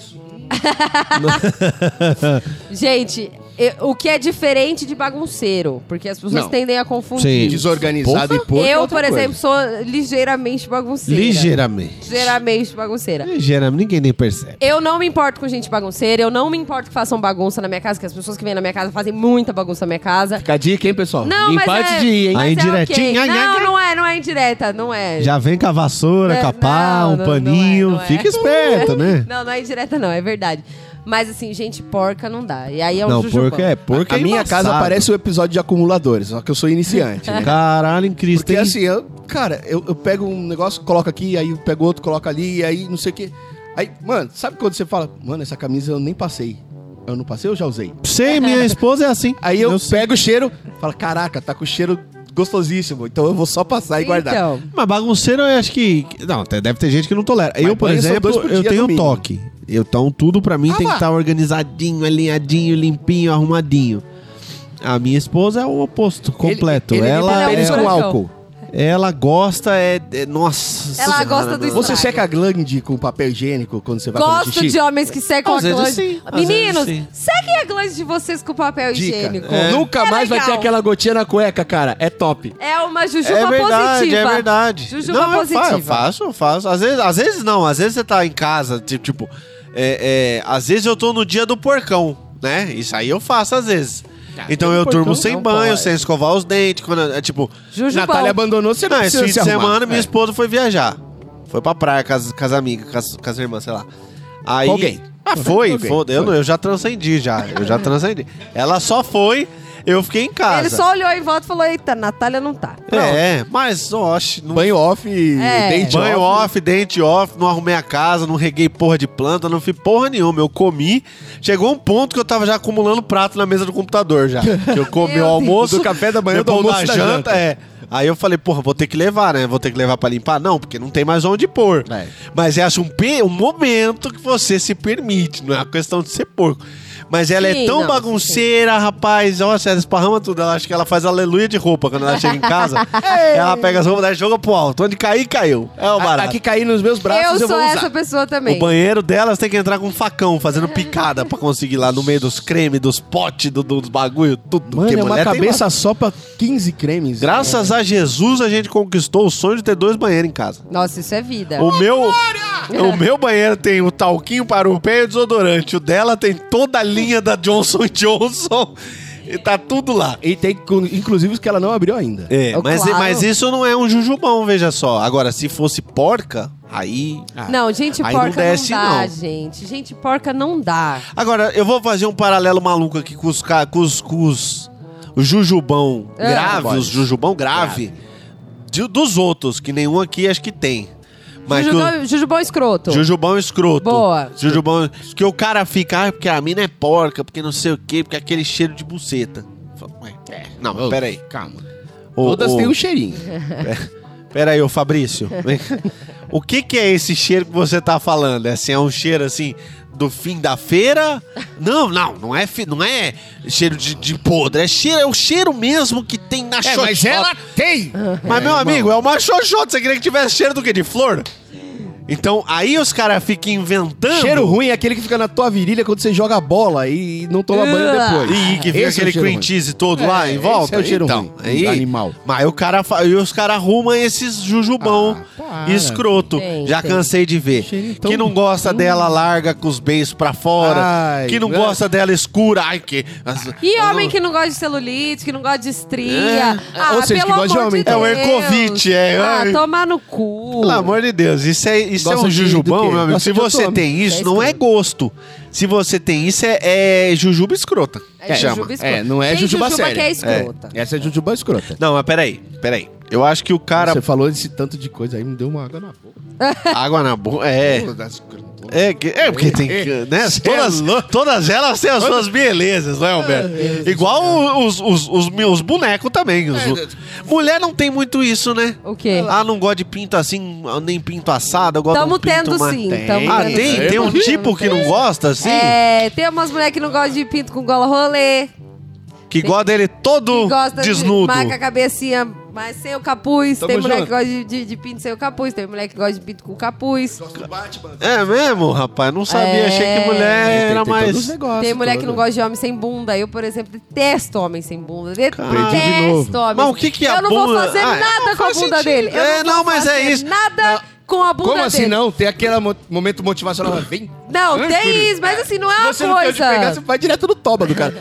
[SPEAKER 3] Gente, eu- o que é diferente de bagunceiro? Porque as pessoas
[SPEAKER 2] Não.
[SPEAKER 3] tendem a
[SPEAKER 4] Sim.
[SPEAKER 3] confundir.
[SPEAKER 2] Desorganizado e porco. é
[SPEAKER 3] eu,
[SPEAKER 2] outra
[SPEAKER 3] por
[SPEAKER 2] coisa.
[SPEAKER 3] exemplo, sou ligeiramente bagunceira.
[SPEAKER 4] Ligeiramente.
[SPEAKER 3] Ligeiramente bagunceira.
[SPEAKER 4] Ligeiramente, ninguém nem percebe.
[SPEAKER 3] Eu não me importo com gente bagunceira, eu não me importo que façam bagunça na minha casa, que as pessoas que vêm na minha casa fazem muita bagunça na minha casa.
[SPEAKER 2] Fica a dica, hein, pessoal?
[SPEAKER 3] Não, mas
[SPEAKER 2] Limpar antes
[SPEAKER 3] é,
[SPEAKER 2] de ir, hein?
[SPEAKER 4] A
[SPEAKER 3] mas é
[SPEAKER 4] indiretinha,
[SPEAKER 3] ok.
[SPEAKER 4] nha, nha,
[SPEAKER 3] Não,
[SPEAKER 4] nha.
[SPEAKER 3] não é, não é indireta, não é.
[SPEAKER 4] Já vem com a vassoura,
[SPEAKER 3] É,
[SPEAKER 4] com a pá, um
[SPEAKER 3] não, não, não
[SPEAKER 4] paninho.
[SPEAKER 3] é, não é.
[SPEAKER 4] Fica esperto, né?
[SPEAKER 3] Não, não é indireta não, é verdade. Mas assim, gente porca não dá. E aí é um
[SPEAKER 4] Não,
[SPEAKER 3] jujubão.
[SPEAKER 4] porco é porco.
[SPEAKER 2] a
[SPEAKER 4] é
[SPEAKER 2] minha
[SPEAKER 4] embaçado.
[SPEAKER 2] casa parece um episódio de acumuladores, só que eu sou iniciante. né?
[SPEAKER 4] Caralho, em Cristo.
[SPEAKER 2] Porque
[SPEAKER 4] hein?
[SPEAKER 2] assim, eu- cara, eu, eu pego um negócio, coloco aqui, aí eu pego outro, coloco ali, aí não sei o quê. Aí, mano, sabe quando você fala, mano, essa camisa eu nem passei. Eu não passei, eu já usei.
[SPEAKER 4] Sei, minha esposa é assim.
[SPEAKER 2] Aí eu,
[SPEAKER 4] Eu sei.
[SPEAKER 2] pego o cheiro, falo, caraca, tá com cheiro gostosíssimo, então eu vou só passar e guardar.
[SPEAKER 3] Então,
[SPEAKER 4] Mas bagunceiro eu acho que. Não, te- deve ter gente que não tolera. eu, por
[SPEAKER 2] banho então são
[SPEAKER 4] exemplo,
[SPEAKER 2] dois por
[SPEAKER 4] eu
[SPEAKER 2] dia, no
[SPEAKER 4] tenho
[SPEAKER 2] mínimo.
[SPEAKER 4] toque. Eu- Então tudo pra mim
[SPEAKER 2] Ah,
[SPEAKER 4] tem que
[SPEAKER 2] vá.
[SPEAKER 4] estar organizadinho, alinhadinho, limpinho, arrumadinho. A minha esposa é o oposto, completo.
[SPEAKER 2] Ele, ele
[SPEAKER 4] ela,
[SPEAKER 2] limpa
[SPEAKER 3] ele
[SPEAKER 2] tênis
[SPEAKER 4] ela,
[SPEAKER 2] com
[SPEAKER 3] é-
[SPEAKER 2] álcool.
[SPEAKER 4] ela gosta, é. é- nossa.
[SPEAKER 3] Ela
[SPEAKER 4] senhora,
[SPEAKER 3] gosta do
[SPEAKER 4] mano.
[SPEAKER 2] Você
[SPEAKER 3] Estraga.
[SPEAKER 2] seca a glande com papel higiênico quando você vai fazer
[SPEAKER 3] é gosto
[SPEAKER 2] xixi?
[SPEAKER 3] de homens que secam
[SPEAKER 4] Às
[SPEAKER 3] a
[SPEAKER 4] vezes
[SPEAKER 3] glande.
[SPEAKER 4] sim, às
[SPEAKER 3] Meninos,
[SPEAKER 4] vezes sim.
[SPEAKER 3] sequem a glande de vocês com papel
[SPEAKER 2] Dica.
[SPEAKER 3] higiênico.
[SPEAKER 2] É. Nunca
[SPEAKER 3] É
[SPEAKER 2] mais vai
[SPEAKER 3] legal.
[SPEAKER 2] ter aquela gotinha na cueca, cara. É top.
[SPEAKER 3] É uma jujuba
[SPEAKER 4] É verdade,
[SPEAKER 3] positiva.
[SPEAKER 4] é verdade.
[SPEAKER 3] Jujuba
[SPEAKER 4] não, eu fa-
[SPEAKER 3] positiva.
[SPEAKER 4] Eu faço, eu faço. Às vezes, às vezes não, às vezes você tá em casa, ti- tipo, é, é, às vezes eu tô no dia do porcão, né? Isso aí eu faço às vezes. Então eu
[SPEAKER 2] Tá, porcão é um
[SPEAKER 4] durmo sem
[SPEAKER 2] não
[SPEAKER 4] banho,
[SPEAKER 2] pode.
[SPEAKER 4] sem escovar os dentes, quando é tipo,
[SPEAKER 3] Jujubão.
[SPEAKER 2] Natália é abandonou, você não,
[SPEAKER 4] não, esse
[SPEAKER 2] precisa
[SPEAKER 4] fim de
[SPEAKER 2] se arrumar.
[SPEAKER 4] semana minha
[SPEAKER 2] É.
[SPEAKER 4] esposa foi viajar. Foi pra praia com as, com as amigas, com as, com as irmãs, sei lá. Aí,
[SPEAKER 2] Com alguém.
[SPEAKER 4] Ah, foi,
[SPEAKER 2] Com alguém,
[SPEAKER 4] foda. Eu, não- eu já transcendi já. Eu já transcendi. Ela só foi. Eu fiquei em casa.
[SPEAKER 3] Ele só olhou em volta e falou: Eita, Natália não tá.
[SPEAKER 4] É, mas, oxe, não
[SPEAKER 2] Banho off e
[SPEAKER 3] É.
[SPEAKER 2] dente
[SPEAKER 4] Banho
[SPEAKER 2] off. né?
[SPEAKER 4] off, dente off, não arrumei a casa, não reguei porra de planta, não fiz porra nenhuma. Eu comi. Chegou um ponto que eu tava já acumulando prato na mesa do computador já. Que eu comi
[SPEAKER 3] Meu
[SPEAKER 4] o almoço.
[SPEAKER 2] Deus. Do café da manhã, do
[SPEAKER 4] depois
[SPEAKER 2] almoço e da janta.
[SPEAKER 4] É. Aí eu falei, porra, vou ter que levar, né? Vou ter que levar pra limpar? Não, porque não tem mais onde pôr.
[SPEAKER 2] É.
[SPEAKER 4] Mas é assim, um, pe- um momento que você se permite, não é uma questão de ser porco. Mas ela é
[SPEAKER 3] Sim,
[SPEAKER 4] tão
[SPEAKER 3] não,
[SPEAKER 4] bagunceira, rapaz. Nossa, ela esparrama tudo. Ela acha que ela faz aleluia de roupa quando ela chega em casa. ela pega as roupas dela e joga pro alto. Onde cair, caiu. É o
[SPEAKER 2] A,
[SPEAKER 4] barato.
[SPEAKER 2] a que cair nos meus braços eu,
[SPEAKER 3] eu sou
[SPEAKER 2] vou usar.
[SPEAKER 3] essa pessoa também.
[SPEAKER 4] O banheiro delas tem que entrar com um facão, fazendo picada pra conseguir lá no meio dos cremes, dos potes, do- dos bagulho, tudo.
[SPEAKER 2] Mano,
[SPEAKER 4] que
[SPEAKER 2] é uma
[SPEAKER 4] mulher tem
[SPEAKER 2] cabeça só pra 15 cremes.
[SPEAKER 4] Graças a Jesus a gente conquistou o sonho de ter dois banheiros em casa.
[SPEAKER 3] Nossa, isso é vida.
[SPEAKER 4] O meu, o meu banheiro tem o talquinho para o pé e o desodorante. O dela tem toda a linha da Johnson Johnson. E tá tudo lá.
[SPEAKER 2] E tem, com- inclusive, os que ela não abriu ainda.
[SPEAKER 4] É,
[SPEAKER 3] Oh,
[SPEAKER 4] mas,
[SPEAKER 3] claro.
[SPEAKER 4] mas isso não é um jujubão, veja só. Agora, se fosse porca, aí.
[SPEAKER 2] Ah.
[SPEAKER 3] Não, gente
[SPEAKER 4] Ah, Aí não
[SPEAKER 3] porca não,
[SPEAKER 4] desce,
[SPEAKER 3] dá,
[SPEAKER 4] não.
[SPEAKER 3] gente. Gente porca não dá.
[SPEAKER 4] Agora, eu vou fazer um paralelo maluco aqui com os. ca- Com os, com os o jujubão
[SPEAKER 3] É.
[SPEAKER 4] grave,
[SPEAKER 2] Pode.
[SPEAKER 4] os jujubão grave. de- dos outros, que nenhum aqui acho que tem. Mas que o-
[SPEAKER 3] Jujubão, jujubão escroto.
[SPEAKER 4] Jujubão escroto.
[SPEAKER 3] Boa.
[SPEAKER 4] Jujubão. Que o cara fica, ah, porque a mina é porca, porque não sei o quê, porque aquele cheiro de buceta. Fala, ué, Não,
[SPEAKER 2] Ô,
[SPEAKER 4] mas peraí.
[SPEAKER 2] Calma.
[SPEAKER 4] Ô,
[SPEAKER 2] Todas
[SPEAKER 4] ô,
[SPEAKER 2] têm um cheirinho.
[SPEAKER 4] Peraí, ô Fabrício. vem cá. o que que é esse cheiro que você tá falando? É, assim, é um cheiro assim do fim da feira? Não, não, não é, fi- não é cheiro de, de podre. É, cheiro, é o cheiro mesmo que tem na
[SPEAKER 2] É,
[SPEAKER 4] xoxota.
[SPEAKER 2] mas ela tem!
[SPEAKER 4] Mas, meu amigo, é uma xoxota. Você queria que tivesse cheiro do quê? De flor? Então, aí os caras ficam inventando.
[SPEAKER 2] Cheiro ruim é aquele que fica na tua virilha quando você joga a bola e não toma banho
[SPEAKER 3] Ugh.
[SPEAKER 2] depois.
[SPEAKER 4] E que fica
[SPEAKER 2] Esse é o
[SPEAKER 4] aquele
[SPEAKER 2] cheiro
[SPEAKER 4] cream
[SPEAKER 2] ruim.
[SPEAKER 4] cheese todo lá em
[SPEAKER 2] esse
[SPEAKER 4] volta.
[SPEAKER 2] é o cheiro
[SPEAKER 4] então,
[SPEAKER 2] ruim,
[SPEAKER 4] aí,
[SPEAKER 2] animal.
[SPEAKER 4] Mas o cara, fa- e os caras arrumam esses jujubão
[SPEAKER 2] Ah, para.
[SPEAKER 4] escroto.
[SPEAKER 3] Tem,
[SPEAKER 4] Já
[SPEAKER 3] tem.
[SPEAKER 4] cansei de ver.
[SPEAKER 2] Cheirinho tão
[SPEAKER 4] que não gosta dela, larga com os beijos pra fora.
[SPEAKER 2] hum. Ai,
[SPEAKER 4] que não
[SPEAKER 2] né?
[SPEAKER 4] gosta dela escura. Ai, que. as-
[SPEAKER 3] E
[SPEAKER 4] eu
[SPEAKER 3] homem
[SPEAKER 4] não-
[SPEAKER 3] que não gosta de celulite, que não gosta de
[SPEAKER 4] É.
[SPEAKER 3] estria. Ah,
[SPEAKER 2] Ou seja, que
[SPEAKER 3] pelo
[SPEAKER 2] gosta de
[SPEAKER 3] amor
[SPEAKER 2] homem,
[SPEAKER 3] de
[SPEAKER 4] então. É o
[SPEAKER 3] Deus.
[SPEAKER 4] Ercovitch, é.
[SPEAKER 3] Ah,
[SPEAKER 4] Ai.
[SPEAKER 3] tomar no cu.
[SPEAKER 4] Pelo amor de Deus, isso é, isso é
[SPEAKER 2] Gosta
[SPEAKER 4] um
[SPEAKER 2] de- do
[SPEAKER 4] jujubão,
[SPEAKER 2] quê?
[SPEAKER 4] meu amigo.
[SPEAKER 2] Gosta
[SPEAKER 4] Se
[SPEAKER 2] de
[SPEAKER 4] você
[SPEAKER 2] otome.
[SPEAKER 4] tem isso,
[SPEAKER 3] É
[SPEAKER 4] não é gosto. Se você tem isso, é, é jujuba escrota.
[SPEAKER 3] É
[SPEAKER 4] chama.
[SPEAKER 3] jujuba escrota.
[SPEAKER 2] É, não é
[SPEAKER 3] Tem
[SPEAKER 2] jujuba
[SPEAKER 3] jujuba
[SPEAKER 2] séria.
[SPEAKER 3] que é escrota.
[SPEAKER 2] É. Essa é jujuba escrota.
[SPEAKER 4] Não, mas peraí, peraí. Eu acho que o cara.
[SPEAKER 2] Você falou esse tanto de coisa aí, me deu uma água na boca.
[SPEAKER 4] Água na boca. É.
[SPEAKER 2] Das-
[SPEAKER 4] É, que- é porque tem que- né?
[SPEAKER 2] É
[SPEAKER 4] todas, todas elas têm as suas belezas, não é, Humberto? Igual
[SPEAKER 2] É.
[SPEAKER 4] os, os, os meus bonecos também. os- mulher não tem muito isso, né?
[SPEAKER 3] O quê?
[SPEAKER 4] Ah, não gosta de pinto assim, nem pinto assado, eu gosto de
[SPEAKER 3] Tamo
[SPEAKER 4] um pinto
[SPEAKER 3] tendo
[SPEAKER 4] mais-
[SPEAKER 3] sim.
[SPEAKER 2] Tem.
[SPEAKER 3] Tamo
[SPEAKER 4] Ah,
[SPEAKER 3] tendo
[SPEAKER 4] tem?
[SPEAKER 3] sim.
[SPEAKER 4] Tem um tipo que não gosta assim?
[SPEAKER 3] É, tem umas mulheres que não gostam de pinto com gola rolê.
[SPEAKER 4] que gosta dele todo
[SPEAKER 3] que gosta
[SPEAKER 4] Uh, desnudo.
[SPEAKER 3] de marca a cabecinha, mas sem o capuz.
[SPEAKER 2] Tamo
[SPEAKER 3] tem mulher
[SPEAKER 2] junto.
[SPEAKER 3] que gosta de, de- de pinto sem o capuz. Tem mulher que gosta de pinto com capuz.
[SPEAKER 4] É mesmo, rapaz? Não sabia,
[SPEAKER 3] É.
[SPEAKER 4] achei que mulher
[SPEAKER 2] Tem- tem
[SPEAKER 4] era
[SPEAKER 2] todos os
[SPEAKER 4] mais...
[SPEAKER 2] negócios,
[SPEAKER 3] tem mulher que
[SPEAKER 2] todo.
[SPEAKER 3] não gosta de homem sem bunda. Eu, por exemplo, detesto homem sem bunda.
[SPEAKER 2] Aprendi de
[SPEAKER 3] Detesto
[SPEAKER 2] novo.
[SPEAKER 3] homem.
[SPEAKER 4] Mas o que que é a
[SPEAKER 3] Eu não vou
[SPEAKER 4] bunda?
[SPEAKER 3] fazer
[SPEAKER 4] Ah,
[SPEAKER 3] nada
[SPEAKER 4] não
[SPEAKER 3] com a
[SPEAKER 4] faz
[SPEAKER 3] bunda
[SPEAKER 4] sentido.
[SPEAKER 3] dele. Eu
[SPEAKER 4] É,
[SPEAKER 3] não,
[SPEAKER 4] não,
[SPEAKER 3] vou
[SPEAKER 4] mas é
[SPEAKER 3] fazer
[SPEAKER 4] isso.
[SPEAKER 3] Nada com a bunda
[SPEAKER 2] Como assim
[SPEAKER 3] dele.
[SPEAKER 2] não? Tem aquele mo- momento motivacional. mas Vem.
[SPEAKER 3] Não,
[SPEAKER 2] Ai, filho.
[SPEAKER 3] tem isso, mas assim, não é uma
[SPEAKER 2] Você não tem onde
[SPEAKER 3] coisa.
[SPEAKER 2] pegar, você vai direto no toba do cara.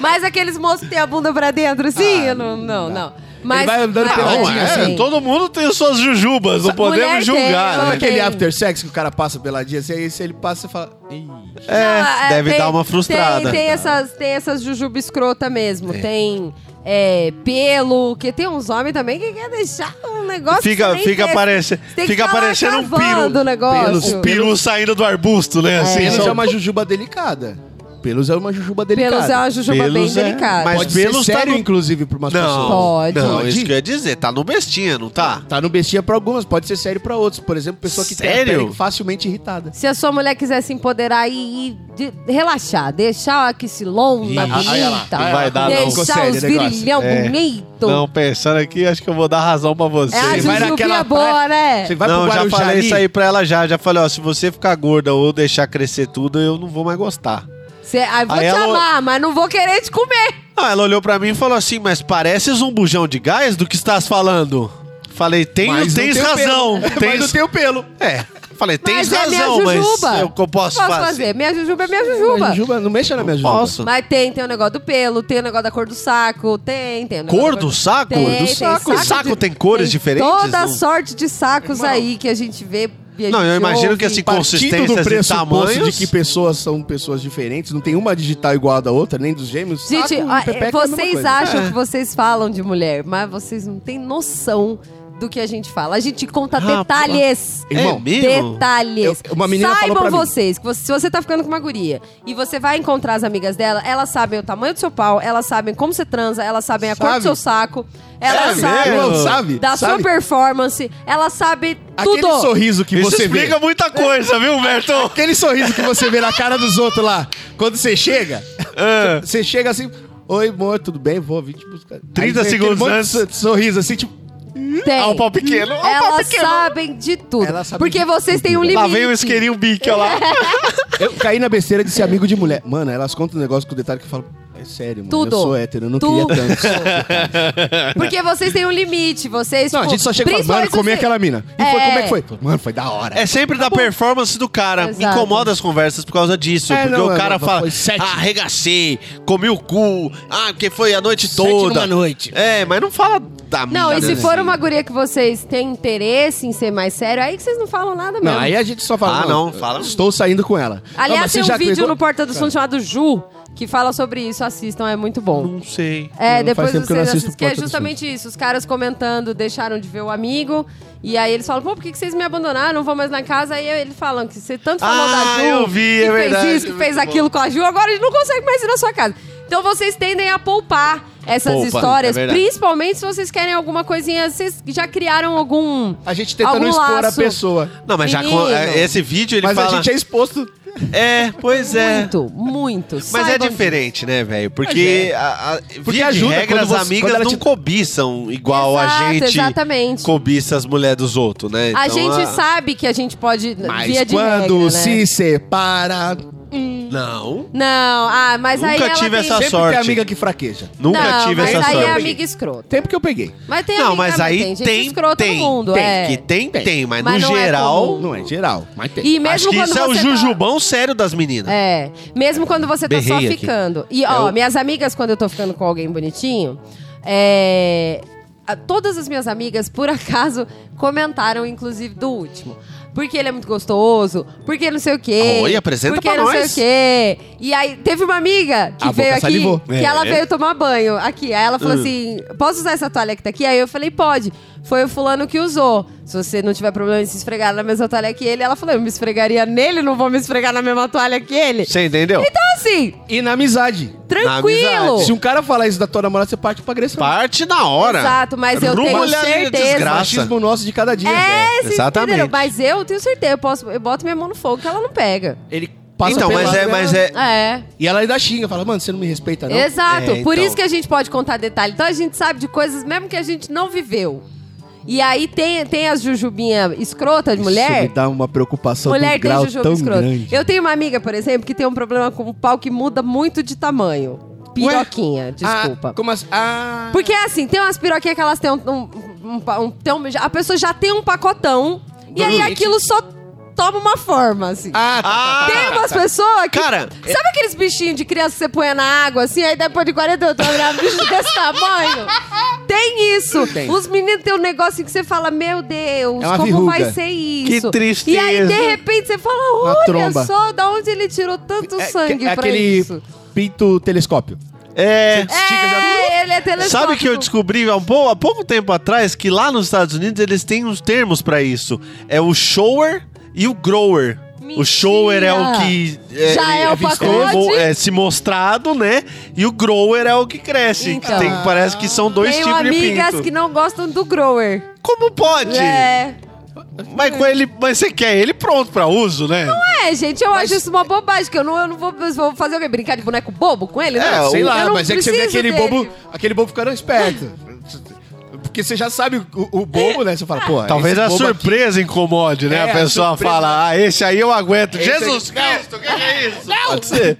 [SPEAKER 3] Mas aqueles moços que tem a bunda pra dentro, assim,
[SPEAKER 4] Ah,
[SPEAKER 3] eu não, não, não. Mas,
[SPEAKER 2] vai andando
[SPEAKER 3] mas-
[SPEAKER 4] Não,
[SPEAKER 2] peladinho,
[SPEAKER 4] é,
[SPEAKER 3] assim.
[SPEAKER 4] todo mundo tem suas jujubas, não
[SPEAKER 3] Mulher
[SPEAKER 4] podemos
[SPEAKER 3] tem,
[SPEAKER 4] julgar.
[SPEAKER 3] homem
[SPEAKER 4] né?
[SPEAKER 2] Sabe aquele
[SPEAKER 3] Tem.
[SPEAKER 2] after sex que o cara passa peladinha? Se, aí- se ele passa, você fala. "Ih,
[SPEAKER 4] É,
[SPEAKER 3] Não,
[SPEAKER 4] deve
[SPEAKER 3] tem-
[SPEAKER 4] dar uma frustrada.
[SPEAKER 3] Tem, tem essas, tem essas jujuba escrota mesmo. Tem é, pelo, que tem uns homens também que quer deixar um negócio. que
[SPEAKER 4] Fica,
[SPEAKER 3] nem
[SPEAKER 4] fica,
[SPEAKER 3] desse.
[SPEAKER 4] aparece,
[SPEAKER 3] Tem que
[SPEAKER 4] fica
[SPEAKER 3] ficar lá
[SPEAKER 4] parecendo um
[SPEAKER 3] cavando
[SPEAKER 4] piro.
[SPEAKER 3] o negócio.
[SPEAKER 4] Um piro saindo do arbusto, né? Assim,
[SPEAKER 2] Pelos
[SPEAKER 4] só-
[SPEAKER 2] é uma jujuba delicada. Pelos é uma jujuba delicada.
[SPEAKER 3] Pelos é uma jujuba
[SPEAKER 4] Pelos é-
[SPEAKER 3] bem delicada.
[SPEAKER 4] mas-
[SPEAKER 2] Pode
[SPEAKER 4] pelos
[SPEAKER 2] ser
[SPEAKER 4] tá
[SPEAKER 2] sério,
[SPEAKER 4] no-
[SPEAKER 2] inclusive, pra umas
[SPEAKER 4] Não,
[SPEAKER 2] pessoas.
[SPEAKER 3] Pode.
[SPEAKER 4] não,
[SPEAKER 2] Pode.
[SPEAKER 4] isso que eu ia dizer. Tá no bestinha, não tá?
[SPEAKER 2] Tá no bestia pra algumas, pode ser sério pra outros. Por exemplo, pessoa que tem
[SPEAKER 4] Sério?
[SPEAKER 2] a pele facilmente irritada.
[SPEAKER 3] Se a sua mulher quiser se empoderar e, e de- relaxar, deixar a
[SPEAKER 4] Ih,
[SPEAKER 3] quicilona bonita,
[SPEAKER 4] aí ela- não vai dar, não.
[SPEAKER 3] deixar
[SPEAKER 2] Ficou sério
[SPEAKER 3] os
[SPEAKER 2] o negócio.
[SPEAKER 3] virilhão
[SPEAKER 4] É.
[SPEAKER 3] bonito.
[SPEAKER 4] Não, pensando aqui, acho que eu vou dar razão pra você.
[SPEAKER 3] é a
[SPEAKER 2] Você vai naquela
[SPEAKER 3] jujubinha boa,
[SPEAKER 2] praia-
[SPEAKER 3] né?
[SPEAKER 2] Você vai
[SPEAKER 4] não,
[SPEAKER 2] pro
[SPEAKER 4] já
[SPEAKER 2] Guarujá
[SPEAKER 4] falei
[SPEAKER 2] ali,
[SPEAKER 4] isso aí pra ela já. Já falei, ó, se você ficar gorda ou deixar crescer tudo, eu não vou mais gostar.
[SPEAKER 3] Cê, ah, vou
[SPEAKER 4] Aí
[SPEAKER 3] te
[SPEAKER 4] ela-
[SPEAKER 3] amar, mas não vou querer te comer.
[SPEAKER 4] Ah, ela olhou pra mim e falou assim, mas pareces um bujão de gás do que estás falando? Falei, tenho,
[SPEAKER 2] mas não
[SPEAKER 4] tens
[SPEAKER 2] tem o
[SPEAKER 4] razão.
[SPEAKER 2] pelo. Mas não
[SPEAKER 4] Tens...
[SPEAKER 2] tem o pelo.
[SPEAKER 4] É, falei, tens
[SPEAKER 3] mas é minha
[SPEAKER 4] razão, mas
[SPEAKER 3] jujuba.
[SPEAKER 4] é o que eu posso, fazer?
[SPEAKER 3] Minha jujuba é minha
[SPEAKER 2] Minha
[SPEAKER 3] jujuba.
[SPEAKER 2] jujuba, não mexa na minha jujuba.
[SPEAKER 4] Posso?
[SPEAKER 3] Mas tem, tem o negócio do pelo, tem o negócio da cor do saco, tem, tem. o negócio
[SPEAKER 4] Cor
[SPEAKER 3] da
[SPEAKER 4] do saco?
[SPEAKER 3] Tem,
[SPEAKER 4] do
[SPEAKER 3] tem
[SPEAKER 4] saco. O saco
[SPEAKER 3] de-
[SPEAKER 4] tem cores
[SPEAKER 3] tem
[SPEAKER 4] diferentes?
[SPEAKER 3] Toda
[SPEAKER 4] Não-
[SPEAKER 3] sorte de sacos aí que a gente vê bebia,
[SPEAKER 4] Não,
[SPEAKER 3] a gente
[SPEAKER 4] eu imagino que
[SPEAKER 3] ouve.
[SPEAKER 4] assim,
[SPEAKER 2] Partindo do
[SPEAKER 4] consistências e
[SPEAKER 2] pressuposto
[SPEAKER 4] tamanhos.
[SPEAKER 2] de que pessoas são pessoas diferentes, não tem uma digital igual à da outra, nem dos gêmeos.
[SPEAKER 3] Gente,
[SPEAKER 2] saco e
[SPEAKER 3] ó,
[SPEAKER 2] pepeca é a mesma
[SPEAKER 3] vocês
[SPEAKER 2] coisa.
[SPEAKER 3] acham que vocês falam de mulher, mas vocês não têm noção do que a gente fala. A gente conta
[SPEAKER 4] Rapaz.
[SPEAKER 3] detalhes.
[SPEAKER 2] Irmão,
[SPEAKER 4] é mesmo?
[SPEAKER 3] Detalhes.
[SPEAKER 2] Eu- uma menina
[SPEAKER 3] Saibam
[SPEAKER 2] falou pra mim.
[SPEAKER 3] vocês que você- se você tá ficando com uma guria e você vai encontrar as amigas dela, elas sabem o tamanho do seu pau, elas sabem como você transa, elas sabem a cor do
[SPEAKER 2] Sabe.
[SPEAKER 3] seu saco, elas
[SPEAKER 4] É
[SPEAKER 2] Sabe,
[SPEAKER 3] sabem
[SPEAKER 2] irmão, sabe?
[SPEAKER 3] da sua
[SPEAKER 2] É Sabe?
[SPEAKER 3] performance, elas sabem
[SPEAKER 2] Aquele
[SPEAKER 3] tudo.
[SPEAKER 2] sorriso que
[SPEAKER 4] Isso
[SPEAKER 2] você
[SPEAKER 4] explica
[SPEAKER 2] vê.
[SPEAKER 4] muita coisa, viu, Humberto?
[SPEAKER 2] Aquele sorriso que você vê na cara dos outros lá. Quando você chega,
[SPEAKER 4] Ah.
[SPEAKER 2] você chega assim. Oi, amor, tudo bem? Vou vir te buscar. Aí
[SPEAKER 4] 30
[SPEAKER 2] vem aquele
[SPEAKER 4] segundos
[SPEAKER 2] monte de
[SPEAKER 4] antes.
[SPEAKER 2] sor- Sorriso assim, tipo.
[SPEAKER 3] Tem.
[SPEAKER 4] Ah, o pau pequeno. Ah, o pau
[SPEAKER 3] Elas
[SPEAKER 4] pequeno.
[SPEAKER 3] sabem de tudo.
[SPEAKER 2] Elas sabem
[SPEAKER 3] Porque
[SPEAKER 2] de
[SPEAKER 3] vocês
[SPEAKER 2] tudo.
[SPEAKER 3] têm um limite.
[SPEAKER 4] Lá vem o isqueirinho bique, olha lá.
[SPEAKER 2] Eu caí na besteira de ser amigo de mulher. Mano, elas contam um negócio com detalhe que eu falo. É sério, mano.
[SPEAKER 3] Tudo.
[SPEAKER 2] Eu sou hétero, eu não
[SPEAKER 3] Tudo.
[SPEAKER 2] queria tanto. É.
[SPEAKER 3] Porque vocês têm um limite, vocês.
[SPEAKER 2] né? Não, a
[SPEAKER 3] tipo,
[SPEAKER 2] gente só chega e fala, mano,
[SPEAKER 3] principalmente
[SPEAKER 2] comi
[SPEAKER 3] vocês-
[SPEAKER 2] aquela mina. E foi,
[SPEAKER 3] É.
[SPEAKER 2] como é que foi? Mano, foi da hora.
[SPEAKER 4] É sempre da performance do cara.
[SPEAKER 3] Exato.
[SPEAKER 4] Incomoda as conversas por causa disso.
[SPEAKER 2] É,
[SPEAKER 4] porque
[SPEAKER 2] não,
[SPEAKER 4] o
[SPEAKER 2] é,
[SPEAKER 4] cara
[SPEAKER 2] não,
[SPEAKER 4] fala,
[SPEAKER 2] foi sete.
[SPEAKER 4] ah, arregacei, comi o cu, ah, porque foi a noite
[SPEAKER 2] Sete
[SPEAKER 4] toda.
[SPEAKER 2] numa noite.
[SPEAKER 4] É, mas não fala da
[SPEAKER 3] Não,
[SPEAKER 4] mina,
[SPEAKER 3] e se
[SPEAKER 4] né?
[SPEAKER 3] for uma guria que vocês têm interesse em ser mais sério, aí que vocês não falam nada mesmo.
[SPEAKER 2] Não, aí a gente só fala.
[SPEAKER 4] Ah, não, fala.
[SPEAKER 2] Estou saindo com ela. Não, mas
[SPEAKER 3] Aliás,
[SPEAKER 2] você
[SPEAKER 3] tem um
[SPEAKER 2] já
[SPEAKER 3] vídeo
[SPEAKER 2] pegou- Tá.
[SPEAKER 3] no Porta do Som chamado Ju, que fala sobre isso. Assistam, é muito bom.
[SPEAKER 4] Não sei.
[SPEAKER 3] É,
[SPEAKER 2] Não,
[SPEAKER 3] depois
[SPEAKER 2] faz tempo que
[SPEAKER 3] vocês
[SPEAKER 2] eu não assisto
[SPEAKER 3] assistem. Que é
[SPEAKER 2] Porta dos
[SPEAKER 3] justamente isso. Os caras comentando, deixaram de ver o amigo. E aí eles falam, pô, por que que vocês me abandonaram? Não vou mais na casa. Aí eles falam que você tanto falou
[SPEAKER 4] Ah,
[SPEAKER 3] da Ju.
[SPEAKER 4] eu vi,
[SPEAKER 3] que
[SPEAKER 4] é
[SPEAKER 3] fez
[SPEAKER 4] verdade,
[SPEAKER 3] isso,
[SPEAKER 4] é
[SPEAKER 3] que
[SPEAKER 4] muito
[SPEAKER 3] fez
[SPEAKER 4] bom.
[SPEAKER 3] aquilo com a Ju. Agora a gente não consegue mais ir na sua casa. Então vocês tendem a poupar essas
[SPEAKER 4] Poupa,
[SPEAKER 3] histórias.
[SPEAKER 4] é verdade.
[SPEAKER 3] principalmente se vocês querem alguma coisinha. Vocês já criaram algum...
[SPEAKER 2] A gente tentando
[SPEAKER 3] algum
[SPEAKER 2] expor
[SPEAKER 3] laço.
[SPEAKER 2] a pessoa.
[SPEAKER 4] Não, mas já
[SPEAKER 3] Menino.
[SPEAKER 4] com- é, esse vídeo ele
[SPEAKER 2] Mas
[SPEAKER 4] fala.
[SPEAKER 2] a gente é exposto.
[SPEAKER 4] É, pois é.
[SPEAKER 3] Muito, muito.
[SPEAKER 4] Mas é
[SPEAKER 3] Saibam disso. é.
[SPEAKER 4] diferente, né, velho? Porque, a, a, via de
[SPEAKER 2] ajuda
[SPEAKER 4] regra,
[SPEAKER 2] quando
[SPEAKER 4] as
[SPEAKER 2] você-
[SPEAKER 4] amigas
[SPEAKER 2] quando ela
[SPEAKER 4] não
[SPEAKER 2] te-
[SPEAKER 4] cobiçam igual a
[SPEAKER 3] Exato,
[SPEAKER 4] gente
[SPEAKER 3] exatamente.
[SPEAKER 4] cobiça as mulheres dos outros, né?
[SPEAKER 3] A
[SPEAKER 4] Então,
[SPEAKER 3] gente sabe que a gente pode,
[SPEAKER 2] Mas
[SPEAKER 3] via de
[SPEAKER 2] quando
[SPEAKER 3] regra,
[SPEAKER 2] se
[SPEAKER 3] né?
[SPEAKER 2] separa.
[SPEAKER 4] Não,
[SPEAKER 3] Não, ah, mas aí
[SPEAKER 4] Nunca
[SPEAKER 3] ela
[SPEAKER 4] tive
[SPEAKER 3] tem...
[SPEAKER 4] essa
[SPEAKER 2] Sempre
[SPEAKER 4] sorte.
[SPEAKER 2] tem amiga que fraqueja.
[SPEAKER 4] nunca
[SPEAKER 3] não,
[SPEAKER 4] tive
[SPEAKER 3] mas
[SPEAKER 4] essa
[SPEAKER 3] aí
[SPEAKER 4] sorte.
[SPEAKER 3] é amiga escrota.
[SPEAKER 2] Tempo que eu peguei.
[SPEAKER 3] Mas tem
[SPEAKER 4] Não,
[SPEAKER 3] amiga,
[SPEAKER 4] mas
[SPEAKER 3] também,
[SPEAKER 4] aí
[SPEAKER 3] gente
[SPEAKER 4] tem.
[SPEAKER 3] escrota
[SPEAKER 4] tem,
[SPEAKER 3] no mundo,
[SPEAKER 4] tem,
[SPEAKER 3] é.
[SPEAKER 4] Que tem, tem, mas,
[SPEAKER 3] Mas
[SPEAKER 4] no
[SPEAKER 3] não é
[SPEAKER 4] geral.
[SPEAKER 3] comum.
[SPEAKER 2] Não é geral, mas tem.
[SPEAKER 3] E mesmo
[SPEAKER 4] acho que
[SPEAKER 3] quando
[SPEAKER 4] isso é o
[SPEAKER 3] você tá...
[SPEAKER 4] jujubão sério das meninas.
[SPEAKER 3] É, mesmo quando você tá só
[SPEAKER 4] Berrei aqui.
[SPEAKER 3] ficando. E, ó,
[SPEAKER 4] É o-
[SPEAKER 3] minhas amigas, quando eu tô ficando com alguém bonitinho, é... a- Todas as minhas amigas, por acaso, comentaram, inclusive, do último. Porque ele é muito gostoso, porque não sei o quê.
[SPEAKER 4] Oi, apresenta
[SPEAKER 3] porque
[SPEAKER 4] pra
[SPEAKER 3] não
[SPEAKER 4] nós.
[SPEAKER 3] sei o quê. E aí, teve uma amiga que
[SPEAKER 2] A
[SPEAKER 3] veio
[SPEAKER 2] boca
[SPEAKER 3] aqui,
[SPEAKER 2] salivou.
[SPEAKER 3] que
[SPEAKER 4] É.
[SPEAKER 3] ela veio tomar banho aqui. Aí ela
[SPEAKER 4] Ah.
[SPEAKER 3] falou assim: posso usar essa toalha que tá aqui? Aí eu falei: pode. Foi o fulano que usou. Se você não tiver problema em se esfregar na mesma toalha que ele, ela falou: eu me esfregaria nele, não vou me esfregar na mesma toalha que ele.
[SPEAKER 4] Você entendeu?
[SPEAKER 3] Então, assim,
[SPEAKER 2] E na amizade.
[SPEAKER 3] tranquilo.
[SPEAKER 4] amizade.
[SPEAKER 2] Se um cara falar isso da tua namorada, você parte pra agressão.
[SPEAKER 4] Parte na hora.
[SPEAKER 3] Exato, mas eu
[SPEAKER 4] Rumo
[SPEAKER 3] tenho
[SPEAKER 4] olhar ali,
[SPEAKER 3] certeza.
[SPEAKER 4] desgraça.
[SPEAKER 2] Machismo nosso de cada dia.
[SPEAKER 3] É, vocês
[SPEAKER 4] exatamente.
[SPEAKER 3] entenderam? Mas eu tenho certeza, eu, posso, eu boto minha mão no fogo que ela não pega.
[SPEAKER 2] Ele passa
[SPEAKER 4] Então, mas
[SPEAKER 2] pelado
[SPEAKER 4] é,
[SPEAKER 2] nela,
[SPEAKER 4] mas é.
[SPEAKER 3] É,
[SPEAKER 2] E ela ainda xinga, fala, mano, você não me respeita, não.
[SPEAKER 3] exato.
[SPEAKER 4] É,
[SPEAKER 3] Por
[SPEAKER 4] então.
[SPEAKER 3] isso que a gente pode contar detalhe. Então a gente sabe de coisas mesmo que a gente não viveu. E aí tem, tem as jujubinha escrota de mulher.
[SPEAKER 2] Isso me dá uma preocupação
[SPEAKER 3] Mulher
[SPEAKER 2] do
[SPEAKER 4] um
[SPEAKER 2] grau
[SPEAKER 3] tem jujuba
[SPEAKER 2] tão
[SPEAKER 3] escrota.
[SPEAKER 2] grande.
[SPEAKER 3] Eu tenho uma amiga, por exemplo, que tem um problema com o pau que muda muito de tamanho. Piroquinha, desculpa.
[SPEAKER 2] Ah, como assim? Ah...
[SPEAKER 3] Porque assim, tem umas piroquinhas que elas têm um. um- um- um- tem um- a pessoa já tem um pacotão e aí
[SPEAKER 2] Normalmente-
[SPEAKER 3] aquilo só toma uma forma, assim.
[SPEAKER 2] Uhum. Ah,
[SPEAKER 4] Ah,
[SPEAKER 3] tem umas pessoas que.
[SPEAKER 4] Cara,
[SPEAKER 2] é
[SPEAKER 3] Sabe aqueles bichinhos de criança que você põe na água, assim, aí depois de 48 horas é um bicho desse tamanho? Tem isso.
[SPEAKER 2] Tem.
[SPEAKER 3] Os meninos têm um negócio que você fala, meu Deus,
[SPEAKER 2] É uma
[SPEAKER 3] como
[SPEAKER 2] verruga.
[SPEAKER 3] vai ser
[SPEAKER 4] Que
[SPEAKER 3] isso?
[SPEAKER 4] tristeza.
[SPEAKER 3] E aí, de repente, você fala,
[SPEAKER 2] Uma
[SPEAKER 3] olha
[SPEAKER 2] tromba.
[SPEAKER 3] só, da onde ele tirou tanto
[SPEAKER 2] é-
[SPEAKER 3] sangue
[SPEAKER 2] é
[SPEAKER 3] pra
[SPEAKER 2] aquele
[SPEAKER 3] isso.
[SPEAKER 2] pinto telescópio.
[SPEAKER 4] é.
[SPEAKER 3] É, ele é telescópico.
[SPEAKER 4] Sabe que eu descobri há, um pou- há pouco tempo atrás que lá nos Estados Unidos eles têm uns termos pra isso. É o shower e o grower.
[SPEAKER 3] Mentira.
[SPEAKER 4] O shower é o que
[SPEAKER 3] Já é o
[SPEAKER 4] visto-
[SPEAKER 3] pacote.
[SPEAKER 4] mo- é se mostrado, né? E o grower é o que cresce.
[SPEAKER 3] Então.
[SPEAKER 4] Tem- parece que são dois
[SPEAKER 3] Tenho
[SPEAKER 4] tipos de
[SPEAKER 3] amigas
[SPEAKER 4] pinto.
[SPEAKER 3] que não gostam do grower.
[SPEAKER 4] Como pode?
[SPEAKER 3] É.
[SPEAKER 4] Mas com ele, mas você quer ele pronto pra uso, né?
[SPEAKER 3] É, gente, eu acho isso uma bobagem, que eu não, eu não vou, eu vou fazer o quê? Brincar de boneco bobo com ele?
[SPEAKER 2] É,
[SPEAKER 3] não,
[SPEAKER 2] sei
[SPEAKER 3] Eu
[SPEAKER 2] lá,
[SPEAKER 3] não
[SPEAKER 2] mas é que você vê
[SPEAKER 3] preciso
[SPEAKER 2] aquele
[SPEAKER 3] dele.
[SPEAKER 2] bobo, aquele bobo ficando esperto. Porque você já sabe o, o bobo, né? Você fala, pô,
[SPEAKER 4] Talvez
[SPEAKER 2] esse
[SPEAKER 4] a
[SPEAKER 2] bobo aqui-
[SPEAKER 4] surpresa incomode, né?
[SPEAKER 2] É,
[SPEAKER 4] a
[SPEAKER 2] a
[SPEAKER 4] pessoa
[SPEAKER 2] surpresa.
[SPEAKER 4] fala: "Ah, esse aí eu aguento".
[SPEAKER 2] Esse
[SPEAKER 4] Jesus Cristo, o que é isso? Pode ser.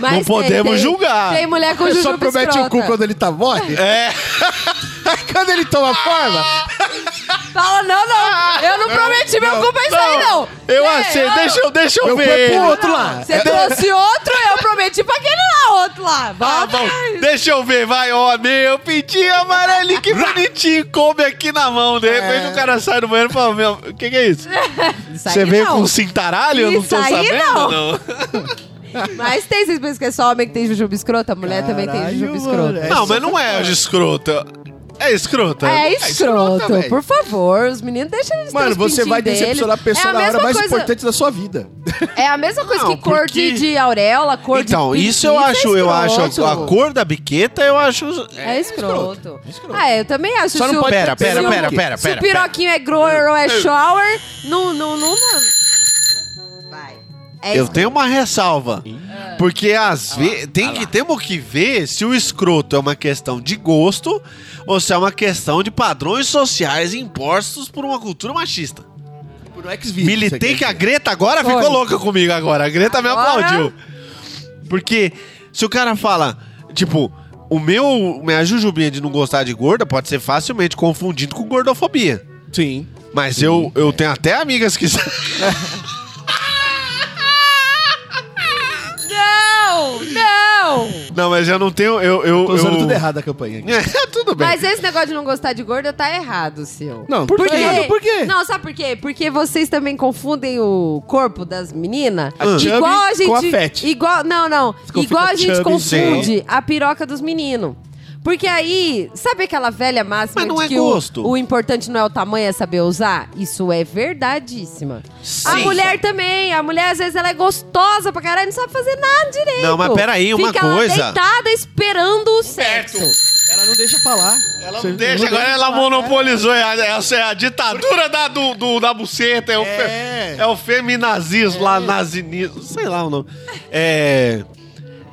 [SPEAKER 3] Mas
[SPEAKER 4] não podemos julgar.
[SPEAKER 3] Tem mulher com
[SPEAKER 2] Ele
[SPEAKER 3] jujuba
[SPEAKER 2] só promete o cu
[SPEAKER 3] escrota.
[SPEAKER 2] quando ele tá mole.
[SPEAKER 4] É.
[SPEAKER 2] quando ele toma forma.
[SPEAKER 3] Fala, não,
[SPEAKER 4] Ah,
[SPEAKER 3] não. Eu não prometi meu cu pra isso aí, não. É.
[SPEAKER 4] Eu
[SPEAKER 3] Gente,
[SPEAKER 4] achei,
[SPEAKER 3] não,
[SPEAKER 4] deixa eu, deixa eu
[SPEAKER 2] Meu cu
[SPEAKER 4] ver.
[SPEAKER 2] é pro
[SPEAKER 4] ele.
[SPEAKER 2] outro lá.
[SPEAKER 3] Você trouxe outro, eu prometi pra aquele lá, outro lá.
[SPEAKER 4] Ah,
[SPEAKER 3] Volta.
[SPEAKER 4] bom, deixa eu ver, vai, ó, meu pintinho amarelinho, que bonitinho, coube aqui na mão. De repente o cara sai do banheiro e fala, meu, o que que é isso?
[SPEAKER 3] Isso aí
[SPEAKER 4] É. Você veio
[SPEAKER 3] não.
[SPEAKER 4] com um cintaralho? Eu não
[SPEAKER 3] Isso
[SPEAKER 4] tô
[SPEAKER 3] aí
[SPEAKER 4] sabendo,
[SPEAKER 3] não.
[SPEAKER 4] não. É
[SPEAKER 3] Mas tem, vocês pensam que é só homem que tem jujuba escrota? Mulher também tem
[SPEAKER 2] Caralho,
[SPEAKER 3] jujuba
[SPEAKER 2] mano,
[SPEAKER 3] escrota.
[SPEAKER 2] é
[SPEAKER 4] Não, mas não é de escrota. É escrota.
[SPEAKER 3] É
[SPEAKER 2] escrota,
[SPEAKER 3] escroto,
[SPEAKER 2] velho.
[SPEAKER 3] por favor. Os meninos deixam eles
[SPEAKER 2] Mano, você vai decepcionar a pessoa
[SPEAKER 3] é a
[SPEAKER 2] na hora
[SPEAKER 3] mesma
[SPEAKER 2] mais
[SPEAKER 3] coisa-
[SPEAKER 2] importante da sua vida.
[SPEAKER 3] É a mesma coisa
[SPEAKER 4] Não,
[SPEAKER 3] que cor
[SPEAKER 4] porque-
[SPEAKER 3] de, de auréola, cor
[SPEAKER 4] Então,
[SPEAKER 3] de
[SPEAKER 4] isso eu
[SPEAKER 3] periquita,
[SPEAKER 4] acho, eu acho, a- a
[SPEAKER 3] escroto.
[SPEAKER 4] cor da biqueta eu acho...
[SPEAKER 3] É escroto. Ah, é, eu também acho.
[SPEAKER 4] Só não
[SPEAKER 3] se o-
[SPEAKER 4] pode- Pera,
[SPEAKER 3] se
[SPEAKER 4] pera,
[SPEAKER 3] o-
[SPEAKER 4] pera, pera,
[SPEAKER 3] Se o
[SPEAKER 4] pera,
[SPEAKER 3] piroquinho é grower ou é shower, não, não, não, não- Vai. É
[SPEAKER 4] Eu
[SPEAKER 3] isso.
[SPEAKER 4] tenho uma ressalva. Porque às vezes tem que temos que ver se o escroto é uma questão de gosto ou se é uma questão de padrões sociais impostos por uma cultura machista.
[SPEAKER 2] Por um x
[SPEAKER 4] Militei que a Greta agora
[SPEAKER 3] Foi.
[SPEAKER 4] ficou louca comigo agora. A Greta me
[SPEAKER 3] Agora?
[SPEAKER 4] aplaudiu. Porque se o cara fala, tipo, o meu minha jujubinha de não gostar de gorda pode ser facilmente confundido com gordofobia.
[SPEAKER 2] Sim.
[SPEAKER 4] Mas eu, eu tenho até amigas que
[SPEAKER 3] Não, Ah, não!
[SPEAKER 4] Não, mas eu não tenho eu eu,
[SPEAKER 2] Tô usando
[SPEAKER 4] eu...
[SPEAKER 2] tudo errado a campanha aqui.
[SPEAKER 4] É, tudo bem.
[SPEAKER 3] Mas esse negócio de não gostar de gorda tá errado, seu.
[SPEAKER 2] Não, por
[SPEAKER 3] Porque-
[SPEAKER 2] quê? Por quê?
[SPEAKER 3] Não, sabe por quê? Porque vocês também confundem o corpo das meninas.
[SPEAKER 2] A chubby
[SPEAKER 3] Igual a gente.
[SPEAKER 2] com a fat.
[SPEAKER 3] Igual, não, não.
[SPEAKER 2] confundem
[SPEAKER 3] Igual a
[SPEAKER 2] a
[SPEAKER 3] gente
[SPEAKER 2] chubby,
[SPEAKER 3] confunde a piroca dos meninos. Porque aí, sabe aquela velha máxima
[SPEAKER 4] Mas não
[SPEAKER 3] de
[SPEAKER 4] é
[SPEAKER 3] que o-
[SPEAKER 4] gosto.
[SPEAKER 3] O, importante não é o tamanho, é saber usar? Isso é verdadíssima. A
[SPEAKER 4] Sim.
[SPEAKER 3] mulher também. A mulher, às vezes, ela é gostosa pra caralho, não sabe fazer nada direito.
[SPEAKER 4] Não, mas peraí, uma
[SPEAKER 3] Fica lá
[SPEAKER 4] coisa.
[SPEAKER 3] deitada esperando o sexo.
[SPEAKER 2] Ela não deixa falar.
[SPEAKER 4] Ela não deixa, agora ela monopolizou. é a- Essa é a ditadura da, do, do- da buceta, é o,
[SPEAKER 2] É.
[SPEAKER 4] fe, é o feminazismo
[SPEAKER 3] É.
[SPEAKER 4] lá, nazinismo, sei lá o nome. É.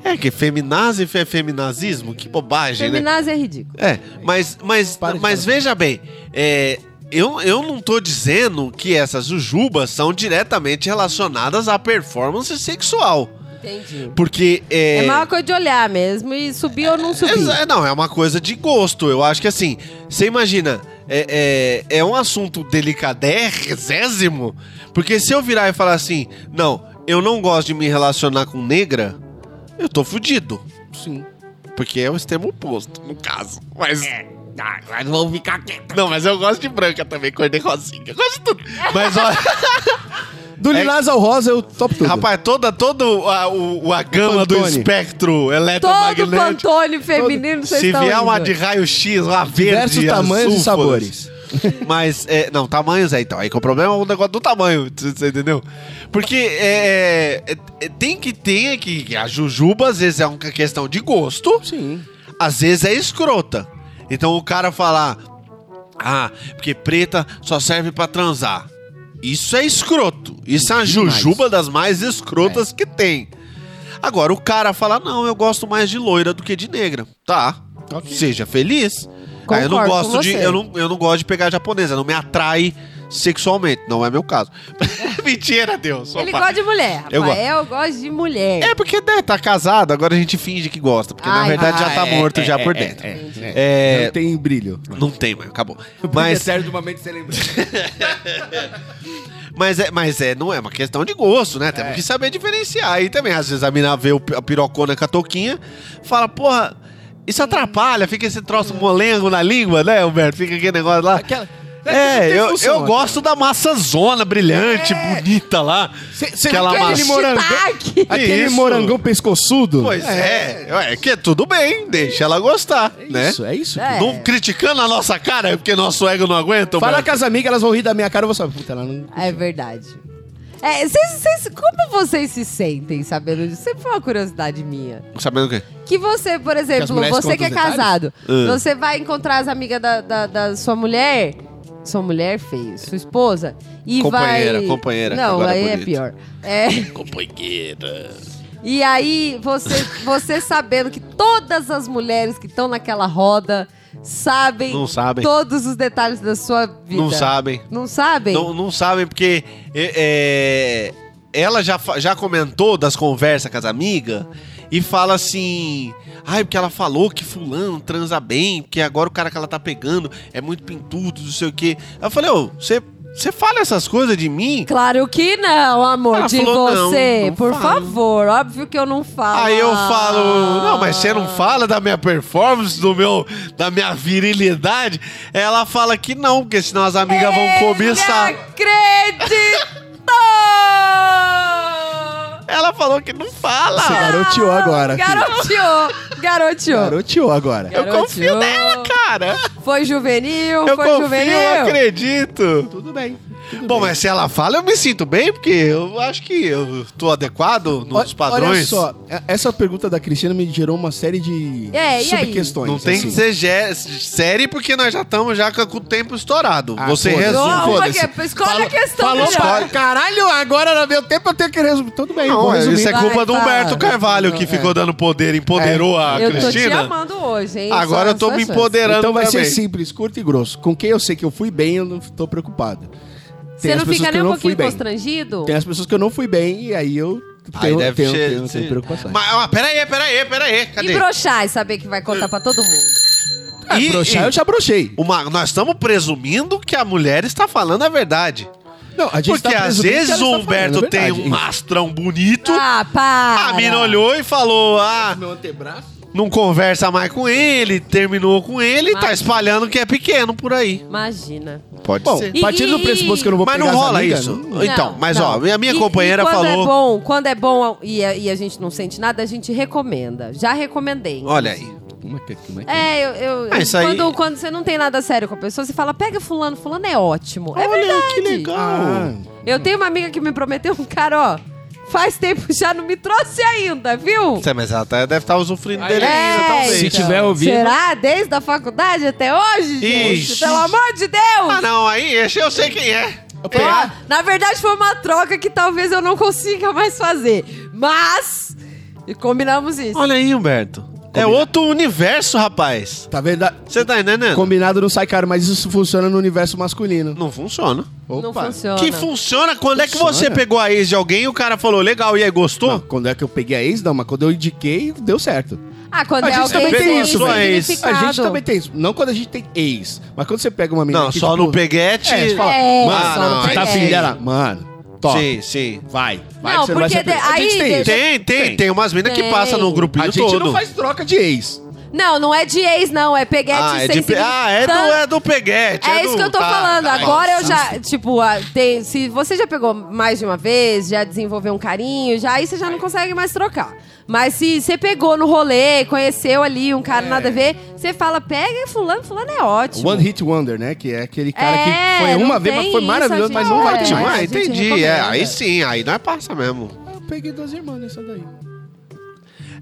[SPEAKER 4] É que feminazi é feminazismo? Que bobagem, né?
[SPEAKER 3] Feminazi é ridículo.
[SPEAKER 4] É, mas, mas,
[SPEAKER 2] Para de
[SPEAKER 4] mas
[SPEAKER 2] falar.
[SPEAKER 4] veja bem, é, eu, eu não tô dizendo que essas jujubas são diretamente relacionadas à performance sexual.
[SPEAKER 3] Entendi.
[SPEAKER 4] Porque. É,
[SPEAKER 3] É, uma coisa de olhar mesmo e subir ou não subir.
[SPEAKER 4] Exa- não, é uma coisa de gosto. Eu acho que assim, você imagina, é, é, é um assunto delicadésimo, porque se eu virar e falar assim, não, eu não gosto de me relacionar com negra, eu tô fudido.
[SPEAKER 2] Sim.
[SPEAKER 4] Porque é o extremo oposto, no caso. Mas. Ah, mas vão ficar quietos. Não, mas eu gosto de branca também, cor de rosinha. Eu gosto de tudo. Mas olha.
[SPEAKER 2] Do Lilás ao Rosa, eu topo tudo.
[SPEAKER 4] rapaz, toda, toda a, o- a gama do
[SPEAKER 2] Pantone.
[SPEAKER 4] espectro
[SPEAKER 3] Todo
[SPEAKER 4] eletromagnético.
[SPEAKER 3] pantone feminino, vocês
[SPEAKER 4] Se
[SPEAKER 3] estão
[SPEAKER 4] vier uma
[SPEAKER 3] indo.
[SPEAKER 4] de raio-x, uma verde,
[SPEAKER 2] Diversos
[SPEAKER 4] é azul,
[SPEAKER 2] tamanhos
[SPEAKER 4] foda-se.
[SPEAKER 2] e sabores.
[SPEAKER 4] Mas, é, não, tamanhos é então. Aí que o problema é o negócio do tamanho, você você entendeu? Porque é, é, é, tem que ter que a jujuba, às vezes, é uma questão de gosto.
[SPEAKER 2] Sim.
[SPEAKER 4] Às vezes é escrota. Então o cara falar, ah, porque preta só serve pra transar. Isso é escroto. Isso é uma
[SPEAKER 2] Demais.
[SPEAKER 4] jujuba das mais escrotas que tem. Agora o cara fala, não, eu gosto mais de loira do que de negra. Tá. Seja feliz. Ah, eu não
[SPEAKER 3] Concordo
[SPEAKER 4] gosto
[SPEAKER 3] com
[SPEAKER 4] de.
[SPEAKER 3] você.
[SPEAKER 4] Eu não, eu não gosto de pegar japonesa, não me atrai sexualmente. Não é meu caso. Mentira, Deus.
[SPEAKER 3] Ele
[SPEAKER 4] opa.
[SPEAKER 3] gosta de mulher.
[SPEAKER 4] Eu gosto.
[SPEAKER 3] Rafael gosta de mulher.
[SPEAKER 4] É porque né, tá casado, agora a gente finge que gosta, porque na
[SPEAKER 3] Ai,
[SPEAKER 4] verdade já tá
[SPEAKER 2] Ah, é,
[SPEAKER 4] morto
[SPEAKER 2] é,
[SPEAKER 4] já
[SPEAKER 2] é,
[SPEAKER 4] por
[SPEAKER 2] é,
[SPEAKER 4] dentro.
[SPEAKER 2] é, é.
[SPEAKER 4] É,
[SPEAKER 2] Não tem brilho.
[SPEAKER 4] não tem, mas acabou.
[SPEAKER 2] Mas...
[SPEAKER 4] Mas,
[SPEAKER 2] sério de uma mente sem lembrar.
[SPEAKER 4] mas, é, mas é, não é uma questão de gosto, né?
[SPEAKER 2] É.
[SPEAKER 4] Temos que saber diferenciar. Aí também, às vezes a mina vê o pi- a pirocona com a touquinha, fala, porra, isso
[SPEAKER 2] Hum.
[SPEAKER 4] atrapalha, fica esse troço molengo na língua, né, Humberto? Fica aquele negócio lá.
[SPEAKER 2] Aquela-
[SPEAKER 4] É,
[SPEAKER 2] Tem
[SPEAKER 4] eu,
[SPEAKER 2] função,
[SPEAKER 4] eu gosto da massa zona brilhante,
[SPEAKER 2] É.
[SPEAKER 4] bonita lá. Aquela
[SPEAKER 2] aquele
[SPEAKER 4] massa-
[SPEAKER 2] morangão, aquele
[SPEAKER 4] Isso.
[SPEAKER 2] morangão pescoçudo.
[SPEAKER 4] Pois é, é, que tudo bem, deixa ela gostar, né?
[SPEAKER 2] Isso, é isso.
[SPEAKER 3] É.
[SPEAKER 4] Não criticando a nossa cara, é porque nosso ego não aguenta,
[SPEAKER 2] Fala
[SPEAKER 4] Humberto.
[SPEAKER 2] com as amigas, elas vão rir da minha cara, eu vou saber. Puta, ela não...
[SPEAKER 3] É verdade. É, vocês, vocês- como vocês se sentem sabendo disso? Sempre foi uma curiosidade minha.
[SPEAKER 4] Sabendo o quê?
[SPEAKER 3] Que você, por exemplo,
[SPEAKER 2] mulheres
[SPEAKER 3] você
[SPEAKER 2] contam
[SPEAKER 3] que é
[SPEAKER 2] os detalhes?
[SPEAKER 3] casado,
[SPEAKER 4] Ah.
[SPEAKER 3] você vai encontrar as amigas da, da- da sua mulher, sua mulher feio, sua esposa, e
[SPEAKER 4] Companheira,
[SPEAKER 3] vai...
[SPEAKER 4] companheira,
[SPEAKER 3] Não,
[SPEAKER 4] agora
[SPEAKER 3] aí é
[SPEAKER 4] bonito.
[SPEAKER 3] pior. É... Companheira. E aí, você, você sabendo que todas as mulheres que estão naquela roda sabem,
[SPEAKER 4] Não sabem.
[SPEAKER 3] todos os detalhes da sua vida.
[SPEAKER 4] Não sabem.
[SPEAKER 3] Não sabem?
[SPEAKER 4] Não, não sabem, porque é, é, ela já, fa- já comentou das conversas com as amigas. e fala assim: ai, porque ela falou que fulano transa bem, porque agora o cara que ela tá pegando é muito pintudo, não sei o quê. Eu falei, ô, você. Você fala essas coisas de mim?
[SPEAKER 3] Claro que não, amor
[SPEAKER 4] Ela
[SPEAKER 3] de
[SPEAKER 4] Ah, falou, não,
[SPEAKER 3] você.
[SPEAKER 4] não
[SPEAKER 3] Por
[SPEAKER 4] falo.
[SPEAKER 3] favor, óbvio que eu não falo.
[SPEAKER 4] Aí eu falo,
[SPEAKER 3] Ah.
[SPEAKER 4] não, mas você não fala da minha performance, do meu, da minha virilidade? Ela fala que não, porque senão as amigas vão começar.
[SPEAKER 3] Acredito!
[SPEAKER 4] Ela falou que não fala.
[SPEAKER 2] Você garoteou agora. filho.
[SPEAKER 3] Garoteou, garoteou.
[SPEAKER 2] Garoteou agora.
[SPEAKER 4] Eu confio
[SPEAKER 3] garoteou.
[SPEAKER 4] nela, cara.
[SPEAKER 3] Foi juvenil,
[SPEAKER 4] Eu
[SPEAKER 3] foi
[SPEAKER 4] confio,
[SPEAKER 3] juvenil.
[SPEAKER 4] eu acredito.
[SPEAKER 2] Tudo bem. tudo
[SPEAKER 4] Bom,
[SPEAKER 2] bem.
[SPEAKER 4] mas se ela fala, eu me sinto bem, porque eu acho que eu tô adequado
[SPEAKER 2] Ó-
[SPEAKER 4] nos padrões.
[SPEAKER 2] Olha só, a- essa pergunta da Cristina me gerou uma série de
[SPEAKER 3] É, e aí?
[SPEAKER 2] sub-questões.
[SPEAKER 4] Não tem
[SPEAKER 2] assim.
[SPEAKER 4] que ser gé- série, porque nós já estamos já com com o tempo estourado.
[SPEAKER 2] Ah,
[SPEAKER 4] Você
[SPEAKER 2] foda-se. é
[SPEAKER 4] resume.
[SPEAKER 3] Não,
[SPEAKER 2] foda-se.
[SPEAKER 3] porque- escolhe
[SPEAKER 2] Falou-
[SPEAKER 3] a questão
[SPEAKER 2] falou
[SPEAKER 3] melhor.
[SPEAKER 2] pra caralho, agora era meu tempo, eu tenho que resumir. Tudo bem, vou
[SPEAKER 4] Não,
[SPEAKER 2] resumir.
[SPEAKER 4] isso é
[SPEAKER 3] Vai,
[SPEAKER 4] culpa do
[SPEAKER 3] para.
[SPEAKER 4] Humberto Carvalho,
[SPEAKER 2] É.
[SPEAKER 4] que ficou dando poder, empoderou a
[SPEAKER 3] Eu tô te
[SPEAKER 4] Cristina.
[SPEAKER 3] amando hoje, hein?
[SPEAKER 4] Agora
[SPEAKER 3] Só-
[SPEAKER 4] eu tô
[SPEAKER 3] só
[SPEAKER 4] me
[SPEAKER 3] chance.
[SPEAKER 4] empoderando
[SPEAKER 2] Então vai
[SPEAKER 4] também.
[SPEAKER 2] ser simples, curto e grosso. Com quem eu sei que eu fui bem, eu não tô preocupado.
[SPEAKER 3] Você não fica nem um pouquinho
[SPEAKER 2] bem.
[SPEAKER 3] constrangido?
[SPEAKER 2] Tem as pessoas que eu não fui bem e aí eu
[SPEAKER 4] Aí
[SPEAKER 2] tenho,
[SPEAKER 4] deve
[SPEAKER 2] tenho,
[SPEAKER 4] ser-
[SPEAKER 2] tenho,
[SPEAKER 4] ser-
[SPEAKER 2] tenho preocupação.
[SPEAKER 4] Mas, ó, peraí, peraí, peraí,
[SPEAKER 3] E
[SPEAKER 4] cadê?
[SPEAKER 3] broxar e saber que vai contar pra todo mundo.
[SPEAKER 2] Ah,
[SPEAKER 4] E-
[SPEAKER 2] broxar,
[SPEAKER 4] e-
[SPEAKER 2] eu já brochei.
[SPEAKER 4] Uma- nós estamos presumindo que a mulher está falando a verdade.
[SPEAKER 2] Não, a gente
[SPEAKER 4] Porque
[SPEAKER 2] tá
[SPEAKER 4] às
[SPEAKER 2] presumindo que
[SPEAKER 4] vezes
[SPEAKER 2] ela
[SPEAKER 4] o
[SPEAKER 2] está
[SPEAKER 4] Humberto
[SPEAKER 2] falando a
[SPEAKER 4] tem
[SPEAKER 2] verdade.
[SPEAKER 4] um mastrão bonito,
[SPEAKER 3] Ah, pá!
[SPEAKER 4] a mina olhou e falou: ah,
[SPEAKER 2] Meu antebraço.
[SPEAKER 4] não conversa mais com ele, terminou com ele, e tá
[SPEAKER 2] Ah.
[SPEAKER 4] espalhando que é pequeno por aí.
[SPEAKER 3] Imagina.
[SPEAKER 4] Pode
[SPEAKER 2] Bom,
[SPEAKER 3] E-
[SPEAKER 2] partindo do pressuposto que eu não vou
[SPEAKER 4] Mas
[SPEAKER 2] pegar
[SPEAKER 4] não
[SPEAKER 2] essa
[SPEAKER 4] rola
[SPEAKER 2] amiga,
[SPEAKER 4] isso.
[SPEAKER 2] não-
[SPEAKER 4] Então,
[SPEAKER 3] Não,
[SPEAKER 4] mas ó,
[SPEAKER 3] não.
[SPEAKER 4] a minha
[SPEAKER 3] E-
[SPEAKER 4] companheira
[SPEAKER 3] e quando
[SPEAKER 4] falou.
[SPEAKER 3] É bom, quando é bom e a, e a gente não sente nada, a gente recomenda. Já recomendei.
[SPEAKER 4] Olha aí.
[SPEAKER 2] Como é que, como é que-
[SPEAKER 3] É, eu. eu-
[SPEAKER 4] Ah, isso aí-
[SPEAKER 3] quando, quando você não tem nada sério com a pessoa, você fala, pega fulano, fulano é ótimo. é
[SPEAKER 4] Olha
[SPEAKER 3] verdade.
[SPEAKER 4] que legal.
[SPEAKER 2] Ah,
[SPEAKER 3] Eu tenho uma amiga que me prometeu um cara, ó. Faz tempo já não me trouxe ainda, viu?
[SPEAKER 4] Sei, mas ela tá- deve estar usufruindo dele ainda,
[SPEAKER 3] É,
[SPEAKER 4] talvez.
[SPEAKER 6] Se
[SPEAKER 3] então.
[SPEAKER 6] tiver ouvindo-
[SPEAKER 3] Será? Desde a faculdade até hoje, gente?
[SPEAKER 4] Ixi.
[SPEAKER 3] Pelo amor de Deus!
[SPEAKER 4] Ah, não, aí esse eu sei quem é.
[SPEAKER 3] Ó, na verdade, foi uma troca que talvez eu não consiga mais fazer. Mas. E combinamos isso.
[SPEAKER 4] Olha aí, Humberto. É outro universo, rapaz.
[SPEAKER 2] tá vendo?
[SPEAKER 4] Você tá entendendo?
[SPEAKER 2] Combinado não sai caro, mas isso funciona no universo masculino.
[SPEAKER 4] Não funciona.
[SPEAKER 3] não
[SPEAKER 2] Opa.
[SPEAKER 3] funciona.
[SPEAKER 4] Que funciona quando é que
[SPEAKER 2] Funciona.
[SPEAKER 4] você pegou a ex de alguém e o cara falou, legal, e aí gostou?
[SPEAKER 2] Não, quando é que eu peguei a ex? Não, mas quando eu indiquei, deu certo.
[SPEAKER 3] Ah, quando
[SPEAKER 2] A
[SPEAKER 3] é
[SPEAKER 2] gente
[SPEAKER 3] alguém
[SPEAKER 2] também tem
[SPEAKER 3] sem
[SPEAKER 2] isso,
[SPEAKER 4] velho.
[SPEAKER 3] significado.
[SPEAKER 2] A gente também tem isso. Não quando a gente tem ex, mas quando você pega uma menina.
[SPEAKER 4] Não,
[SPEAKER 2] que,
[SPEAKER 4] só
[SPEAKER 2] tipo,
[SPEAKER 4] no peguete.
[SPEAKER 2] É, você fala,
[SPEAKER 3] É,
[SPEAKER 4] mano,
[SPEAKER 3] só no
[SPEAKER 4] não,
[SPEAKER 2] Você tá
[SPEAKER 3] peguete.
[SPEAKER 2] afim dela? Mano, top.
[SPEAKER 4] Sim, sim.
[SPEAKER 2] Vai, vai.
[SPEAKER 3] Não,
[SPEAKER 2] que você vai
[SPEAKER 3] porque
[SPEAKER 2] ser
[SPEAKER 3] de-
[SPEAKER 2] preso. a gente
[SPEAKER 3] aí
[SPEAKER 2] tem
[SPEAKER 3] deixa-
[SPEAKER 2] isso.
[SPEAKER 4] Tem, tem,
[SPEAKER 2] Tem.
[SPEAKER 4] tem umas minas que
[SPEAKER 3] Tem.
[SPEAKER 4] passa no grupinho
[SPEAKER 2] A gente
[SPEAKER 4] todo.
[SPEAKER 2] não faz troca de ex.
[SPEAKER 3] Não, não é de ex, não. É peguete
[SPEAKER 4] ah, é
[SPEAKER 3] sem
[SPEAKER 4] de pe-
[SPEAKER 3] significado.
[SPEAKER 4] ah, é do, é do peguete.
[SPEAKER 3] É
[SPEAKER 4] do-
[SPEAKER 3] isso que eu tô
[SPEAKER 4] tá,
[SPEAKER 3] falando.
[SPEAKER 4] tá.
[SPEAKER 3] Agora eu já, tipo, ah, tem- se você já pegou mais de uma vez, já desenvolveu um carinho, já aí você já não consegue mais trocar. Mas se você pegou no rolê, conheceu ali um cara nada a
[SPEAKER 4] É.
[SPEAKER 3] ver, você fala, pega fulano, fulano é ótimo.
[SPEAKER 2] One Hit Wonder, né? Que é aquele cara
[SPEAKER 3] É,
[SPEAKER 2] que foi uma
[SPEAKER 3] não
[SPEAKER 2] vez, mas
[SPEAKER 3] tem
[SPEAKER 2] foi
[SPEAKER 3] isso,
[SPEAKER 2] maravilhoso,
[SPEAKER 3] gente.
[SPEAKER 2] mas não vai
[SPEAKER 3] É,
[SPEAKER 2] ter mais.
[SPEAKER 3] a
[SPEAKER 4] Ah,
[SPEAKER 3] gente
[SPEAKER 4] entendi. É,
[SPEAKER 3] recomenda.
[SPEAKER 4] aí sim, aí nós passa mesmo.
[SPEAKER 2] Eu peguei duas irmãs nessa daí.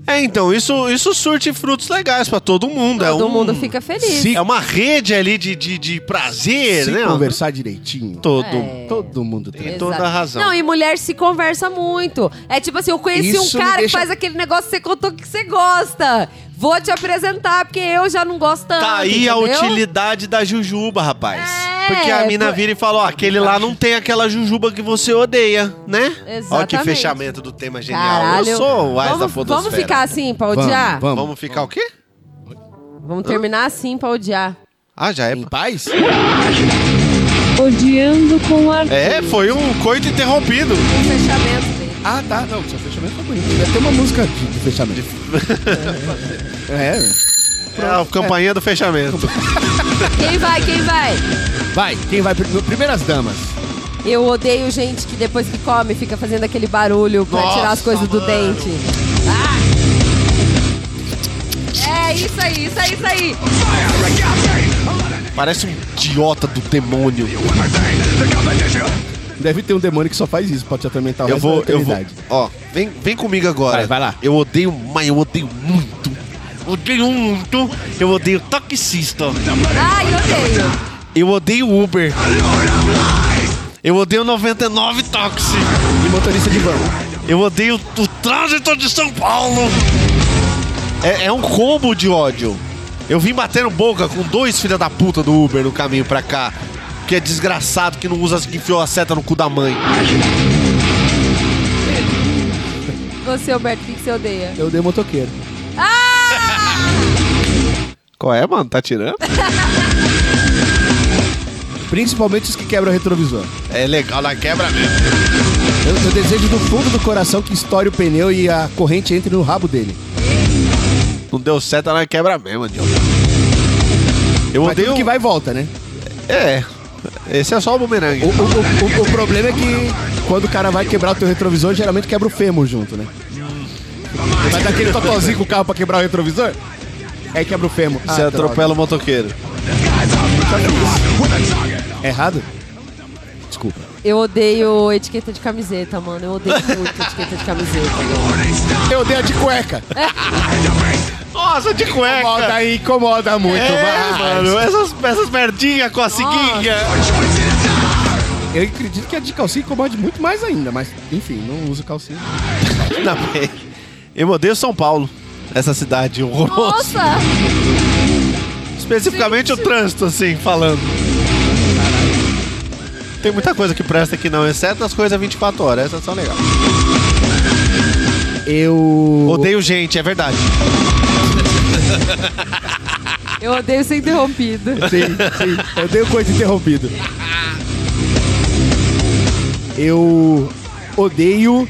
[SPEAKER 4] É, então, isso, isso surte frutos legais pra todo mundo. é
[SPEAKER 3] Todo
[SPEAKER 4] um-
[SPEAKER 3] mundo fica feliz.
[SPEAKER 4] É uma rede ali de, de, de prazer,
[SPEAKER 2] Se
[SPEAKER 4] né?
[SPEAKER 2] conversar direitinho,
[SPEAKER 4] Todo.
[SPEAKER 3] É.
[SPEAKER 2] todo mundo tem.
[SPEAKER 4] Tem toda a razão.
[SPEAKER 3] Não, e mulher se conversa muito. É tipo assim, eu conheci
[SPEAKER 2] Isso
[SPEAKER 3] um
[SPEAKER 2] me
[SPEAKER 3] cara
[SPEAKER 2] deixa-
[SPEAKER 3] que faz aquele negócio que você contou que você gosta. Vou te apresentar, porque eu já não gosto tanto.
[SPEAKER 4] Tá aí a
[SPEAKER 3] entendeu?
[SPEAKER 4] utilidade da jujuba, rapaz.
[SPEAKER 3] É,
[SPEAKER 4] Porque a mina
[SPEAKER 3] por-
[SPEAKER 4] vira e fala, ó, aquele lá não tem aquela jujuba que você odeia, né? Ó que
[SPEAKER 3] Exatamente.
[SPEAKER 4] fechamento do tema genial.
[SPEAKER 3] Caralho.
[SPEAKER 4] Eu sou o Ais da
[SPEAKER 3] vamos,
[SPEAKER 4] Fotosfera.
[SPEAKER 3] vamos ficar assim pra odiar? Vamos,
[SPEAKER 4] Vamos ficar o quê?
[SPEAKER 3] terminar assim pra odiar.
[SPEAKER 4] Ah, já é.
[SPEAKER 2] Em paz?
[SPEAKER 1] Odiando com ar.
[SPEAKER 4] É, foi um coito interrompido.
[SPEAKER 3] Um fechamento dele.
[SPEAKER 2] Ah, tá. Não, seu fechamento foi bonito. Deve ter uma música de, de fechamento. é.
[SPEAKER 4] É a campainha do fechamento.
[SPEAKER 3] Quem vai, quem vai?
[SPEAKER 2] Vai, quem vai primeiro? Primeiras damas.
[SPEAKER 3] Eu odeio gente que depois que come fica fazendo aquele barulho pra
[SPEAKER 4] Nossa,
[SPEAKER 3] tirar as coisas do dente. Ah. É isso aí, isso aí, isso aí.
[SPEAKER 4] Parece um idiota do demônio.
[SPEAKER 2] Deve ter um demônio que só faz isso, pode te atormentar o
[SPEAKER 4] Eu
[SPEAKER 2] resto
[SPEAKER 4] vou,
[SPEAKER 2] da
[SPEAKER 4] eu vou.
[SPEAKER 2] eternidade.
[SPEAKER 4] Ó, vem, vem comigo agora.
[SPEAKER 2] Vai, vai lá.
[SPEAKER 4] Eu odeio, mas eu odeio muito. Odeio muito. Eu odeio taxista.
[SPEAKER 3] Ai, odeio.
[SPEAKER 4] Eu odeio Uber. Eu odeio 99 táxi.
[SPEAKER 2] E motorista de van.
[SPEAKER 4] Eu odeio o trânsito de São Paulo. É, é um combo de ódio. Eu vim batendo boca com dois filha da puta do Uber no caminho pra cá. Que é desgraçado que não usa, que enfiou a seta no cu da mãe.
[SPEAKER 3] Você, Humberto, o que que você odeia?
[SPEAKER 2] Eu dei motoqueiro.
[SPEAKER 4] Qual é, mano? Tá tirando?
[SPEAKER 2] Principalmente os que quebram o retrovisor.
[SPEAKER 4] É legal na quebra mesmo.
[SPEAKER 2] Eu, eu desejo do fundo do coração que estoure o pneu e a corrente entre no rabo dele.
[SPEAKER 4] Não deu certo, tá na quebra mesmo, Diogo. Eu
[SPEAKER 2] Mas
[SPEAKER 4] odeio...
[SPEAKER 2] tudo que vai e volta, né?
[SPEAKER 4] É. Esse é só o bumerangue.
[SPEAKER 2] O, o- o- o- o problema é que quando o cara vai quebrar o teu retrovisor, geralmente quebra o fêmur junto, né? Vai dar aquele totozinho com o carro pra quebrar o retrovisor? Aí quebra o fêmur.
[SPEAKER 4] Você
[SPEAKER 2] Ah, droga.
[SPEAKER 4] é atropela o motoqueiro.
[SPEAKER 2] Errado? Desculpa.
[SPEAKER 3] Eu odeio etiqueta de camiseta, mano. Eu odeio muito etiqueta de camiseta.
[SPEAKER 2] Eu dei a de cueca.
[SPEAKER 4] Nossa, de cueca.
[SPEAKER 2] Incomoda, incomoda muito.
[SPEAKER 4] É,
[SPEAKER 2] mas-
[SPEAKER 4] mano, essas, essas merdinhas com a seguinha.
[SPEAKER 2] Eu acredito que a de calcinha incomode muito mais ainda, mas enfim, não uso calcinha.
[SPEAKER 4] Ainda bem. Eu odeio São Paulo. Essa cidade horrorosa.
[SPEAKER 3] Nossa!
[SPEAKER 4] Especificamente o trânsito, assim, falando. Tem muita coisa que presta aqui não, exceto as coisas 24 horas. é Essas são legais.
[SPEAKER 2] Eu.
[SPEAKER 4] Odeio gente, é verdade.
[SPEAKER 3] Eu odeio ser interrompido.
[SPEAKER 2] Sim, sim. Eu dei coisa interrompido. Eu odeio.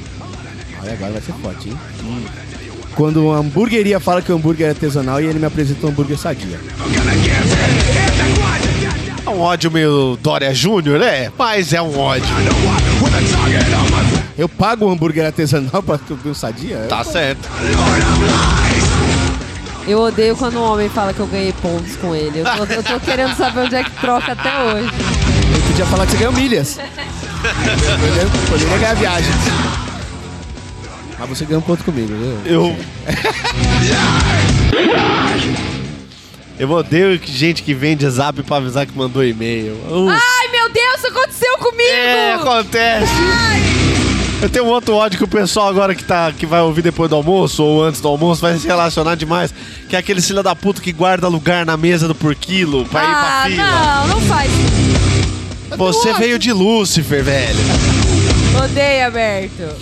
[SPEAKER 2] Olha, agora vai ser forte, hein? Quando uma hamburgueria fala que o hambúrguer é artesanal e ele me apresenta um hambúrguer sadia.
[SPEAKER 4] É um ódio meio Dória Júnior, né? Mas é um ódio.
[SPEAKER 2] Eu pago um hambúrguer artesanal pra comer um sadia?
[SPEAKER 4] Tá certo.
[SPEAKER 3] Eu odeio quando um homem fala que eu ganhei pontos com ele. Eu tô, eu tô querendo saber onde é que troca até hoje.
[SPEAKER 2] Eu podia falar que você ganhou milhas. Poderia- Poderia ganhar viagem. Mas você ganhou um ponto comigo, viu?
[SPEAKER 4] Eu. Eu odeio que- gente que vende zap pra avisar que mandou e-mail. Uh,
[SPEAKER 2] Ah!
[SPEAKER 3] Ai, meu Deus, isso aconteceu comigo!
[SPEAKER 4] é, acontece. Eu tenho um outro ódio que o pessoal agora que, tá, que vai ouvir depois do almoço ou antes do almoço vai se relacionar demais. Que é aquele filho da puta que guarda lugar na mesa do por quilo pra ir pra
[SPEAKER 3] ah,
[SPEAKER 4] fila.
[SPEAKER 3] não, não faz.
[SPEAKER 4] Você veio de Lúcifer, velho.
[SPEAKER 3] Odeio, Alberto.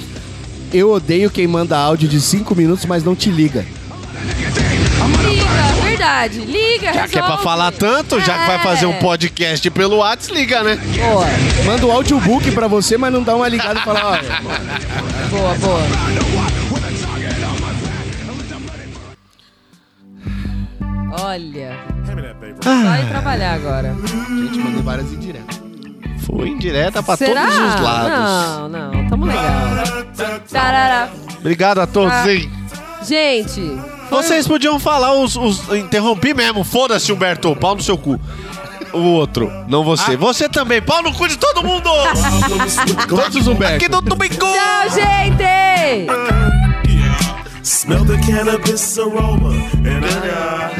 [SPEAKER 2] Eu odeio quem manda áudio de 5 minutos, mas não te liga.
[SPEAKER 3] Liga, verdade. Liga,
[SPEAKER 4] Já que é pra
[SPEAKER 3] resolve.
[SPEAKER 4] falar tanto, já que vai fazer
[SPEAKER 3] É.
[SPEAKER 4] um podcast pelo WhatsApp, liga, né?
[SPEAKER 3] Boa,
[SPEAKER 2] Manda o audiobook pra você, mas não dá uma ligada e fala, ó,
[SPEAKER 3] boa, boa. Olha. Só ir trabalhar agora.
[SPEAKER 2] Gente, mandei várias indiretas.
[SPEAKER 4] Foi indireta tá pra
[SPEAKER 3] Será?
[SPEAKER 4] todos os lados.
[SPEAKER 3] Não, não, tamo legal. Tarará.
[SPEAKER 4] Obrigado a todos,
[SPEAKER 3] Ah.
[SPEAKER 4] hein?
[SPEAKER 3] Gente, hum.
[SPEAKER 4] Vocês podiam falar os. os interrompi mesmo. Foda-se, Humberto. Pau no seu cu. O outro, não
[SPEAKER 6] Ah.
[SPEAKER 4] você. Você também. Pau no cu de todo mundo!
[SPEAKER 2] Quantos Humberto?
[SPEAKER 4] Aqui do Domingo!
[SPEAKER 3] tchau, gente!
[SPEAKER 6] Smell the cannabis aroma, and I got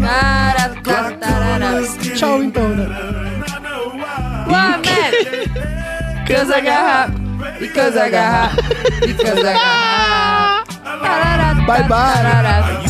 [SPEAKER 6] high.
[SPEAKER 3] Tarará, tarará.
[SPEAKER 2] Tchau, então, né?
[SPEAKER 3] One man! Because I got hot. Because I got hot. Because I got hot. Tarará,
[SPEAKER 2] Bye, bye.
[SPEAKER 3] tarará.